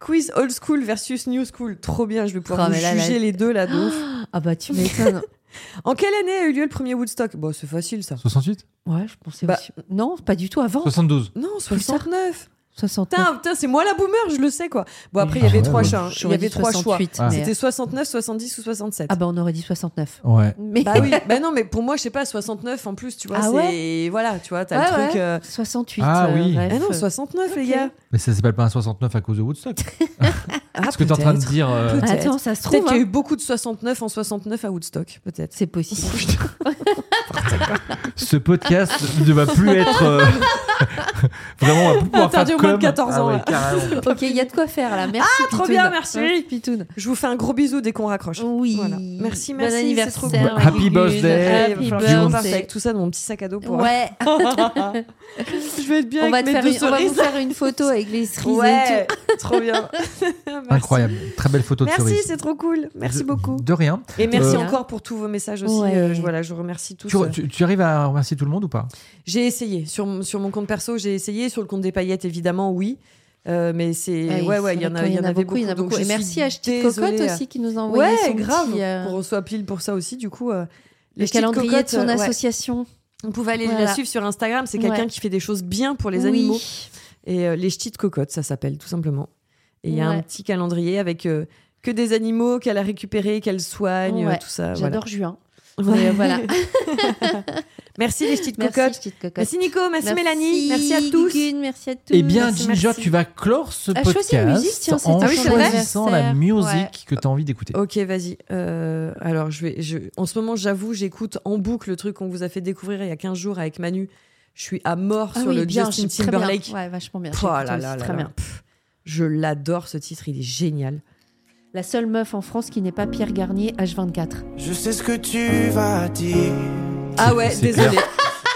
Speaker 3: Quiz old school versus new school. Trop bien, je vais pouvoir
Speaker 2: Oh,
Speaker 3: vous
Speaker 2: mais là, là-
Speaker 3: juger les deux là. de ouf.
Speaker 2: Ah bah tu m'étonnes.
Speaker 3: En quelle année a eu lieu le premier Woodstock Bon, c'est facile ça.
Speaker 1: 68
Speaker 2: Ouais, je pensais
Speaker 3: Bah-
Speaker 2: aussi. Non, pas du tout avant.
Speaker 1: 72.
Speaker 3: Non, 69.
Speaker 2: 69.
Speaker 3: Putain, putain, c'est moi la boomer, je le sais quoi. Bon, après, il y
Speaker 1: Ah
Speaker 3: avait
Speaker 1: ouais,
Speaker 3: trois
Speaker 1: ouais.
Speaker 3: choix. hein. Il y
Speaker 2: J'aurais
Speaker 3: avait
Speaker 2: dit
Speaker 3: trois choix.
Speaker 2: 68,
Speaker 1: Ouais.
Speaker 2: mais- euh.
Speaker 3: C'était 69, 70 ou 67.
Speaker 2: Ah bah on aurait dit 69.
Speaker 1: Ouais.
Speaker 2: Mais
Speaker 3: Bah oui, bah non, mais pour moi, je sais pas, 69 en plus, tu vois,
Speaker 2: Ah
Speaker 3: c'est.
Speaker 2: ouais
Speaker 3: voilà, tu vois, t'as
Speaker 2: Ouais,
Speaker 3: le
Speaker 2: ouais.
Speaker 3: truc. euh,
Speaker 2: 68.
Speaker 1: Ah
Speaker 2: euh,
Speaker 1: oui.
Speaker 2: bref.
Speaker 3: Ah non, 69, les
Speaker 2: Ok.
Speaker 3: gars.
Speaker 1: Mais ça s'appelle pas un 69 à cause de Woodstock. Ce que t'es en train de dire. euh,
Speaker 3: Ah, Peut-être.
Speaker 2: Attends, ça se
Speaker 3: Peut-être
Speaker 2: trouve.
Speaker 3: qu'il y a eu
Speaker 2: hein.
Speaker 3: beaucoup de 69 en 69 à Woodstock, peut-être.
Speaker 2: C'est possible.
Speaker 1: ce podcast ne va plus être. euh, Vraiment, on va plus pouvoir
Speaker 3: Interdit
Speaker 1: faire
Speaker 3: au moins de
Speaker 1: comme.
Speaker 3: 14 ans,
Speaker 1: Ah ouais,
Speaker 3: là.
Speaker 1: carrément.
Speaker 2: ok, il y a de quoi faire là. Merci.
Speaker 3: Ah, trop
Speaker 2: Pitoune.
Speaker 3: bien, merci.
Speaker 2: Pitoune.
Speaker 3: Je vous fais un gros bisou dès qu'on raccroche.
Speaker 2: Oui.
Speaker 3: Voilà. Merci, merci.
Speaker 2: Bon anniversaire.
Speaker 3: c'est trop cool.
Speaker 1: Happy
Speaker 2: Gugune.
Speaker 1: birthday.
Speaker 3: Ouais,
Speaker 2: Happy
Speaker 3: il va falloir que je
Speaker 1: Gugune.
Speaker 3: reparte
Speaker 2: birthday.
Speaker 3: avec tout ça dans mon petit sac à dos pour.
Speaker 2: Ouais,
Speaker 3: je vais être bien
Speaker 2: on va,
Speaker 3: avec
Speaker 2: te
Speaker 3: mes
Speaker 2: faire
Speaker 3: deux
Speaker 2: une- on va vous
Speaker 3: cerises.
Speaker 2: faire une photo avec les cerises et
Speaker 3: Ouais, trop bien. Merci.
Speaker 1: Incroyable. Très belle photo de
Speaker 3: Merci,
Speaker 1: cerise.
Speaker 3: c'est trop cool. Merci
Speaker 1: De-
Speaker 3: beaucoup.
Speaker 1: De rien.
Speaker 3: Et merci
Speaker 2: Euh,
Speaker 3: encore pour tous vos messages aussi.
Speaker 2: Ouais.
Speaker 3: Euh, je, voilà, je vous remercie tous.
Speaker 1: Tu,
Speaker 3: Euh,
Speaker 1: tu- tu arrives à remercier tout le monde ou pas
Speaker 3: J'ai essayé. Sur, mon- sur mon compte perso, j'ai essayé. Sur le compte des paillettes, évidemment, oui. Euh, mais c'est.
Speaker 2: tout.
Speaker 3: ouais, ouais, il y, en a- il y en avait beaucoup.
Speaker 2: Il y en a
Speaker 3: donc
Speaker 2: beaucoup.
Speaker 3: je
Speaker 2: Et
Speaker 3: suis
Speaker 2: merci à Ch'ti
Speaker 3: désolée. hein.
Speaker 2: Cocotte aussi qui nous a envoyé
Speaker 3: Ouais,
Speaker 2: son
Speaker 3: grave.
Speaker 2: petit, euh,
Speaker 3: On reçoit pile pour ça aussi, du coup. euh, les
Speaker 2: le
Speaker 3: petites
Speaker 2: calendrier de
Speaker 3: cocottes,
Speaker 2: son
Speaker 3: euh, ouais.
Speaker 2: association.
Speaker 3: On pouvait aller la
Speaker 2: Voilà.
Speaker 3: suivre sur Instagram. C'est quelqu'un
Speaker 2: Ouais.
Speaker 3: qui fait des choses bien pour les
Speaker 2: Oui.
Speaker 3: animaux. Et euh, les ch'tis de cocotte, ça s'appelle tout simplement. Et il y a un
Speaker 2: Ouais.
Speaker 3: petit calendrier avec euh, que des animaux qu'elle a récupérés, qu'elle soigne,
Speaker 2: Ouais,
Speaker 3: euh, tout ça. voilà.
Speaker 2: J'adore juin.
Speaker 3: Ouais.
Speaker 2: Mais, euh, voilà.
Speaker 3: Merci les petites
Speaker 2: Merci,
Speaker 3: cocottes.
Speaker 2: Ch'ti Cocotte.
Speaker 3: Merci Nico, merci, Mélanie, merci à tous.
Speaker 2: Gugun, merci à tous.
Speaker 1: Eh bien,
Speaker 2: Merci,
Speaker 1: Ginger,
Speaker 2: merci.
Speaker 1: tu vas clore ce
Speaker 2: Ah,
Speaker 1: podcast
Speaker 2: choisis une musique, tiens, c'est
Speaker 1: en
Speaker 2: ton
Speaker 3: Ah oui, c'est vrai.
Speaker 1: choisissant la musique
Speaker 2: Ouais. Oh,
Speaker 1: que tu as envie d'écouter.
Speaker 3: Ok, vas-y. Euh, alors, je vais. Je... En ce moment, j'avoue, j'écoute en boucle le truc qu'on vous a fait découvrir il y a 15 jours avec Manu. Je suis à mort
Speaker 2: Ah
Speaker 3: sur
Speaker 2: oui,
Speaker 3: le
Speaker 2: bien,
Speaker 3: Justin
Speaker 2: je- très
Speaker 3: Timberlake.
Speaker 2: bien. Ouais, vachement bien.
Speaker 3: Oh
Speaker 2: J'ai
Speaker 3: là
Speaker 2: écouté
Speaker 3: là
Speaker 2: aussi,
Speaker 3: là
Speaker 2: très
Speaker 3: là.
Speaker 2: bien.
Speaker 3: Pff, Je l'adore ce titre, il est génial.
Speaker 2: La seule meuf en France qui n'est pas Pierre Garnier, H24.
Speaker 6: Je sais ce que tu vas dire.
Speaker 3: Ah ouais,
Speaker 1: c'est
Speaker 3: désolé.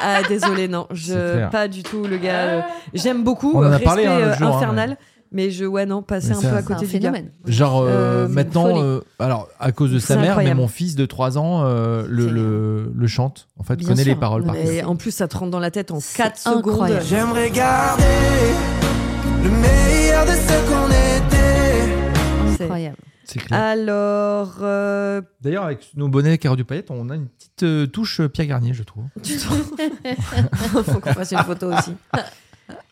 Speaker 3: Ah désolé, non,
Speaker 1: C'est
Speaker 3: je
Speaker 1: clair.
Speaker 3: pas du tout le gars. euh, J'aime beaucoup,
Speaker 1: On en a
Speaker 3: respect
Speaker 1: parlé, hein, l'autre
Speaker 3: euh,
Speaker 1: jour, hein,
Speaker 3: infernal, mais je ouais non, passer
Speaker 1: Mais
Speaker 3: un
Speaker 1: ça-
Speaker 3: peu à
Speaker 2: C'est un
Speaker 3: côté du gars.
Speaker 2: phénomène.
Speaker 1: Genre euh,
Speaker 3: Euh,
Speaker 1: maintenant,
Speaker 3: folie.
Speaker 1: euh, alors à cause de
Speaker 3: C'est
Speaker 1: sa mère, mais
Speaker 3: incroyable.
Speaker 1: mon fils de 3 ans euh, le,
Speaker 2: C'est-
Speaker 1: le- le chante. En fait,
Speaker 2: Bien
Speaker 1: connaît
Speaker 2: sûr.
Speaker 1: les paroles par
Speaker 2: Mais-
Speaker 1: cœur.
Speaker 3: Et en plus, ça te rentre dans la tête en
Speaker 2: C'est
Speaker 3: 4 secondes.
Speaker 2: incroyable.
Speaker 6: J'aimerais garder le meilleur de ce qu'on était.
Speaker 3: C'est-
Speaker 2: Incroyable.
Speaker 1: C'est
Speaker 2: ah.
Speaker 1: clair.
Speaker 3: Alors, euh,
Speaker 1: D'ailleurs, avec nos bonnets carreaux du paillette, on a une petite euh, touche euh, Pierre Garnier, je trouve.
Speaker 3: tu te- faut qu'on fasse une photo aussi.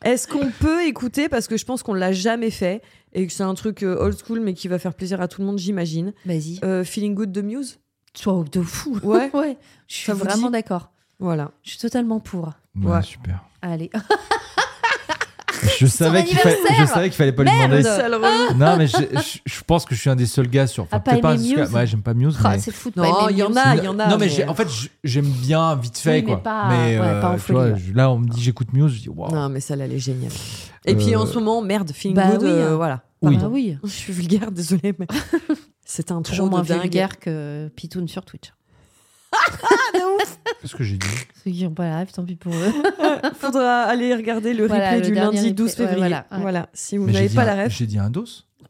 Speaker 3: Est-ce qu'on peut écouter parce que je pense qu'on l'a jamais fait et que c'est un truc euh, old school mais qui va faire plaisir à tout le monde, j'imagine.
Speaker 2: Vas-y.
Speaker 3: Euh, Feeling Good de Muse.
Speaker 2: Toi, de fou.
Speaker 3: Ouais.
Speaker 2: ouais. Je suis
Speaker 3: Ça vous
Speaker 2: vraiment
Speaker 3: dit
Speaker 2: d'accord.
Speaker 3: Voilà.
Speaker 2: Je suis totalement pour.
Speaker 3: Ouais.
Speaker 1: super.
Speaker 2: Allez.
Speaker 1: Je savais qu'il fallait, je savais qu'il fallait pas lui demander.
Speaker 3: Sale relou.
Speaker 1: Non, mais je, je- je pense que je suis un des seuls gars sur.
Speaker 2: Ah, pas
Speaker 1: peut-être
Speaker 2: aimer
Speaker 1: un-
Speaker 2: Muse
Speaker 1: Ouais, j'aime pas Muse.
Speaker 2: Oh,
Speaker 1: mais-
Speaker 2: c'est fou de
Speaker 3: Non,
Speaker 2: pas aimer Ah
Speaker 3: il y en
Speaker 2: Muse.
Speaker 3: a, Ah, il y en a.
Speaker 1: non mais,
Speaker 3: mais-
Speaker 1: j'ai- en fait j- j'aime bien vite fait
Speaker 2: Oui, mais
Speaker 1: quoi. euh,
Speaker 2: pas- ouais, pas en
Speaker 1: tu
Speaker 2: folie,
Speaker 1: vois,
Speaker 2: ouais.
Speaker 1: je- là on me dit j'écoute Muse, je dis waouh.
Speaker 3: Non, mais celle-là, elle est géniale. Et puis
Speaker 1: Oh. Euh,
Speaker 3: en ce moment, merde, Feeling
Speaker 2: bah
Speaker 3: Good,
Speaker 2: oui,
Speaker 3: euh,
Speaker 2: hein.
Speaker 3: voilà.
Speaker 1: Oui.
Speaker 2: Ah oui.
Speaker 3: Je suis vulgaire, désolée, mais c'est un
Speaker 2: Toujours
Speaker 3: trop
Speaker 2: moins
Speaker 3: de dingue.
Speaker 2: vulgaire que Pitoun sur Twitch.
Speaker 1: Qu'est-ce que j'ai dit
Speaker 2: Ceux qui n'ont pas la rêve, tant pis pour eux.
Speaker 3: Faudra aller regarder le
Speaker 2: Voilà,
Speaker 3: replay
Speaker 2: le
Speaker 3: du
Speaker 2: dernier
Speaker 3: lundi 12
Speaker 2: replay, ouais,
Speaker 3: février. voilà,
Speaker 2: voilà, ouais.
Speaker 3: si vous
Speaker 1: Mais j'ai
Speaker 3: n'avez
Speaker 1: dit
Speaker 3: pas
Speaker 1: un-
Speaker 3: la ref.
Speaker 1: J'ai dit un dos.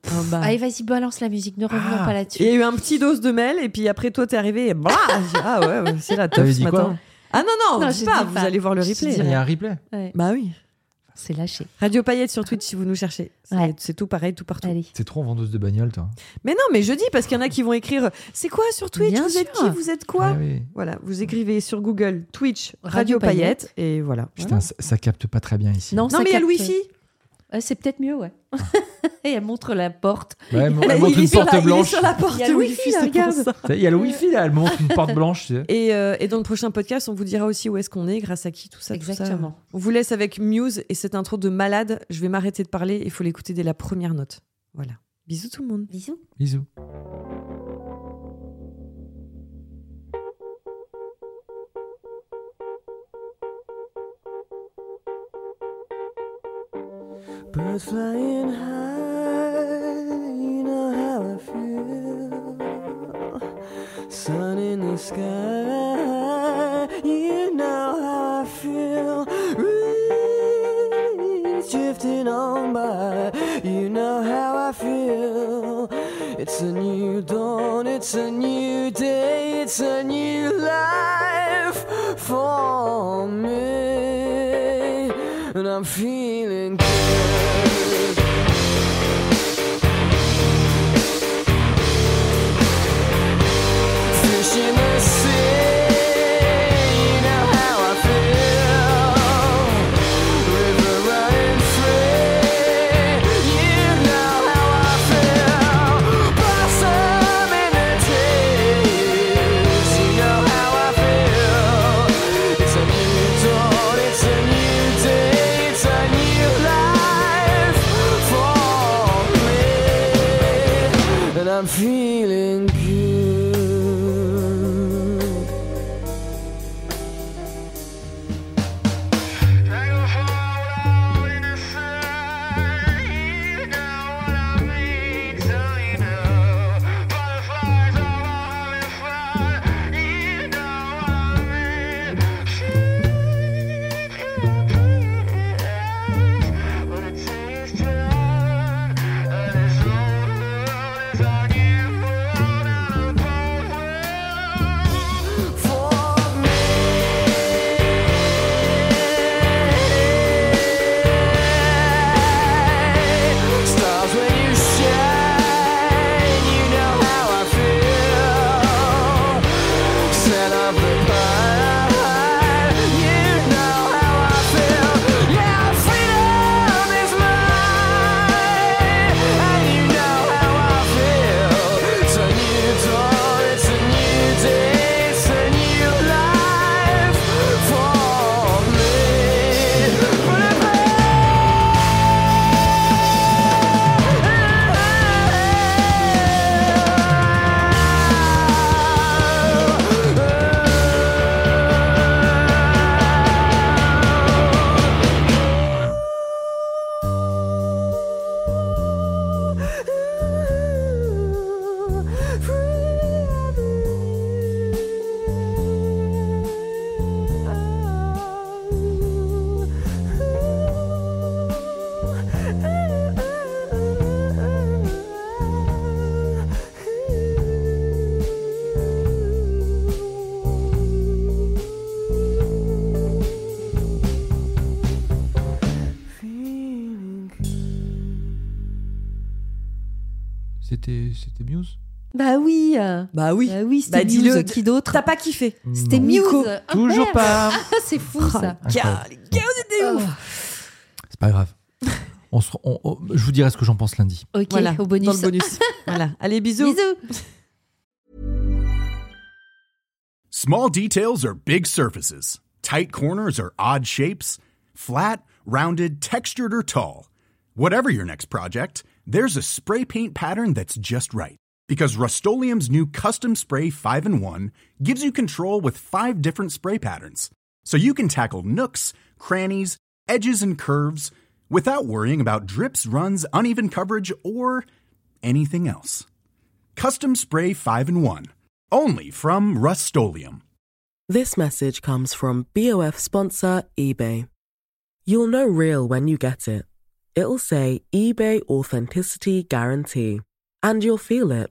Speaker 3: ah bah.
Speaker 2: Allez, vas-y, balance la musique. Ne revenons
Speaker 1: Ah.
Speaker 2: pas
Speaker 3: Il y
Speaker 2: là-dessus.
Speaker 3: a eu un petit dose de mail, et puis après toi, t'es arrivé et bah, j'ai dit, Ah ouais, ouais, c'est la teuf
Speaker 1: T'avais
Speaker 3: ce
Speaker 1: dit
Speaker 3: matin.
Speaker 1: quoi
Speaker 3: ah non, non,
Speaker 2: Non,
Speaker 3: dis
Speaker 2: j'ai
Speaker 3: pas,
Speaker 2: dit
Speaker 3: vous
Speaker 2: pas.
Speaker 3: allez voir le
Speaker 2: Je
Speaker 3: replay.
Speaker 2: dis
Speaker 1: Il y
Speaker 2: rien.
Speaker 1: a un replay.
Speaker 2: Ouais.
Speaker 3: Bah oui.
Speaker 2: C'est lâché.
Speaker 3: Radio Paillette sur Twitch si vous nous cherchez. C'est-
Speaker 2: Ouais.
Speaker 3: C'est tout pareil, tout partout.
Speaker 2: Allez.
Speaker 1: T'es trop en vendeuse de bagnole toi.
Speaker 3: Mais non, mais je dis parce qu'il y en a qui vont écrire C'est quoi sur Twitch
Speaker 2: Bien
Speaker 3: Vous êtes
Speaker 2: sûr.
Speaker 3: qui Vous êtes quoi
Speaker 1: Ouais, ouais.
Speaker 3: Voilà, vous écrivez sur Google Twitch
Speaker 2: Radio
Speaker 3: Radio, Paillette, et voilà.
Speaker 1: Putain, ça, ça capte pas très bien ici.
Speaker 2: Non,
Speaker 3: Non,
Speaker 2: ça
Speaker 3: mais il y a le
Speaker 2: capte.
Speaker 3: Wi-Fi.
Speaker 2: Ouais, c'est peut-être mieux, ouais. Et elle montre la porte.
Speaker 1: Ouais, elle,
Speaker 3: Il
Speaker 1: elle
Speaker 3: est
Speaker 1: montre une
Speaker 3: sur la-
Speaker 1: porte
Speaker 3: Il est
Speaker 1: blanche.
Speaker 3: sur la porte
Speaker 2: Il y a le
Speaker 3: du
Speaker 2: wifi,
Speaker 3: wifi,
Speaker 2: là,
Speaker 3: c'est pour
Speaker 2: regarde.
Speaker 3: ça.
Speaker 1: Il y a le wifi là, elle montre une porte blanche. tu sais.
Speaker 3: Et, euh, et dans le prochain podcast, on vous dira aussi où est-ce qu'on est, grâce à qui, tout ça. tout ça.
Speaker 2: Exactement.
Speaker 3: On vous laisse avec Muse et cette intro de malade. Je vais m'arrêter de parler, il faut l'écouter dès la première note. Voilà. Bisous tout le monde.
Speaker 2: Bisous.
Speaker 1: Bisous.
Speaker 6: Birds flying high, you know how I feel. Sun in the sky, you know how I feel. It's a new dawn, it's a new day, it's a new life for me. And I'm feeling good. Fish in the sea, you know how I feel. River running free, you know how I feel. Blossom in the trees, you know how I feel. It's a new dawn, it's a new day, it's a new life for me, and I'm feeling good. Stars when you shine, you know how I feel. Set up the pine, you know how I feel. Yeah, freedom is mine, and you know how I feel. It's a new dawn, it's a new day, it's a new life for me. But if
Speaker 1: C'était c'était Muse
Speaker 2: Bah oui. euh,
Speaker 3: Bah oui.
Speaker 2: Bah oui, c'était
Speaker 3: Bah dis-le.
Speaker 2: Muse. Qui d'autre
Speaker 3: T'as pas kiffé.
Speaker 2: C'était
Speaker 1: Non.
Speaker 2: Muse.
Speaker 3: Nico. Oh
Speaker 2: Ah,
Speaker 1: Toujours
Speaker 2: merde.
Speaker 1: pas.
Speaker 2: Ah, c'est fou ça.
Speaker 1: Incroyable.
Speaker 3: les gars, vous
Speaker 2: Oh,
Speaker 3: êtes des ouf.
Speaker 1: C'est pas grave. On se- on- on- je vous dirai ce que j'en pense lundi.
Speaker 2: Ok,
Speaker 3: Voilà,
Speaker 2: au bonus.
Speaker 3: Dans le bonus. voilà. Allez, bisous.
Speaker 2: Bisous.
Speaker 7: Small details are big surfaces. Tight corners are odd shapes. Flat, rounded, textured, or tall. Whatever your next project, there's a spray paint pattern that's just right. Because Rust new Custom Spray 5 in 1 gives you control with five different spray patterns. So you can tackle nooks, crannies, edges, and curves without worrying about drips, runs, uneven coverage, or anything else. Custom Spray 5 in 1. Only from Rust
Speaker 8: This message comes from BOF sponsor eBay. You'll know real when you get it. It'll say eBay Authenticity Guarantee. And you'll feel it.